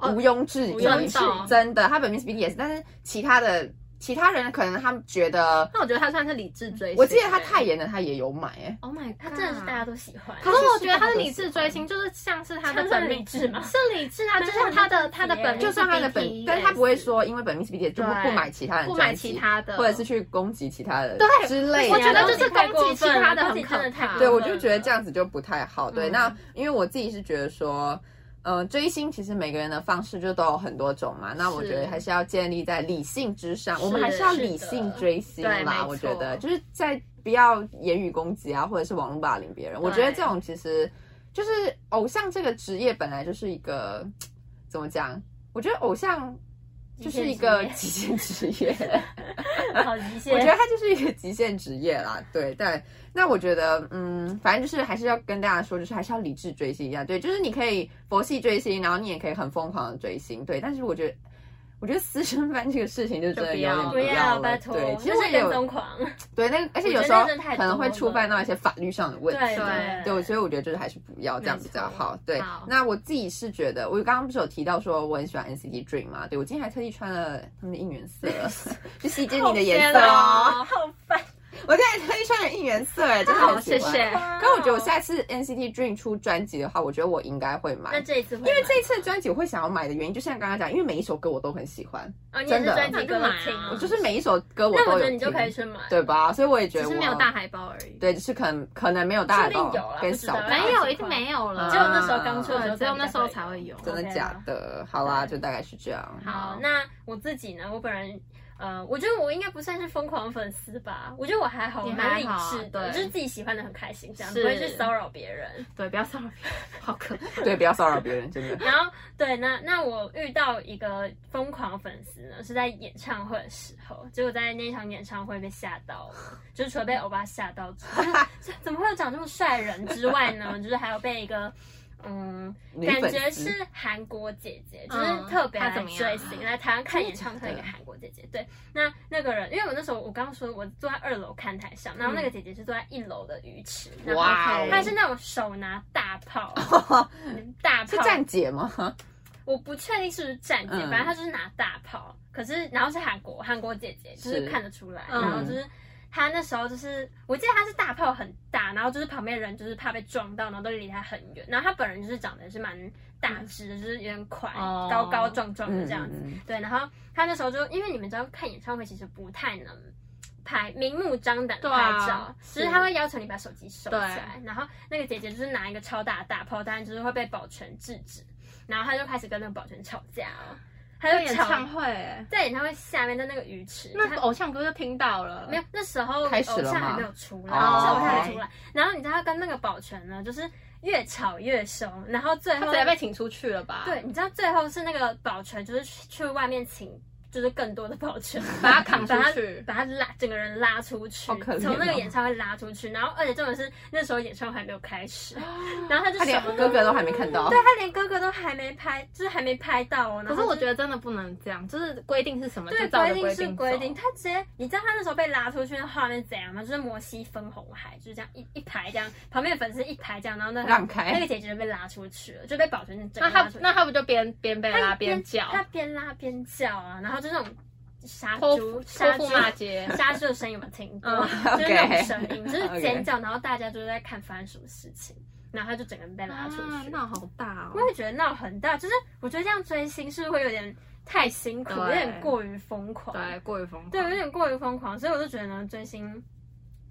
[SPEAKER 1] 哦
[SPEAKER 2] 毋庸置疑，
[SPEAKER 1] 毋庸置疑
[SPEAKER 2] 真的，他本命是 BTS，但是其他的其他人可能他们觉得，
[SPEAKER 1] 那我觉得他算是理智追星。
[SPEAKER 2] 我记得他泰妍的他也有买、哎，
[SPEAKER 1] ，Oh my God，
[SPEAKER 3] 他真的是大家都喜欢。
[SPEAKER 1] 可是我觉得他
[SPEAKER 2] 他
[SPEAKER 1] 的
[SPEAKER 2] 是
[SPEAKER 1] 理智追星，就是像是他的
[SPEAKER 3] 真的
[SPEAKER 1] 本命
[SPEAKER 3] 理智吗
[SPEAKER 1] 是理智 啊，就
[SPEAKER 3] 真的
[SPEAKER 1] 像他的他的
[SPEAKER 3] 理智
[SPEAKER 1] 本
[SPEAKER 3] 耶
[SPEAKER 1] 命，
[SPEAKER 2] 就算他的本，但是他不会。说因为本命是 BTS 就不
[SPEAKER 1] E 对
[SPEAKER 2] 不买其他人
[SPEAKER 1] 不
[SPEAKER 2] 专辑，
[SPEAKER 1] 买其他的，
[SPEAKER 2] 或者是去攻击其他人
[SPEAKER 1] 对
[SPEAKER 2] 之类的，
[SPEAKER 1] 我觉得就是
[SPEAKER 3] 太过
[SPEAKER 1] 攻击其
[SPEAKER 3] 分了
[SPEAKER 1] 他的
[SPEAKER 3] 攻
[SPEAKER 1] 很
[SPEAKER 3] 击
[SPEAKER 1] 可
[SPEAKER 3] 真的太
[SPEAKER 1] 怕。
[SPEAKER 3] 过
[SPEAKER 2] 对，
[SPEAKER 3] 分
[SPEAKER 2] 我
[SPEAKER 3] 了
[SPEAKER 2] 就觉得这样子就不太好。对，
[SPEAKER 1] 嗯
[SPEAKER 2] 那因为我自己是觉得说，呃，追星其实每个人的方式就都有很多种嘛。那我
[SPEAKER 1] 是
[SPEAKER 2] 觉得还是要建立在理性之上，
[SPEAKER 1] 是
[SPEAKER 2] 我们还要
[SPEAKER 1] 是的
[SPEAKER 2] 理性追星
[SPEAKER 1] 对没
[SPEAKER 2] 啦。
[SPEAKER 1] 错
[SPEAKER 2] 我觉得就是在不要言语攻击啊，或者是网络霸凌别人。我觉得这种其实就是偶像这个职业本来就是一个怎么讲？我觉得偶像就是一个极限职业。
[SPEAKER 3] 好极限，
[SPEAKER 2] 我觉得它就是一个极限职业啦，对。但那我觉得，嗯，反正就是还是要跟大家说，就是还是要理智追星一样，对，就是你可以佛系追星，然后你也可以很疯狂的追星，对。但是我觉得，我觉得私生饭这个事情就真的有点
[SPEAKER 1] 就
[SPEAKER 3] 不
[SPEAKER 2] 要
[SPEAKER 3] 要，
[SPEAKER 2] 了，
[SPEAKER 3] 拜托，
[SPEAKER 2] 对。其实
[SPEAKER 3] 那
[SPEAKER 2] 我
[SPEAKER 3] 是
[SPEAKER 2] 也
[SPEAKER 3] 跟
[SPEAKER 2] 有
[SPEAKER 3] 踪狂，
[SPEAKER 2] 对那个，而且有
[SPEAKER 3] 我觉
[SPEAKER 2] 时
[SPEAKER 3] 得
[SPEAKER 2] 候
[SPEAKER 3] 真的太
[SPEAKER 2] 可能会
[SPEAKER 3] 多
[SPEAKER 2] 触
[SPEAKER 3] 了
[SPEAKER 2] 犯到一些法律上的问题，
[SPEAKER 3] 对
[SPEAKER 1] 对
[SPEAKER 2] 对，所以我觉得就是还是不要这样比较好。对
[SPEAKER 1] 好，
[SPEAKER 2] 那我自己是觉得，我刚刚不是有提到说我很喜欢 NCT Dream 嘛？对我今天还特地穿了他们的应援 色，去吸睛你的颜色哦。
[SPEAKER 3] 好烦，
[SPEAKER 2] 我现在特意穿了应援色，哎，真的
[SPEAKER 1] 好，
[SPEAKER 2] 很
[SPEAKER 1] 谢
[SPEAKER 2] 喜欢。
[SPEAKER 1] 谢。
[SPEAKER 2] 可我觉得我下次 NCT Dream 出专辑的话，我觉得我应该会买
[SPEAKER 3] 那。这一次因
[SPEAKER 2] 因为这一次的专辑我会想要买的原因，就像刚刚讲，因为每一首歌我都很喜欢，
[SPEAKER 3] 哦，你也是专
[SPEAKER 1] 真的
[SPEAKER 3] 辑歌听啊
[SPEAKER 1] 那，
[SPEAKER 2] 我就是每一首歌我
[SPEAKER 3] 嗯那
[SPEAKER 2] 都
[SPEAKER 3] 我
[SPEAKER 2] 有
[SPEAKER 3] 觉得
[SPEAKER 2] 听
[SPEAKER 3] 你，就可以去买，
[SPEAKER 2] 对吧？所以我也觉
[SPEAKER 1] 只
[SPEAKER 2] 得
[SPEAKER 1] 是
[SPEAKER 2] 我
[SPEAKER 1] 没有大海包而已。
[SPEAKER 2] 对，就是可能可能没有大家
[SPEAKER 3] 说不定有啦
[SPEAKER 2] 跟
[SPEAKER 3] 不知
[SPEAKER 2] 小
[SPEAKER 3] 道
[SPEAKER 2] 吧
[SPEAKER 1] 没有，一定没有了。嗯
[SPEAKER 3] 啊只有那时候刚出的时候，
[SPEAKER 1] 对只有那时候才会有
[SPEAKER 2] 真的
[SPEAKER 3] OK 啊啦
[SPEAKER 2] 假的？好啦，就大概是这样。
[SPEAKER 3] 好，那我自己呢？我本人，呃，我觉得我应该不算是疯狂粉丝吧，我觉得我还好，
[SPEAKER 1] 你
[SPEAKER 3] 我
[SPEAKER 1] 还
[SPEAKER 3] 蛮理
[SPEAKER 1] 好啊
[SPEAKER 3] 智的，
[SPEAKER 1] 对
[SPEAKER 3] 就是自己喜欢的很开心，这样
[SPEAKER 1] 是
[SPEAKER 3] 不会去骚扰别 人。
[SPEAKER 1] 对，不要骚扰别人，好可怕。
[SPEAKER 2] 对，不要骚扰别人，真的。
[SPEAKER 3] 然后对，那那我遇到一个疯狂粉丝呢，是在演唱会的时候，结果在那场演唱会被吓到了， 就是除了被欧巴吓到之外，就是怎么会有长这么帅的人之外 呢？就是还有被一个嗯，
[SPEAKER 2] 女
[SPEAKER 3] 感
[SPEAKER 2] 粉
[SPEAKER 3] 觉
[SPEAKER 2] 丝
[SPEAKER 3] 是韩国姐姐，就
[SPEAKER 1] 嗯
[SPEAKER 3] 是特别
[SPEAKER 1] 她
[SPEAKER 3] 来
[SPEAKER 1] 怎么样啊
[SPEAKER 3] 追星，来台湾看演唱会
[SPEAKER 2] 真
[SPEAKER 3] 的
[SPEAKER 2] 的假
[SPEAKER 3] 一个
[SPEAKER 2] 的
[SPEAKER 3] 韩国姐姐。对，那那个人，因为我那时候我刚刚说我坐在二楼看台上，
[SPEAKER 1] 嗯
[SPEAKER 3] 然后那个姐姐是坐在一楼的鱼池，然后
[SPEAKER 2] 哇哦
[SPEAKER 3] 她是那种手拿大 炮，大炮
[SPEAKER 2] 是站姐吗？
[SPEAKER 3] 哦我不确定是不是站姐，
[SPEAKER 2] 嗯
[SPEAKER 3] 反正她就是拿大炮，可是然后是韩国韩国姐姐，就是
[SPEAKER 2] 是
[SPEAKER 3] 看得出来，
[SPEAKER 1] 嗯
[SPEAKER 3] 然后就是。她那时候就是，我记得她是大炮很大，然后就是旁边人就是怕被撞到，然后都离她很远。然后她本人就是长得是蛮大只的，就是有点快，
[SPEAKER 1] 哦
[SPEAKER 3] 高高壮壮的
[SPEAKER 2] 嗯，
[SPEAKER 3] 这样子。
[SPEAKER 2] 嗯
[SPEAKER 3] 对，然后她那时候就，因为你们知道看演唱会其实不太能拍明目张胆地
[SPEAKER 1] 对
[SPEAKER 3] 拍
[SPEAKER 1] 啊
[SPEAKER 3] 照，只是
[SPEAKER 1] 是
[SPEAKER 3] 他会要求你把手机收起
[SPEAKER 1] 对
[SPEAKER 3] 来。然后那个姐姐就是拿一个超大的大炮，当然就是会被保全制止。然后她就开始跟那个保全吵架哦，她
[SPEAKER 1] 还有
[SPEAKER 3] 就
[SPEAKER 1] 演
[SPEAKER 3] 吵
[SPEAKER 1] 唱会，
[SPEAKER 3] 在演唱会下面的那个鱼池，
[SPEAKER 1] 那
[SPEAKER 3] 她
[SPEAKER 1] 偶像歌就听到了，
[SPEAKER 3] 没有，那时候
[SPEAKER 2] 开始了
[SPEAKER 3] 偶像还
[SPEAKER 2] 吗
[SPEAKER 3] 没有出来，
[SPEAKER 2] 哦
[SPEAKER 3] 是偶像还没出来。然后你知道她跟那个保全呢，就是越吵越凶，然后最
[SPEAKER 1] 他
[SPEAKER 3] 后
[SPEAKER 1] 直接被请出去了吧？
[SPEAKER 3] 对，，你知道最后是那个保全，就是去去外面请，就是更多的保全
[SPEAKER 1] 把他扛出去
[SPEAKER 3] 把他把他拉整个人拉出去，
[SPEAKER 2] 好可怜哦
[SPEAKER 3] 从那个演唱会拉出去。然后而且重点是那时候演唱会还没有开始，
[SPEAKER 1] 啊
[SPEAKER 3] 然后他就
[SPEAKER 2] 他连
[SPEAKER 3] 什么
[SPEAKER 2] 哥哥都还没看到
[SPEAKER 3] 对。他连哥哥都还没拍，就是还没拍到哦。
[SPEAKER 1] 可是我觉
[SPEAKER 3] 得。
[SPEAKER 1] 得真的不能这样，就是规定是什么就
[SPEAKER 3] 对，
[SPEAKER 1] 照着
[SPEAKER 3] 规定是
[SPEAKER 1] 定
[SPEAKER 3] 规定，
[SPEAKER 1] 走。
[SPEAKER 3] 他直接，你知道他那时候被拉出去的画面是怎样吗？就是摩西分红海，就是这样一一排这样，旁边的粉丝一排这样，然后那个
[SPEAKER 2] 让开
[SPEAKER 3] 那个姐姐就被拉出去了，就被保全整
[SPEAKER 1] 那
[SPEAKER 3] 个
[SPEAKER 1] 啊他
[SPEAKER 3] 拉出去。
[SPEAKER 1] 那他不就边边被
[SPEAKER 3] 他
[SPEAKER 1] 拉边叫，
[SPEAKER 3] 他边拉边叫啊，然后就那种杀
[SPEAKER 1] 泼
[SPEAKER 3] 猪、
[SPEAKER 1] 泼
[SPEAKER 3] 杀猪
[SPEAKER 1] 妇骂街，
[SPEAKER 3] 杀猪的声音有没有听 过？
[SPEAKER 1] 嗯
[SPEAKER 3] 就是那
[SPEAKER 2] OK
[SPEAKER 3] 种声音，就是尖叫，然后大家就在看发生什么事情，然后他就整个人被拉出
[SPEAKER 1] 啊
[SPEAKER 3] 去。
[SPEAKER 1] 闹好大哦
[SPEAKER 3] 我。也觉得闹很大，就是我觉得这样追星是不是会有点太辛苦，
[SPEAKER 1] 对
[SPEAKER 3] 有点过于疯狂。
[SPEAKER 1] 对，过于疯狂。
[SPEAKER 3] 对，有点过于疯狂，所以我就觉得呢，追星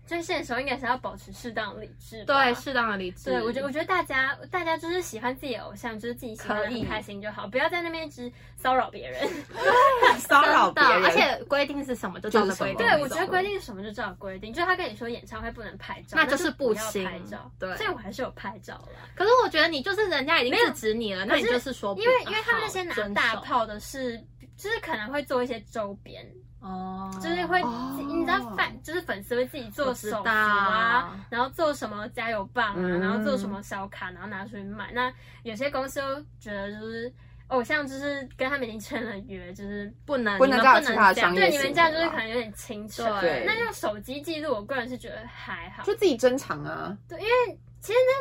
[SPEAKER 3] 追星的时候应该是要保持适当的理智吧。
[SPEAKER 1] 对，适当的理智。
[SPEAKER 3] 对，我觉得我觉得大家大家就是喜欢自己的偶像，就是自己喜欢
[SPEAKER 1] 可以
[SPEAKER 3] 很开心就好，不要在那边一直骚扰 别人。
[SPEAKER 2] 骚扰别
[SPEAKER 1] 真
[SPEAKER 2] 人，
[SPEAKER 1] 的而且规定是什么就照着规定
[SPEAKER 2] 就
[SPEAKER 1] 走。
[SPEAKER 2] 是
[SPEAKER 3] 对
[SPEAKER 2] 什，么
[SPEAKER 3] 我觉得规定是什么就照规定，就是他跟你说演唱会不能拍照，
[SPEAKER 1] 那
[SPEAKER 3] 就
[SPEAKER 1] 就是不
[SPEAKER 3] 要
[SPEAKER 1] 行
[SPEAKER 3] 拍照。
[SPEAKER 1] 对
[SPEAKER 3] 所以我还是有拍照啦。
[SPEAKER 1] 可是我觉得你就是人家已经制止你了，那你就是说哦不
[SPEAKER 3] 因为因为他们那些
[SPEAKER 1] 好
[SPEAKER 3] 拿
[SPEAKER 1] 遵
[SPEAKER 3] 大
[SPEAKER 1] 守
[SPEAKER 3] 炮的是，就是可能会做一些周边，
[SPEAKER 1] 哦，
[SPEAKER 3] 就是会、
[SPEAKER 2] 哦
[SPEAKER 3] 你知道粉就是粉丝会自己做
[SPEAKER 1] 我知
[SPEAKER 3] 手幅啊
[SPEAKER 1] 道，
[SPEAKER 3] 然后做什么加油棒啊，
[SPEAKER 2] 嗯
[SPEAKER 3] 然后做什么小卡，然后拿出去卖。那有些公司都觉得就是偶像就是跟他们已经签了约，就是
[SPEAKER 1] 不能
[SPEAKER 2] 不能
[SPEAKER 1] 你
[SPEAKER 2] 再有
[SPEAKER 1] 们不
[SPEAKER 2] 其
[SPEAKER 1] 能
[SPEAKER 2] 他的
[SPEAKER 1] 这样
[SPEAKER 2] 商业也
[SPEAKER 3] 对你
[SPEAKER 2] 行
[SPEAKER 3] 们这样就是
[SPEAKER 2] 啦
[SPEAKER 3] 可能有点轻扯。
[SPEAKER 1] 对
[SPEAKER 3] 那用手机记录，我个人是觉得还好。
[SPEAKER 2] 就自己珍藏啊，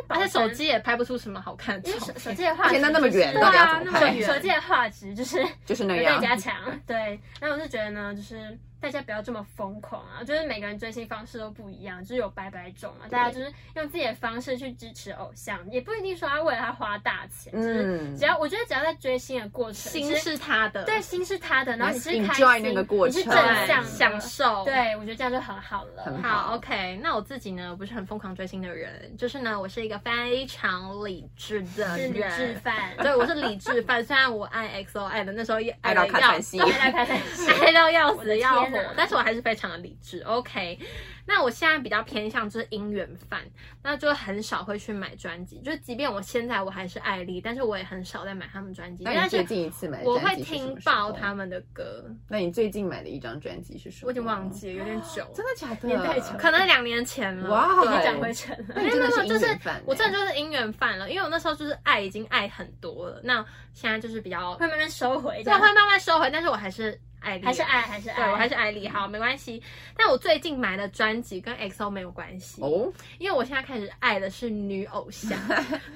[SPEAKER 3] 保
[SPEAKER 1] 而且手
[SPEAKER 3] 存
[SPEAKER 1] 机也拍不出什么好看的
[SPEAKER 3] 因为
[SPEAKER 1] 照
[SPEAKER 3] 手手
[SPEAKER 1] 片。
[SPEAKER 3] 机的 画质、
[SPEAKER 2] 而且那那么远
[SPEAKER 3] 对
[SPEAKER 2] 到底要
[SPEAKER 3] 啊，
[SPEAKER 2] 怎
[SPEAKER 3] 那
[SPEAKER 2] 么
[SPEAKER 3] 么
[SPEAKER 2] 拍
[SPEAKER 3] 远，手机的画质就是
[SPEAKER 2] 就是那
[SPEAKER 3] 有待
[SPEAKER 2] 样。
[SPEAKER 3] 加强。 对，那我是觉得呢，就是大家不要这么疯狂啊，就是每个人追星方式都不一样，就是有百百种啊，大家就是用自己的方式去支持偶像，也不一定说要为了他花大钱，就是
[SPEAKER 2] 嗯
[SPEAKER 3] 只，要我觉得只要在追星的过程，
[SPEAKER 1] 心
[SPEAKER 3] 其实
[SPEAKER 1] 是他的，
[SPEAKER 3] 对，心是他的，然后你是
[SPEAKER 2] Let's
[SPEAKER 3] 开
[SPEAKER 2] enjoy
[SPEAKER 3] 心，
[SPEAKER 2] 那个过
[SPEAKER 3] 你是
[SPEAKER 2] 程
[SPEAKER 1] 对，
[SPEAKER 3] 正向的
[SPEAKER 1] 享。受，。
[SPEAKER 3] 对，我觉得这样就很好了。
[SPEAKER 2] 很
[SPEAKER 1] 好，OK，那我自己呢，不是很疯狂追星的人，就是呢，我是一个非常理智的
[SPEAKER 3] 是
[SPEAKER 1] 人，
[SPEAKER 3] 理智犯，
[SPEAKER 1] 对，我是理智犯。 虽然我爱 XO 爱的那时候也
[SPEAKER 2] 爱
[SPEAKER 1] 的
[SPEAKER 2] 到卡
[SPEAKER 1] 要
[SPEAKER 2] 痰息
[SPEAKER 3] 爱到开心。
[SPEAKER 1] 爱到要
[SPEAKER 3] 我的
[SPEAKER 1] 死
[SPEAKER 2] 啊
[SPEAKER 1] 要
[SPEAKER 3] 天
[SPEAKER 1] 活
[SPEAKER 3] 哪，
[SPEAKER 1] 但是我还是非常的理智。OK，那我现在比较偏向就是音源范，那就很少会去买专辑。就即便我现在我还是爱丽，但是我也很少在买他们专辑。
[SPEAKER 2] 那你
[SPEAKER 1] 但
[SPEAKER 2] 最
[SPEAKER 1] 是
[SPEAKER 2] 近一次买的
[SPEAKER 1] 我
[SPEAKER 2] 专
[SPEAKER 1] 会
[SPEAKER 2] 辑是什
[SPEAKER 1] 听
[SPEAKER 2] 么时
[SPEAKER 1] 爆
[SPEAKER 2] 候？
[SPEAKER 1] 他们的歌，
[SPEAKER 2] 那你最近买的一张专辑是什么？
[SPEAKER 1] 我已经忘，记了，有点久，
[SPEAKER 2] 真的假的？
[SPEAKER 3] 年代久
[SPEAKER 1] 可能两年前了。
[SPEAKER 2] 哇
[SPEAKER 3] 已经
[SPEAKER 1] 对
[SPEAKER 3] 长回城了。
[SPEAKER 2] 那你真的
[SPEAKER 1] 没有没有就是
[SPEAKER 2] 音乐饭
[SPEAKER 1] 我
[SPEAKER 2] 欸
[SPEAKER 1] 真的就是姻缘犯了，因为我那时候就是爱已经爱很多了，那现在就是比较
[SPEAKER 3] 会慢慢收回，
[SPEAKER 1] 虽然会慢慢收回，但是我还是爱丽，
[SPEAKER 3] 还是爱，，还是爱，
[SPEAKER 1] 对我还是爱丽，好没关系。但我最近买的专辑跟 XO 没有关系，
[SPEAKER 2] 哦，
[SPEAKER 1] 因为我现在开始爱的是女偶 像，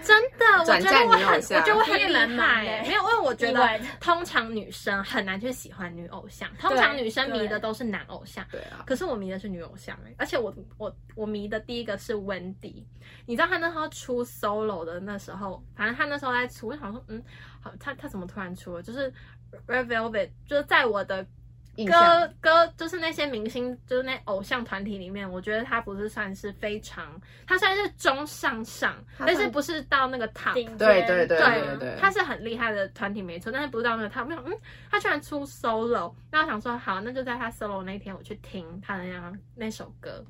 [SPEAKER 1] 真的，我
[SPEAKER 2] 转
[SPEAKER 1] 觉得
[SPEAKER 2] 战
[SPEAKER 1] 我
[SPEAKER 2] 女
[SPEAKER 1] 很，
[SPEAKER 2] 偶
[SPEAKER 1] 我
[SPEAKER 2] 像
[SPEAKER 1] 觉得我很
[SPEAKER 3] 你也
[SPEAKER 1] 厉害
[SPEAKER 3] 蛮猛的
[SPEAKER 1] 欸，没有，因为我觉
[SPEAKER 3] 意外
[SPEAKER 1] 得
[SPEAKER 3] 的
[SPEAKER 1] 通常女生很难去喜欢女偶像，通常女生迷
[SPEAKER 3] 对
[SPEAKER 1] 的都是男偶像。
[SPEAKER 2] 对啊，
[SPEAKER 1] 可是我迷的是女偶像、欸，而且我我我迷的第一个是温迪，你知道她那时候出 solo 的那时候，反正她那时候在出，我想说，嗯，好，她她怎么突然出了？就是 Red Velvet，就是在我的
[SPEAKER 2] 印象
[SPEAKER 1] 歌歌，就是那些明星，就是那偶像团体里面，我觉得她不是算是非常，她算是中上上，
[SPEAKER 2] 她
[SPEAKER 1] 但是
[SPEAKER 2] 算
[SPEAKER 1] 不是到那个 top，
[SPEAKER 3] 顶尖
[SPEAKER 2] 对对对
[SPEAKER 1] 对
[SPEAKER 2] 对对
[SPEAKER 1] 他是很厉害的团体没错，但是不知道那个他，我想嗯，他居然出 solo，那我想说好，那就在他 solo 那一天我去听他的那张那首歌。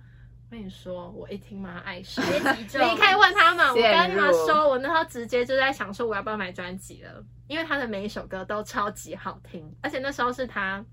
[SPEAKER 1] 我跟你说，我一听马上爱上。
[SPEAKER 3] 别 急
[SPEAKER 1] 你
[SPEAKER 3] 着
[SPEAKER 1] 可以问他嘛，我
[SPEAKER 2] 陷入
[SPEAKER 1] 跟他说，我那时候直接就在想说我要不要买专辑了，因为他的每一首歌都超级好听，而且那时候是他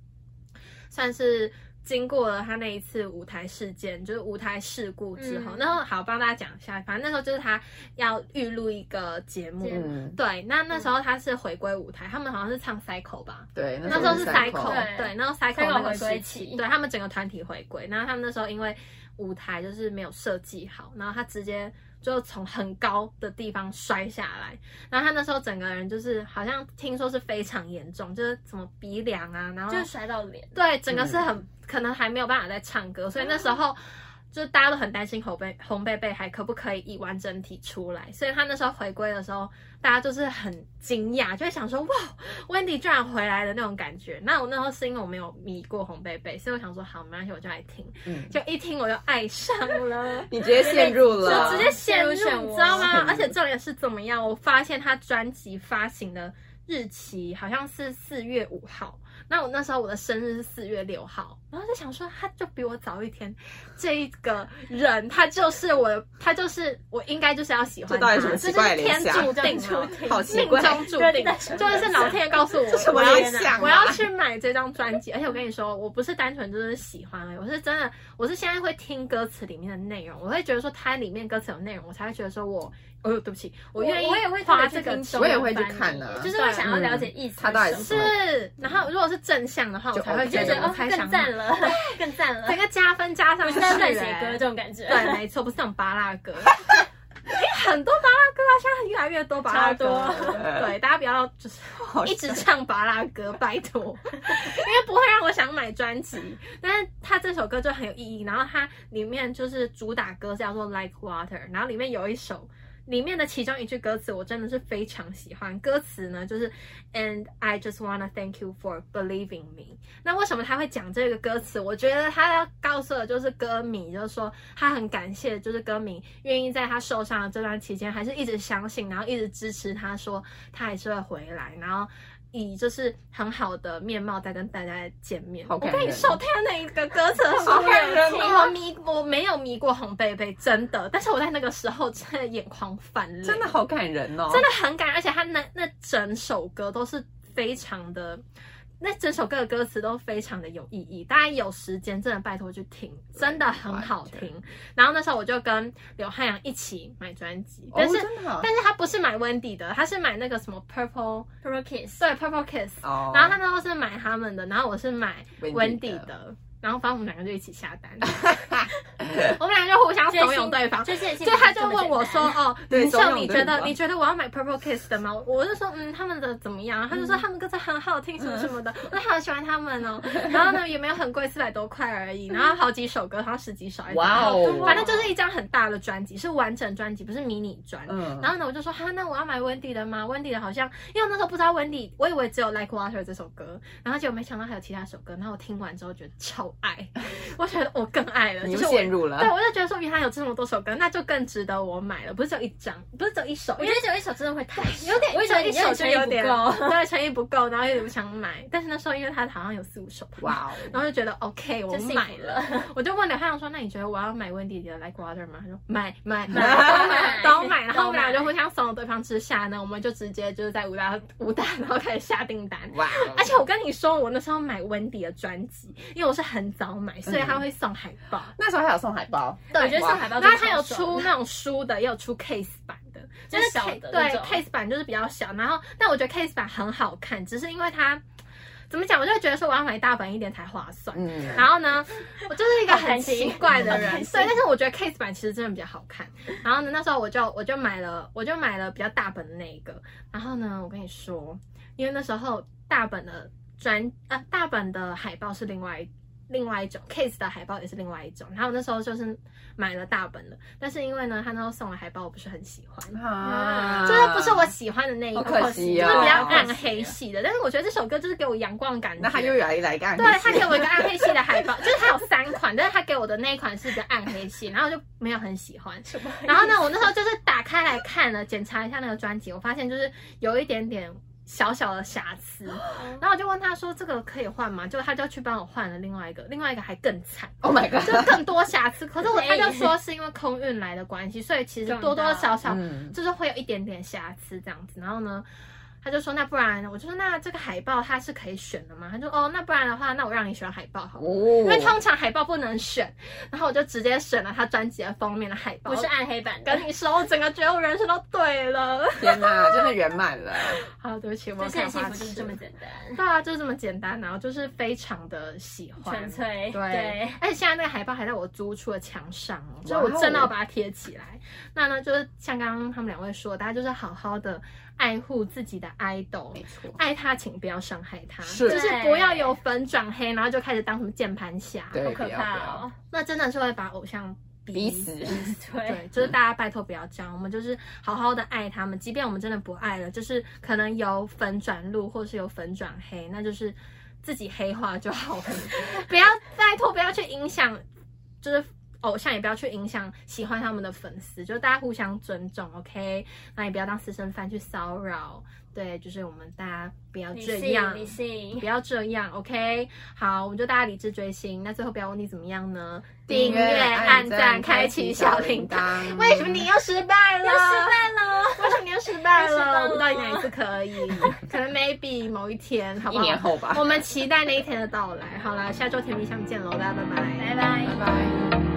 [SPEAKER 1] 算是经过了他那一次舞台事件，就是舞台事故之后，
[SPEAKER 3] 嗯
[SPEAKER 1] 那时候好帮大家讲一下，反正那时候就是他要预录一个节目，
[SPEAKER 3] 节目
[SPEAKER 2] 嗯，
[SPEAKER 1] 对，那那时候他是回归舞台，他们好像是唱 Cycle 吧。
[SPEAKER 2] 对，
[SPEAKER 1] 那时候是
[SPEAKER 2] cycle，
[SPEAKER 3] 对
[SPEAKER 1] cycle，对，然后 cycle
[SPEAKER 3] Cycle
[SPEAKER 1] 那个
[SPEAKER 3] 回归
[SPEAKER 1] 时
[SPEAKER 3] 期
[SPEAKER 1] 期，对他们整个团体回归，然后他们那时候因为舞台就是没有设计好，然后他直接就从很高的地方摔下来，然后他那时候整个人就是好像听说是非常严重，就是什么鼻梁啊，然后
[SPEAKER 3] 就是摔到脸，
[SPEAKER 1] 对，整个是很、可能还没有办法再唱歌，所以那时候就大家都很担心红贝红贝贝还可不可以以完整体出来，所以他那时候回归的时候，大家就是很惊讶，就会想说哇，Wendy 居然回来的那种感觉。那我那时候是因为我没有迷过红贝贝，所以我想说好，没关系，我就来听，
[SPEAKER 2] 嗯
[SPEAKER 1] 就一听我就爱上了。
[SPEAKER 2] 你直接陷入
[SPEAKER 1] 就
[SPEAKER 2] 了，
[SPEAKER 1] 直接陷入，
[SPEAKER 3] 陷入漩涡
[SPEAKER 1] 你知道吗？而且重点是怎么样？我发现他专辑发行的日期好像是四月五号，那我那时候我的生日是四月六号，然后就想说，他就比我早一天，这一个人他就是我，他就是我应该就是要喜欢
[SPEAKER 2] 这到
[SPEAKER 1] 他，
[SPEAKER 2] 底什么奇
[SPEAKER 1] 这就
[SPEAKER 2] 怪
[SPEAKER 1] 是
[SPEAKER 2] 的联
[SPEAKER 1] 天
[SPEAKER 2] 想
[SPEAKER 1] 注定
[SPEAKER 3] 注
[SPEAKER 1] 了。
[SPEAKER 3] 定
[SPEAKER 2] 好奇
[SPEAKER 1] 命
[SPEAKER 2] 怪，
[SPEAKER 1] 中注定，就是老天爷告诉我，
[SPEAKER 2] 什么
[SPEAKER 1] 我要
[SPEAKER 2] 联想啊
[SPEAKER 1] 我要去买这张专辑，而且我跟你说，我不是单纯就是喜欢而已，我是真的，我是现在会听歌词里面的内容，我会觉得说它里面歌词有内容，我才会觉得说我，哦，对不起，我愿意
[SPEAKER 3] 我也会特别
[SPEAKER 1] 花
[SPEAKER 3] 去
[SPEAKER 1] 这个
[SPEAKER 3] 听
[SPEAKER 1] 钱
[SPEAKER 3] 中文
[SPEAKER 2] 我也会去
[SPEAKER 3] 翻译
[SPEAKER 2] 看啊
[SPEAKER 3] 就是会想要了解意思，
[SPEAKER 2] 嗯他到底是
[SPEAKER 3] 什
[SPEAKER 2] 什
[SPEAKER 3] 么
[SPEAKER 2] 么
[SPEAKER 1] 是，然后如果是正向的话，我
[SPEAKER 2] 就
[SPEAKER 1] 才会
[SPEAKER 2] OK
[SPEAKER 1] 觉
[SPEAKER 3] 就觉
[SPEAKER 1] 得
[SPEAKER 3] 得
[SPEAKER 1] 我
[SPEAKER 3] 哦，
[SPEAKER 1] 才想
[SPEAKER 3] 更赞了，更赞了
[SPEAKER 1] 整，个加分加上
[SPEAKER 3] 不
[SPEAKER 1] 去
[SPEAKER 3] 是在乱写
[SPEAKER 1] 欸
[SPEAKER 3] 歌这种感觉，
[SPEAKER 1] 对，没错，不是那种巴拉 歌。因为很多巴拉歌啊，现在越来越多巴拉歌
[SPEAKER 3] 超多。
[SPEAKER 1] 对， 大家不要就是
[SPEAKER 2] 好
[SPEAKER 1] 一直唱巴拉歌，拜托， 因为不会让我想买专辑。但是它这首歌就很有意义，然后它里面就是主打歌是叫做《Like Water》，然后里面有一首里面的其中一句歌词我真的是非常喜欢。歌词呢就是 And I just wanna thank you for believing me。那为什么他会讲这个歌词？我觉得他要告诉的就是歌迷，就是说他很感谢，就是歌迷愿意在他受伤的这段期间，还是一直相信，然后一直支持他，说他还是会回来，然后。以就是很好的面貌再跟大家见面。
[SPEAKER 2] 好
[SPEAKER 1] 我
[SPEAKER 2] 感
[SPEAKER 1] 跟你
[SPEAKER 2] 人
[SPEAKER 1] 说，他那个歌词的时候，
[SPEAKER 2] 好感人哦
[SPEAKER 1] 我迷，我没有迷过红贝贝，真的。但是我在那个时候真的眼眶泛泪，
[SPEAKER 2] 真的好感人哦，
[SPEAKER 1] 真的很感人，而且他那那整首歌都是非常的，那整首歌的歌词都非常的有意义。大家有时间真的拜托去听，真的很好听。然后那时候我就跟刘汉阳一起买专辑，但是、
[SPEAKER 2] 哦、真的啊
[SPEAKER 1] 但是他不是买 Wendy 的，他是买那个什么 Purple，
[SPEAKER 3] Purple Kiss，
[SPEAKER 1] 对 Purple Kiss，、
[SPEAKER 2] 哦，
[SPEAKER 1] 然后他那时候是买他们的，然后我是买
[SPEAKER 2] Wendy 的
[SPEAKER 1] 的。然后反正我们两个就一起下 单，我们两个就互相怂恿对方，
[SPEAKER 3] 就是
[SPEAKER 1] 就他就问我说：“哦，
[SPEAKER 2] 对
[SPEAKER 1] 林
[SPEAKER 2] 总
[SPEAKER 1] 秀，
[SPEAKER 2] 有
[SPEAKER 1] 你
[SPEAKER 2] 对
[SPEAKER 1] 觉得
[SPEAKER 2] 吧
[SPEAKER 1] 你觉得我要买 Purple Kiss 的吗？”我就说：“嗯，他们的怎么样？”他就说：“他们歌词很好听，什么什么 的。”我就好喜欢他们哦。然后呢，也没有很贵，四百多块而已。然后好几首歌，好像十几首还是多少。
[SPEAKER 2] 嗯哇哦，
[SPEAKER 1] 反正就是一张很大的专辑，是完整专辑，不是迷你专。
[SPEAKER 2] 嗯，
[SPEAKER 1] 然后呢，我就说哈，那我要买温迪的吗？温迪的好像，因为我那时候不知道温迪，我以为只有 Like Water 这首歌，然后结果没想到还有其他首歌。然后我听完之后觉得超爱， 我觉得我更爱了，
[SPEAKER 2] 你
[SPEAKER 1] 就
[SPEAKER 2] 又
[SPEAKER 1] 是我
[SPEAKER 2] 陷
[SPEAKER 3] 啊
[SPEAKER 2] 入了
[SPEAKER 1] 对，，我就觉得说原来有这么多首歌，那就更值得我买了，不是只有一张，不是只有一首，
[SPEAKER 3] 我
[SPEAKER 1] 因
[SPEAKER 3] 觉
[SPEAKER 1] 为
[SPEAKER 3] 得只有一首真的会太
[SPEAKER 1] 有点，
[SPEAKER 3] 我一
[SPEAKER 1] 一
[SPEAKER 3] 首
[SPEAKER 1] 一首就有点
[SPEAKER 3] 不够，
[SPEAKER 1] 对，诚意不够，然后又不想买，但是那时候因为它好像有四五首，
[SPEAKER 2] 哇哦，
[SPEAKER 1] 然后就觉得 OK，我
[SPEAKER 3] 就幸
[SPEAKER 1] 买
[SPEAKER 3] 福
[SPEAKER 1] 了，我就问刘汉阳说，那你觉得我要买温迪的 Like Water 吗？他说买买 买
[SPEAKER 2] 都
[SPEAKER 1] 都买，
[SPEAKER 3] 买
[SPEAKER 1] 然后我们
[SPEAKER 3] 都
[SPEAKER 1] 俩
[SPEAKER 3] 买
[SPEAKER 1] 就互相怂恿对方之下呢，我们就直接就是在武大武大，然后开始下订单，
[SPEAKER 2] 哇哦，
[SPEAKER 1] 而且我跟你说，我那时候买温迪的专辑，因为我是很早买，所以他
[SPEAKER 2] 嗯
[SPEAKER 1] 会送海报。
[SPEAKER 2] 那时候还有送海报，
[SPEAKER 1] 嗯
[SPEAKER 3] 我觉得上海包真
[SPEAKER 1] 然后
[SPEAKER 3] 的
[SPEAKER 1] 它有
[SPEAKER 3] 超爽
[SPEAKER 1] 出那种书的，也有出 case 版的，
[SPEAKER 3] 就是是小
[SPEAKER 1] ca-
[SPEAKER 3] 的那
[SPEAKER 1] 对
[SPEAKER 3] 种
[SPEAKER 1] case 版就是比较小。然后，但我觉得 case 版很好看，只是因为它怎么讲，我就觉得说我要买大本一点才划算。
[SPEAKER 2] 嗯，
[SPEAKER 1] 然后呢，我就是一个
[SPEAKER 3] 好
[SPEAKER 1] 很
[SPEAKER 3] 开心
[SPEAKER 1] 奇怪的人，
[SPEAKER 3] 好开
[SPEAKER 1] 对，
[SPEAKER 3] 心
[SPEAKER 1] 但是我觉得 case 版其实真的比较好看。然后呢，那时候我就我就买了，我就买了比较大本的那一个。然后呢，我跟你说，因为那时候大本的专呃大本的海报是另外另外一种，case 的海报也是另外一种。然后我那时候就是买了大本的，但是因为呢，他那时候送的海报我不是很喜欢，
[SPEAKER 2] 啊
[SPEAKER 1] 就是不是我喜欢的那一
[SPEAKER 2] 好
[SPEAKER 1] 种，
[SPEAKER 2] 可惜哦
[SPEAKER 1] 就是比较
[SPEAKER 2] 好可
[SPEAKER 1] 暗
[SPEAKER 3] 惜哦
[SPEAKER 1] 黑系的。但是我觉得这首歌就是给我阳光感觉，
[SPEAKER 2] 那他又来来干，
[SPEAKER 1] 对他给我一个暗黑系的海报，就是他有三款，但是他给我的那一款是一个暗黑系，然后我就没有很喜欢。
[SPEAKER 3] 什么
[SPEAKER 1] 然后呢，我那时候就是打开来看了，检查一下那个专辑，我发现就是有一点点小小的瑕疵，然后我就问他说这个可以换吗？就他就去帮我换了另外一个，另外一个还更惨。
[SPEAKER 2] ，Oh my
[SPEAKER 1] 就
[SPEAKER 2] god，
[SPEAKER 1] 更多瑕疵，可是我他
[SPEAKER 3] 所以
[SPEAKER 1] 就说是因为空运来的关系，所以其实多多少少
[SPEAKER 2] 嗯
[SPEAKER 1] 就是会有一点点瑕疵这样子。然后呢，他就说那不然，我就说那这个海报它是可以选的吗？他就哦，那不然的话，那我让你选海报好了。因为
[SPEAKER 2] 哦，
[SPEAKER 1] 通常海报不能选，然后我就直接选了他专辑的封面的海报。
[SPEAKER 3] 不是暗黑版的，
[SPEAKER 1] 跟你说，我整个觉得我人生都对了。
[SPEAKER 2] 天哪， 真的圆满了，
[SPEAKER 1] 好，对不起，我
[SPEAKER 3] 就是很
[SPEAKER 1] 看
[SPEAKER 3] 幸
[SPEAKER 1] 花
[SPEAKER 3] 福，就是
[SPEAKER 1] 痴
[SPEAKER 3] 这么简单，
[SPEAKER 1] 对啊，就是这么简单，然后就是非常的喜欢，
[SPEAKER 3] 纯粹
[SPEAKER 1] 对，
[SPEAKER 3] 对
[SPEAKER 1] 而且现在那个海报还在我租处的墙上哦，所以
[SPEAKER 2] 哇
[SPEAKER 1] 我
[SPEAKER 2] 哦
[SPEAKER 1] 正要把它贴起来。那呢，就是像刚刚他们两位说的，大家就是好好的爱护自己的 idol，
[SPEAKER 2] 没错，
[SPEAKER 1] 爱他请不要伤害他，
[SPEAKER 2] 是
[SPEAKER 1] 就是不要由粉转黑，然后就开始当什么键盘侠，
[SPEAKER 2] 对，
[SPEAKER 3] 好可
[SPEAKER 2] 不要
[SPEAKER 3] 怕哦，
[SPEAKER 1] 那真的是会把偶像
[SPEAKER 2] 彼
[SPEAKER 1] 逼
[SPEAKER 2] 此。
[SPEAKER 3] 对
[SPEAKER 1] 对，就是大家拜托不要这样，我们就是好好的爱他们，即便我们真的不爱了，就是可能有粉转路，或是有粉转黑，那就是自己黑化就好了，不要拜托不要去影响，就是。偶像也不要去影响喜欢他们的粉丝，就是大家互相尊重，OK？那也不要当私生饭去骚扰，对，就是我们大家不要
[SPEAKER 3] 理
[SPEAKER 1] 这样
[SPEAKER 3] 性，理性
[SPEAKER 1] 不，要这样，OK？好，我们就大家理智追星。那最后不要忘记怎么样呢？
[SPEAKER 2] 订阅、
[SPEAKER 1] 按
[SPEAKER 2] 按
[SPEAKER 1] 赞、
[SPEAKER 2] 赞、
[SPEAKER 1] 开
[SPEAKER 2] 开
[SPEAKER 1] 启
[SPEAKER 2] 启
[SPEAKER 1] 小
[SPEAKER 2] 小
[SPEAKER 1] 铃
[SPEAKER 2] 铃
[SPEAKER 1] 铛。
[SPEAKER 2] 铛。
[SPEAKER 1] 为什么你又失败了？
[SPEAKER 3] 又失败了。
[SPEAKER 1] 为什么你又失败
[SPEAKER 3] 又失败
[SPEAKER 1] 了？
[SPEAKER 3] 了
[SPEAKER 1] 我不知道你哪一次可以，可能 maybe 某一天，好不
[SPEAKER 2] 一
[SPEAKER 1] 好？
[SPEAKER 2] 年后吧？
[SPEAKER 1] 我们期待那一天的到来。好啦，下周甜蜜相见喽，大家拜拜，
[SPEAKER 3] 拜拜
[SPEAKER 2] 拜拜。